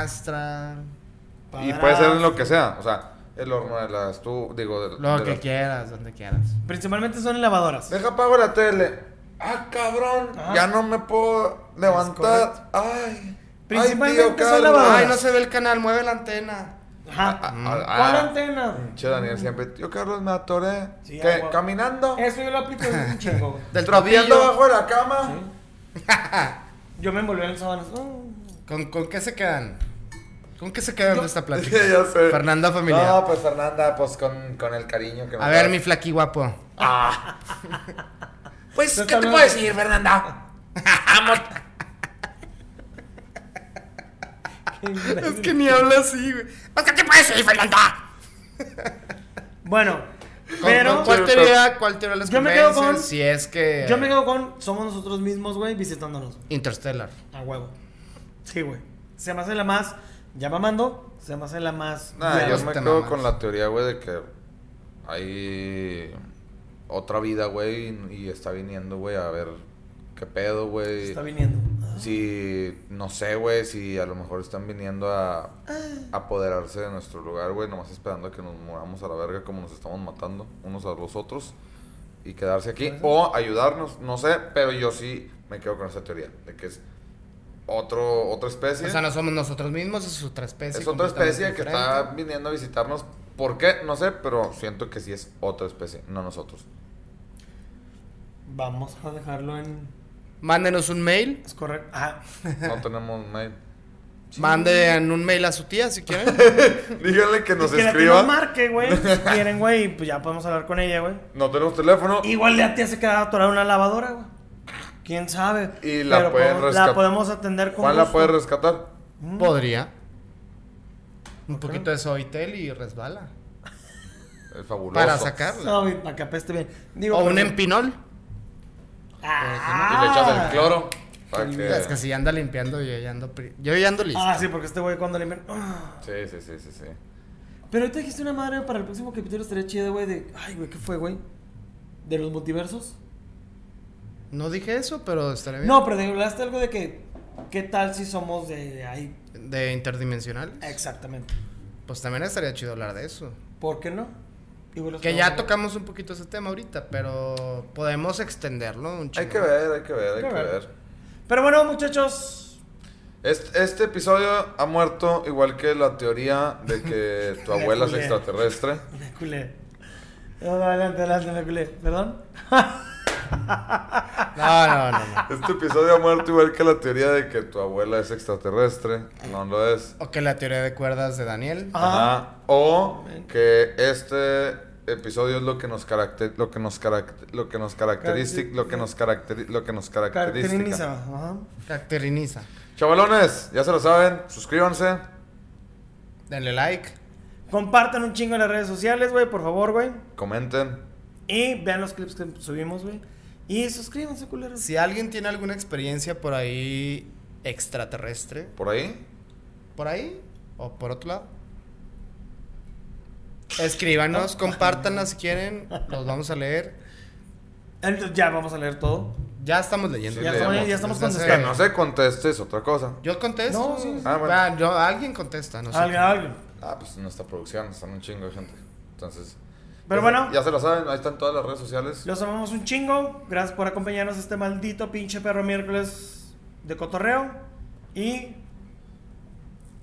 S3: madrastra,
S1: Y
S2: Padrastro.
S1: puede ser en lo que sea. O sea, el horno de las tú, digo, de,
S3: lo
S1: de
S3: que
S1: las-
S3: quieras, donde quieras.
S2: Principalmente son en lavadoras.
S1: Deja apago la tele. Ah, cabrón.
S2: Ah.
S1: Ya no me puedo levantar. Ay.
S2: Principalmente
S1: ay, tío
S2: son
S1: Carlos.
S2: lavadoras.
S3: Ay, no se ve el canal, mueve la antena.
S1: Ah,
S2: Ajá.
S1: ah, ah, ah.
S2: ¿Cuál antena?
S1: Che, Daniel siempre. Yo, Carlos, me atoré.
S2: Sí,
S1: ¿Qué?
S2: agua.
S1: ¿Caminando?
S2: Eso yo lo aplico un
S1: [LAUGHS]
S2: chingo. güey.
S3: Del
S1: ¿Trapeando
S3: tobillo.
S1: bajo de la cama?
S2: Yo me envolví en las sábanas. Oh.
S3: ¿Con, con qué se quedan? ¿Con qué se quedan de esta
S1: [LAUGHS]
S3: plática?
S1: ya sé.
S3: Fernanda familiar.
S1: No, pues Fernanda, pues con, con el cariño que me
S3: A ver,
S1: da.
S3: mi flaqui guapo.
S1: Pues,
S2: ¿Qué te puedo decir,
S1: Fernanda?
S3: Es que ni habla así, güey. ¿Qué te puedes decir, Fernanda?
S2: Bueno,
S3: ¿Con,
S2: pero
S3: con ¿Cuál teoría, cuál teoría les
S2: Yo me quedo
S3: convence?
S2: con-
S3: Si es que...
S2: yo me quedo con somos nosotros mismos, güey, visitándonos.
S3: Interstellar.
S2: A huevo. Sí, güey. Se me hace la más. Ya mamando, se me hace la más.
S1: Nah,
S2: Ya,
S1: Ah, yo
S3: te
S1: me
S3: mamas.
S1: quedo con la teoría, güey, de que hay otra vida, güey, y está viniendo, güey, a ver qué pedo, güey.
S2: Está viniendo.
S1: Si, no sé, güey, si a lo mejor están viniendo a apoderarse de nuestro lugar, güey, nomás esperando a que nos muramos a la verga como nos estamos matando unos a los otros y quedarse aquí o ayudarnos, no sé, pero yo sí me quedo con esa teoría de que es otro, otra especie.
S3: O sea, no somos nosotros mismos, es otra especie.
S1: es otra
S3: completamente
S1: especie que está
S3: diferente.
S1: viniendo a visitarnos. ¿Por qué? No sé, pero siento que sí es otra especie, no nosotros.
S2: Vamos a dejarlo en.
S3: Mándenos un mail.
S2: Es correcto. Ah,
S1: No tenemos mail.
S3: Manden un mail a su tía si [LAUGHS] quieren.
S1: Díganle que nos
S2: que la que
S1: escriba.
S2: nos marque, güey.
S1: [LAUGHS]
S2: Si quieren, güey, pues ya podemos hablar con ella, güey.
S1: No tenemos teléfono.
S2: Igual ya te se queda atorada una lavadora, güey. Quién sabe.
S1: Y la pueden
S2: podemos,
S1: rescat-
S2: La podemos atender con.
S1: Juan la
S2: gusto. Mm,
S1: puede rescatar.
S3: Podría. Un poquito de soitel y resbala.
S1: Es fabuloso.
S3: Para sacarla.
S2: No, güey, para que apeste bien. Digo,
S3: O un
S2: pero- Ah,
S3: empinol.
S1: Y le echas el cloro. Para
S3: Es que
S1: que...
S3: si anda limpiando, yo ya ando, pri- yo ya ando listo.
S2: Ah, sí, porque este güey cuando le Ah.
S1: Sí, sí, sí, sí, sí.
S2: Pero ahorita dijiste una madre para el próximo capítulo estaría chido, güey, de... Ay, güey, ¿qué fue, güey? ¿De los multiversos?
S3: No dije eso, pero
S1: Eh.
S3: estaré bien.
S2: No, pero de- hablaste algo de que... ¿Qué tal si somos de ahí?
S3: De interdimensional.
S2: Exactamente.
S3: Pues también estaría chido hablar de eso.
S2: ¿Por qué no? Y, güey, los
S3: Que ya
S2: tenemos-
S3: tocamos un poquito ese tema ahorita, pero podemos extenderlo un
S1: Hay
S3: chingo.
S1: que ver, hay que ver, hay
S2: Hay que
S1: que
S2: ver.
S1: ver.
S2: Pero bueno, muchachos...
S1: Este, este episodio ha muerto igual que la teoría de que tu
S2: Me
S1: abuela es
S2: culé.
S1: extraterrestre.
S2: Me culé. No, no, adelante, adelante, me culé. ¿Perdón?
S3: No, no, no, no.
S1: Este episodio ha muerto igual que la teoría de que tu abuela es extraterrestre. No lo es.
S3: O que la teoría de cuerdas de Daniel.
S2: Ajá.
S1: Ajá. O que este episodio es lo que nos caracteriza, lo que nos caracteriza, lo que nos caracteriza, lo que nos caracteriza, lo que nos
S2: Caracteriza.
S1: caracteriza.
S2: Ajá.
S3: Caracteriniza.
S1: Chavalones, ya se lo saben, suscríbanse.
S3: Denle like.
S2: Compartan un chingo en las redes sociales, güey, por favor, güey.
S1: comenten.
S2: Y vean los clips que subimos, güey. Y suscríbanse, culeros.
S3: Si alguien tiene alguna experiencia por ahí extraterrestre,
S1: Por ahí,
S3: por ahí o por otro lado, escríbanos, compártanlas si quieren, los vamos a leer.
S2: Entonces, ya vamos a leer todo.
S3: Ya estamos leyendo.
S1: Sí, Ya estamos-
S2: ya estamos
S3: Desde hace-
S1: que no se conteste es otra cosa.
S3: Yo contesto.
S2: No, sí, sí.
S1: Ah, bueno.
S3: Ah, yo- alguien contesta, no sé.
S2: Alguien, alguien.
S1: Ah, pues nuestra producción, están un chingo de gente. Entonces.
S2: Pero
S1: ya-
S2: bueno.
S1: Ya se lo saben, ahí están todas las redes sociales.
S2: Los amamos un chingo. Gracias por acompañarnos este maldito pinche perro miércoles de cotorreo. Y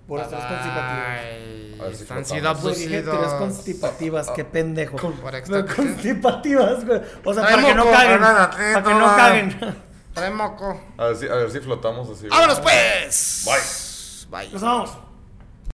S2: por estar constipativos.
S1: A ver si
S3: Han
S1: flotamos.
S3: sido
S2: Pues Güey, dije tres
S3: abducidos.
S2: constipativas, qué pendejo.
S3: Con- por extra-
S2: constipativas, güey. O sea, para
S3: Traemos
S2: que no
S3: con- eh,
S2: caguen.
S1: banana,
S2: Para que no
S1: toma.
S2: caguen.
S3: Trae moco.
S1: A ver si, a ver si flotamos así. güey.
S3: ¡Vámonos pues!
S1: Bye.
S3: Bye.
S2: Los amamos.